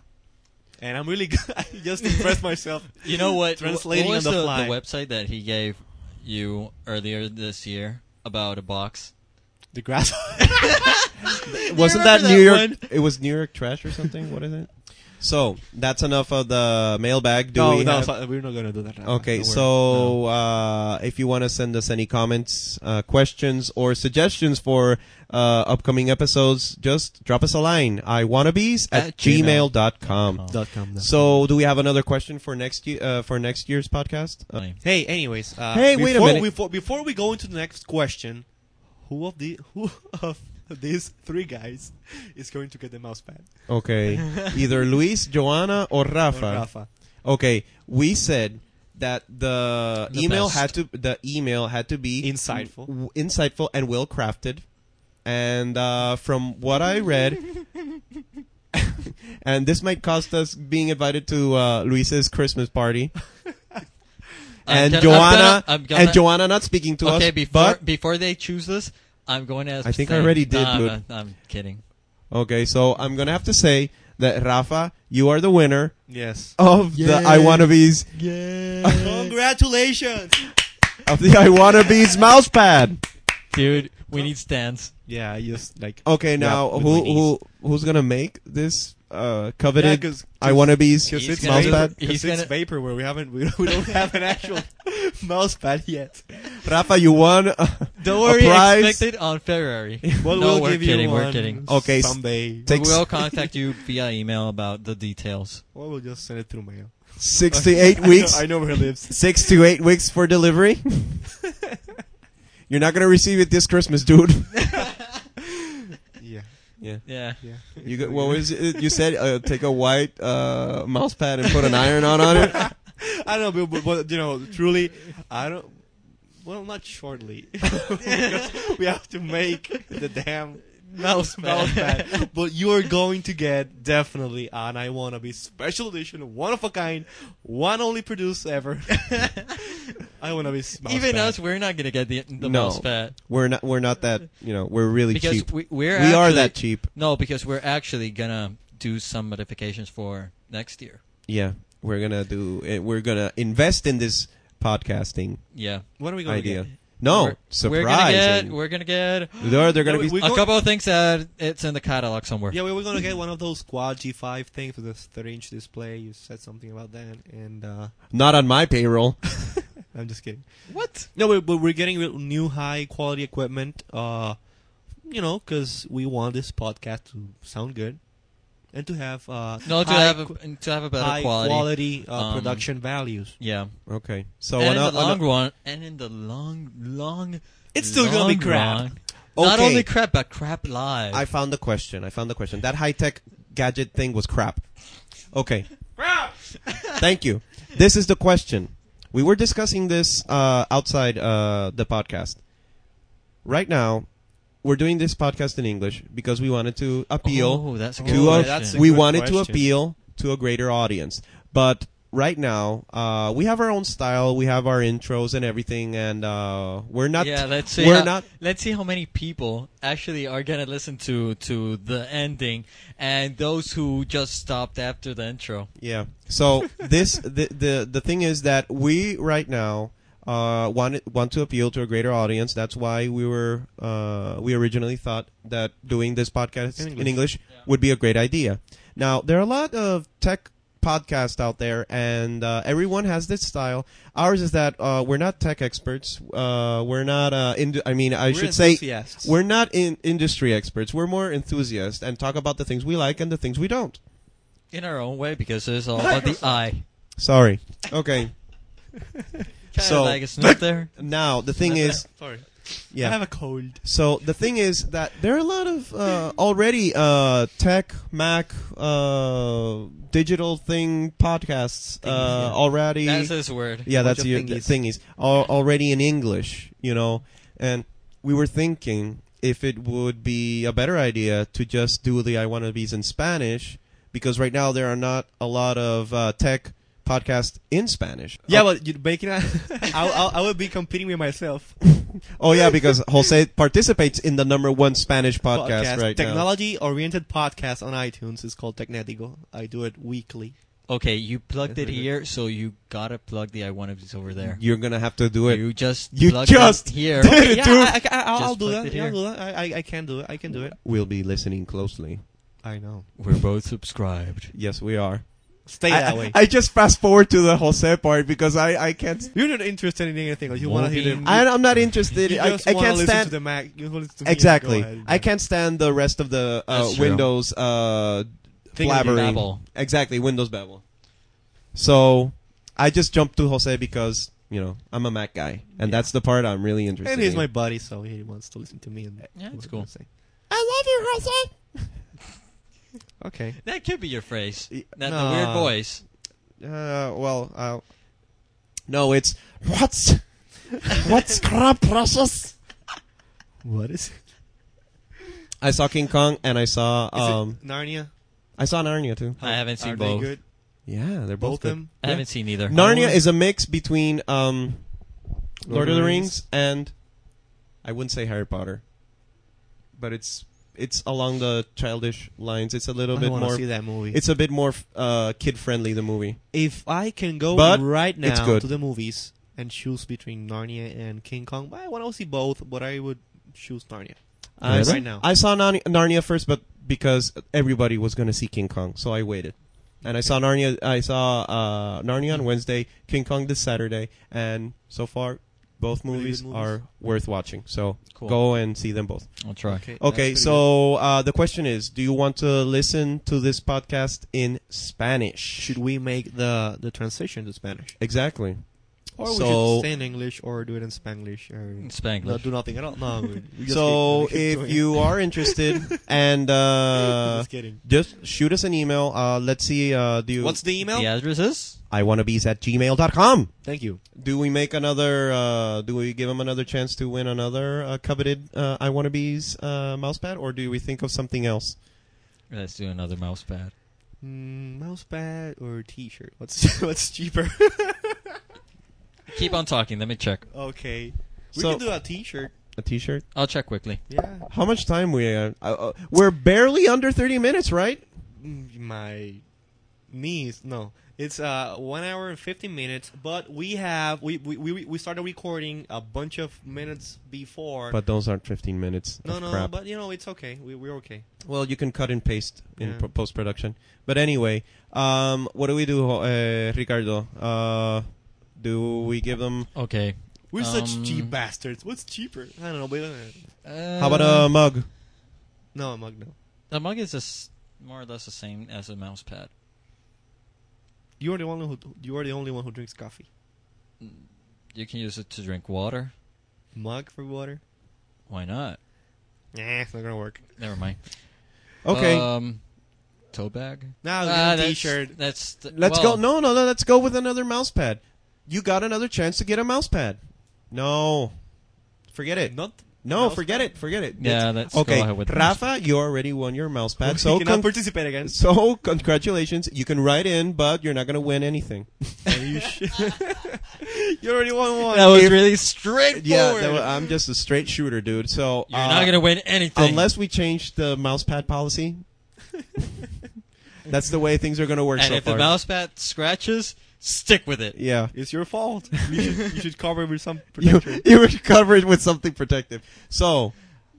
[SPEAKER 4] And I'm really good. I just impressed myself.
[SPEAKER 5] You know Oh, what?
[SPEAKER 4] Translating
[SPEAKER 5] what was
[SPEAKER 4] on the
[SPEAKER 5] the,
[SPEAKER 4] fly.
[SPEAKER 5] website that he gave you earlier this year about a box.
[SPEAKER 4] The grass.
[SPEAKER 6] Wasn't
[SPEAKER 5] remember
[SPEAKER 6] that New York?
[SPEAKER 5] that
[SPEAKER 6] It was New York trash or something. What is it? So that's enough of the mailbag. Do
[SPEAKER 4] no,
[SPEAKER 6] we
[SPEAKER 4] no,
[SPEAKER 6] have-
[SPEAKER 4] so- we're not gonna do that. Rafa.
[SPEAKER 6] Okay,
[SPEAKER 4] Don't worry.
[SPEAKER 6] so uh, if you want to send us any comments, uh, questions, or suggestions for uh, upcoming episones, just drop us a line. I wannabes at,
[SPEAKER 5] At
[SPEAKER 6] gmail
[SPEAKER 5] gmail
[SPEAKER 6] dot com.
[SPEAKER 4] Dot com, dot
[SPEAKER 6] So, do we have another question for next year uh, for next year's podcast? Uh,
[SPEAKER 5] Lame.
[SPEAKER 4] Hey, anyways. Uh,
[SPEAKER 6] Hey, wait a
[SPEAKER 4] before-
[SPEAKER 6] minute.
[SPEAKER 4] Before, before we go into the next question, who of the who of these three guys is going to get the mouse pad?
[SPEAKER 6] okay, either Luis, Joanna, or
[SPEAKER 4] Or
[SPEAKER 6] Rafa.
[SPEAKER 4] Rafa.
[SPEAKER 6] Okay, we said that the,
[SPEAKER 5] The
[SPEAKER 6] email
[SPEAKER 5] best.
[SPEAKER 6] had to the email had to be
[SPEAKER 4] Insightful.
[SPEAKER 6] w- insightful, and well crafted. And uh, from what I read, and this might cost us being invited to uh, Luis's Christmas party, and
[SPEAKER 5] I'm gonna-
[SPEAKER 6] Joanna
[SPEAKER 5] I'm gonna- I'm gonna-
[SPEAKER 6] and Joanna not speaking to
[SPEAKER 5] okay,
[SPEAKER 6] us.
[SPEAKER 5] before
[SPEAKER 6] but-
[SPEAKER 5] before they choose this, I'm going to. Ask
[SPEAKER 6] I think I
[SPEAKER 5] Stan.
[SPEAKER 6] already did,
[SPEAKER 5] No, I'm,
[SPEAKER 6] dude.
[SPEAKER 5] not- I'm kidding.
[SPEAKER 6] okay, so I'm gonna have to say that Rafa, you are the winner
[SPEAKER 4] Yes.
[SPEAKER 6] of
[SPEAKER 2] Yay.
[SPEAKER 6] the I Wannabes
[SPEAKER 4] Congratulations.
[SPEAKER 6] of the I Wannabes mouse pad.
[SPEAKER 5] Dude, we need stands.
[SPEAKER 4] yeah, I just like
[SPEAKER 3] Oh,
[SPEAKER 6] Okay, now
[SPEAKER 4] with
[SPEAKER 6] who
[SPEAKER 4] my knees.
[SPEAKER 6] who who's gonna make this uh,
[SPEAKER 4] yeah,
[SPEAKER 6] coveted?
[SPEAKER 4] because
[SPEAKER 6] I want to be s-
[SPEAKER 5] He's
[SPEAKER 4] it's
[SPEAKER 6] mouse
[SPEAKER 5] gonna-
[SPEAKER 6] pad.
[SPEAKER 5] He's
[SPEAKER 4] it's
[SPEAKER 5] gonna-
[SPEAKER 4] vaporware. We haven't we, we don't have an actual mouse pad yet.
[SPEAKER 6] Rafa, you won. a-
[SPEAKER 5] Don't
[SPEAKER 6] a
[SPEAKER 5] worry,
[SPEAKER 6] prize.
[SPEAKER 5] expected on February.
[SPEAKER 4] Well,
[SPEAKER 5] no,
[SPEAKER 4] we'll
[SPEAKER 5] we're
[SPEAKER 4] give
[SPEAKER 5] kidding.
[SPEAKER 4] you
[SPEAKER 5] we're
[SPEAKER 4] one
[SPEAKER 5] kidding.
[SPEAKER 6] Okay, s-
[SPEAKER 4] someday.
[SPEAKER 6] Takes
[SPEAKER 5] We'll contact you via email about the details.
[SPEAKER 4] Or we'll just send it through mail.
[SPEAKER 6] six to eight weeks.
[SPEAKER 4] I know, I know where it lives.
[SPEAKER 6] Six to eight weeks for delivery. You're not gonna receive it this Christmas, dude.
[SPEAKER 4] Yeah,
[SPEAKER 5] Yeah.
[SPEAKER 4] yeah.
[SPEAKER 6] You got, what was it? You said uh, take a white uh, mouse pad and put an iron on on it.
[SPEAKER 4] I don't know, but, but, but you know, truly, I don't. Well, not shortly. Because we have to make the damn
[SPEAKER 5] Mouse
[SPEAKER 4] mouse pad. But you are going to get definitely and I wanna be special edition, one of a kind, one only produced ever. I wanna be mouse
[SPEAKER 5] Even
[SPEAKER 4] pad.
[SPEAKER 5] us, we're not gonna get the, the
[SPEAKER 6] No.
[SPEAKER 5] mouse pad
[SPEAKER 6] We're not. We're not that. You know, we're really
[SPEAKER 5] because
[SPEAKER 6] cheap.
[SPEAKER 5] we, we're
[SPEAKER 6] We are
[SPEAKER 5] actually-
[SPEAKER 6] that cheap.
[SPEAKER 5] No, because we're actually gonna do some modifications for next year.
[SPEAKER 6] Yeah, we're gonna do. eh, We're gonna invest in this podcasting
[SPEAKER 5] Yeah.
[SPEAKER 4] What are we going to
[SPEAKER 6] idea.
[SPEAKER 4] get?
[SPEAKER 6] No
[SPEAKER 5] We're-
[SPEAKER 6] surprise.
[SPEAKER 5] We're gonna get. We're gonna get
[SPEAKER 6] There, there are gonna
[SPEAKER 4] No,
[SPEAKER 6] be.
[SPEAKER 4] we-
[SPEAKER 5] a couple of things that it's in the catalog somewhere.
[SPEAKER 4] Yeah, we were gonna get one of those quad G5 things with a 3-inch display. You said something about that, and uh,
[SPEAKER 6] not on my payroll.
[SPEAKER 4] I'm just kidding.
[SPEAKER 5] What?
[SPEAKER 4] No, but, but we're getting real new high quality equipment. Uh, you know, because we want this podcast to sound good and to have uh,
[SPEAKER 5] No, to
[SPEAKER 4] high
[SPEAKER 5] have
[SPEAKER 4] qu-
[SPEAKER 5] a, to have a better
[SPEAKER 4] high
[SPEAKER 5] quality.
[SPEAKER 4] quality, uh,
[SPEAKER 5] um,
[SPEAKER 4] production values.
[SPEAKER 5] Yeah.
[SPEAKER 6] Okay. So
[SPEAKER 5] and
[SPEAKER 6] on
[SPEAKER 5] in
[SPEAKER 6] a,
[SPEAKER 5] the
[SPEAKER 6] on
[SPEAKER 5] long
[SPEAKER 6] a-
[SPEAKER 5] run, and in the long, long,
[SPEAKER 4] It's still gonna
[SPEAKER 5] long
[SPEAKER 4] be crap.
[SPEAKER 5] run, Not
[SPEAKER 6] Okay.
[SPEAKER 5] only crap, but crap live.
[SPEAKER 6] I found the question. I found the question. That high tech gadget thing was crap. Okay. Thank you. This is the question. We were discussing this uh, outside uh, the podcast. Right now, we're doing this podcast in English because we wanted to appeal
[SPEAKER 5] Oh, that's a
[SPEAKER 4] Oh,
[SPEAKER 5] good
[SPEAKER 6] to a,
[SPEAKER 5] question.
[SPEAKER 4] that's a
[SPEAKER 6] we
[SPEAKER 4] good
[SPEAKER 6] wanted to
[SPEAKER 4] question.
[SPEAKER 6] appeal to a greater audience. But right now, uh, we have our own style, we have our intros and everything, and uh, we're not
[SPEAKER 5] yeah, let's see.
[SPEAKER 6] we're
[SPEAKER 4] Uh,
[SPEAKER 5] how,
[SPEAKER 6] not
[SPEAKER 5] Let's see how many people actually are gonna listen to to the ending, and those who just stopped after the intro.
[SPEAKER 6] Yeah. So this the, the the thing is that we right now uh, want want to appeal to a greater audience. That's why we were uh, we originally thought that doing this podcast in
[SPEAKER 4] In
[SPEAKER 6] English,
[SPEAKER 4] English.
[SPEAKER 6] would be a great idea. Now there are a lot of tech podcasts out there, and uh, everyone has this style. Ours is that uh, we're not tech experts. Uh, we're not. Uh, in, I mean, I
[SPEAKER 4] We're
[SPEAKER 6] should say
[SPEAKER 4] enthusiasts.
[SPEAKER 6] we're not in industry experts. We're more enthusiasts and talk about the things we like and the things we don't.
[SPEAKER 5] In our own way, because it's all about the eye.
[SPEAKER 6] Sorry. Okay.
[SPEAKER 5] Kind
[SPEAKER 6] So-
[SPEAKER 5] of like it's not there.
[SPEAKER 6] Now the thing is,
[SPEAKER 4] Sorry, I have
[SPEAKER 6] yeah.
[SPEAKER 4] a cold.
[SPEAKER 6] So the thing is that there are a lot of uh, already uh, tech, Mac, uh, digital thing podcasts uh,
[SPEAKER 4] Thingies, yeah.
[SPEAKER 6] already.
[SPEAKER 5] That's his word.
[SPEAKER 6] yeah,
[SPEAKER 4] bunch
[SPEAKER 6] that's
[SPEAKER 4] of
[SPEAKER 6] your
[SPEAKER 4] thingies.
[SPEAKER 6] thingies al- already in English, you know. And we were thinking if it would be a better idea to just do the I want to be's in Spanish because right now there are not a lot of uh, tech podcasts in Spanish.
[SPEAKER 4] Yeah, but you're making a, I, I, I would be competing with myself.
[SPEAKER 6] Oh yeah, because Jose participates in the number one Spanish podcast, right now.
[SPEAKER 4] Technology oriented podcast on iTunes is called Technetico. I do it weekly.
[SPEAKER 5] Okay, you plugged it
[SPEAKER 4] That's very good.
[SPEAKER 5] here, so you gotta plug the I want to be over there.
[SPEAKER 6] You're gonna have to do it.
[SPEAKER 5] You just
[SPEAKER 6] You
[SPEAKER 5] plugged
[SPEAKER 6] just
[SPEAKER 5] it here.
[SPEAKER 6] did it,
[SPEAKER 4] Oh, yeah,
[SPEAKER 6] dude.
[SPEAKER 4] I, I, I, will
[SPEAKER 5] Just
[SPEAKER 4] do
[SPEAKER 5] plugged
[SPEAKER 4] that.
[SPEAKER 5] it
[SPEAKER 4] Yeah, I'll
[SPEAKER 5] here.
[SPEAKER 4] do that. I, I, I can do it. I can do it.
[SPEAKER 6] we'll be listening closely.
[SPEAKER 4] I know.
[SPEAKER 5] We're both subscribed.
[SPEAKER 6] Yes, we are.
[SPEAKER 4] Stay
[SPEAKER 6] I,
[SPEAKER 4] that way.
[SPEAKER 6] I just fast forward to the Jose part because I I can't.
[SPEAKER 4] You're not interested in anything else. You want to hear
[SPEAKER 5] Moving.
[SPEAKER 4] them.
[SPEAKER 6] I, I'm not interested.
[SPEAKER 4] you
[SPEAKER 6] I,
[SPEAKER 4] just
[SPEAKER 6] I
[SPEAKER 4] wanna
[SPEAKER 6] can't
[SPEAKER 4] listen
[SPEAKER 6] stand.
[SPEAKER 4] to the Mac. You wanna listen to me.
[SPEAKER 6] exactly.
[SPEAKER 4] Go ahead.
[SPEAKER 6] I can't stand the rest of the uh,
[SPEAKER 5] That's true.
[SPEAKER 6] Windows uh, blabbering.
[SPEAKER 5] Babel.
[SPEAKER 6] Exactly, Windows Babel. So I just jumped to Jose because you know I'm a Mac guy, and that's the part I'm really interested.
[SPEAKER 4] And he's
[SPEAKER 6] in.
[SPEAKER 4] my buddy, so he wants to listen to me. And
[SPEAKER 5] Yeah, it's
[SPEAKER 4] what
[SPEAKER 5] cool.
[SPEAKER 4] I'm saying.
[SPEAKER 6] I love you, Jose.
[SPEAKER 4] Okay.
[SPEAKER 5] That could be your phrase.
[SPEAKER 6] Y-
[SPEAKER 5] Not
[SPEAKER 6] no.
[SPEAKER 5] the weird voice.
[SPEAKER 6] Uh, well, uh, no, it's what's what's crap precious.
[SPEAKER 4] What is it?
[SPEAKER 6] I saw King Kong and I saw
[SPEAKER 4] Is
[SPEAKER 6] um
[SPEAKER 4] it Narnia?
[SPEAKER 6] I saw Narnia too.
[SPEAKER 5] I haven't seen
[SPEAKER 4] Are
[SPEAKER 5] both.
[SPEAKER 4] they good?
[SPEAKER 6] Yeah, they're both,
[SPEAKER 4] Both
[SPEAKER 6] good.
[SPEAKER 4] them?
[SPEAKER 5] I haven't seen either.
[SPEAKER 6] Narnia is a mix between um Lord, of the Rings. and I wouldn't say Harry Potter, but it's it's along the childish lines. It's a little
[SPEAKER 4] I
[SPEAKER 6] bit
[SPEAKER 4] want to
[SPEAKER 6] more.
[SPEAKER 4] see that movie.
[SPEAKER 6] It's a bit more uh, kid friendly. The movie.
[SPEAKER 4] if I can go
[SPEAKER 6] But
[SPEAKER 4] Oh, right
[SPEAKER 6] it's
[SPEAKER 4] now
[SPEAKER 6] good.
[SPEAKER 4] to the movies and choose between Narnia and King Kong, I want to see both, but I would choose Narnia.
[SPEAKER 6] I,
[SPEAKER 4] Right now.
[SPEAKER 6] I saw Narnia, Narnia first, but because everybody was going to see King Kong, so I waited. And I saw Narnia. I saw uh, Narnia on Wednesday, King Kong this Saturday, and so far, both
[SPEAKER 4] Really good
[SPEAKER 6] movies,
[SPEAKER 4] movies.
[SPEAKER 6] are worth watching. So
[SPEAKER 5] Cool.
[SPEAKER 6] go and see them both.
[SPEAKER 5] I'll try.
[SPEAKER 6] Okay, so uh, the question is: Do you want to listen to this podcast in Spanish?
[SPEAKER 4] should we make the the transition to Spanish?
[SPEAKER 6] Exactly.
[SPEAKER 4] Or we
[SPEAKER 6] So-
[SPEAKER 4] should stay in English or do it in Spanglish or no,
[SPEAKER 5] Spanglish.
[SPEAKER 4] do nothing at all. No, we, we just
[SPEAKER 6] So
[SPEAKER 4] keep- we keep
[SPEAKER 6] if
[SPEAKER 4] doing
[SPEAKER 6] you are interested and uh,
[SPEAKER 4] Just kidding.
[SPEAKER 6] just shoot us an email. Uh, let's see. Uh, do you,
[SPEAKER 2] What's the email?
[SPEAKER 5] The address is
[SPEAKER 6] I want to be at gmail.com.
[SPEAKER 4] thank you.
[SPEAKER 6] Do we make another? Uh, do we give him another chance to win another uh, coveted uh, I want to be's uh, mouse pad, or do we think of something else?
[SPEAKER 5] Let's do another mouse pad.
[SPEAKER 4] Mm, mouse pad or T-shirt? What's what's cheaper?
[SPEAKER 5] Keep on talking. Let me check.
[SPEAKER 4] okay, we
[SPEAKER 6] So-
[SPEAKER 4] can do a T-shirt.
[SPEAKER 6] A T-shirt?
[SPEAKER 5] I'll check quickly.
[SPEAKER 4] Yeah,
[SPEAKER 6] How much time we? Uh, uh, uh, we're barely under thirty minutes, right?
[SPEAKER 4] Mm, my knees. No, it's uh one hour and fifteen minutes. But we have we we we, we started recording a bunch of minutes before.
[SPEAKER 6] But those aren't fifteen minutes.
[SPEAKER 4] no,
[SPEAKER 6] of
[SPEAKER 4] no,
[SPEAKER 6] crap.
[SPEAKER 4] but you know it's okay. We we're okay.
[SPEAKER 6] Well, you can cut and paste in
[SPEAKER 4] Yeah.
[SPEAKER 6] pro post production. But anyway, um, what do we do, uh, Ricardo? Uh, do we give them?
[SPEAKER 5] Okay.
[SPEAKER 4] We're
[SPEAKER 5] Um,
[SPEAKER 4] such cheap bastards. What's cheaper? I don't know. But, uh,
[SPEAKER 5] Uh,
[SPEAKER 6] How about um, a mug?
[SPEAKER 4] no, I'm not. No,
[SPEAKER 5] a mug? Is this more or less the same as a mouse pad?
[SPEAKER 4] you are the only who you are the only one who drinks coffee.
[SPEAKER 5] You can use it to drink water.
[SPEAKER 4] Mug for water?
[SPEAKER 5] Why not?
[SPEAKER 4] Nah, it's not gonna work.
[SPEAKER 5] Never mind.
[SPEAKER 4] uh,
[SPEAKER 6] Okay,
[SPEAKER 5] Um, tote bag.
[SPEAKER 4] Now
[SPEAKER 5] Ah,
[SPEAKER 4] nah,
[SPEAKER 5] that's-
[SPEAKER 4] T-shirt.
[SPEAKER 5] That's the,
[SPEAKER 6] let's
[SPEAKER 5] well,
[SPEAKER 6] go. No, no, no. Let's go with another mouse pad. You got another chance to get a mouse pad. No, forget it.
[SPEAKER 4] Not
[SPEAKER 6] No,
[SPEAKER 4] mouse
[SPEAKER 6] forget
[SPEAKER 4] pad?
[SPEAKER 6] it. Forget it.
[SPEAKER 5] Yeah, let's go
[SPEAKER 6] okay,
[SPEAKER 5] ahead with the mouse
[SPEAKER 6] Rafa, you already won your mouse pad.
[SPEAKER 4] We
[SPEAKER 6] So,
[SPEAKER 4] cannot
[SPEAKER 6] con-
[SPEAKER 4] participate again.
[SPEAKER 6] so congratulations. You can write in, but you're not going to win anything.
[SPEAKER 4] you, already won one.
[SPEAKER 5] That was really straightforward.
[SPEAKER 6] Yeah, that wa- uh, I'm just a straight shooter, dude. So
[SPEAKER 5] You're
[SPEAKER 6] uh,
[SPEAKER 5] not gonna win anything
[SPEAKER 6] unless we change the mouse pad policy. That's the way things are going to work
[SPEAKER 5] And
[SPEAKER 6] so
[SPEAKER 5] if
[SPEAKER 6] far.
[SPEAKER 5] the mouse pad scratches, stick with it.
[SPEAKER 6] yeah.
[SPEAKER 4] It's your fault. You should, you should cover it with some
[SPEAKER 6] You,
[SPEAKER 4] protection.
[SPEAKER 6] you would cover it with something protective. So,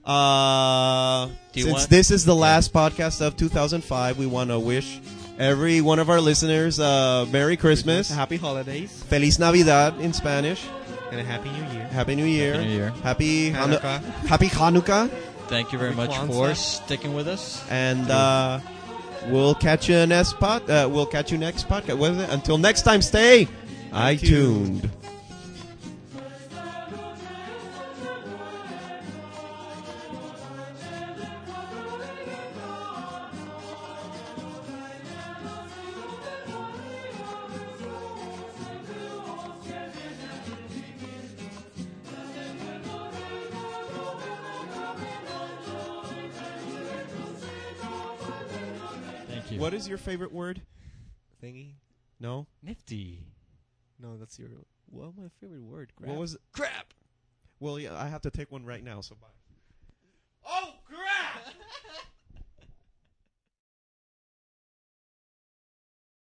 [SPEAKER 6] uh,
[SPEAKER 5] Do you
[SPEAKER 6] since
[SPEAKER 5] want-
[SPEAKER 6] this is the last podcast of 2005, we want to wish every one of our listeners uh, Merry Christmas,
[SPEAKER 4] Happy holidays
[SPEAKER 6] Feliz Navidad in Spanish,
[SPEAKER 4] and a happy new year.
[SPEAKER 6] Happy New Year,
[SPEAKER 5] Happy New Year.
[SPEAKER 6] Happy Hanu-
[SPEAKER 4] Hanukkah.
[SPEAKER 6] Happy Hanukkah.
[SPEAKER 5] Thank you very much
[SPEAKER 4] Kwanzaa.
[SPEAKER 5] for sticking with us.
[SPEAKER 6] and uh, we'll catch you next pod. Uh, we'll catch you next podcast. What is it? Until next time, stay iTuned.
[SPEAKER 5] Thank you.
[SPEAKER 6] What is your favorite word?
[SPEAKER 4] Thingy?
[SPEAKER 6] No.
[SPEAKER 5] nifty?
[SPEAKER 4] No, that's your. What my favorite word? Crap.
[SPEAKER 6] What was crap? Well, yeah, I have to take one right now. So bye.
[SPEAKER 4] Oh,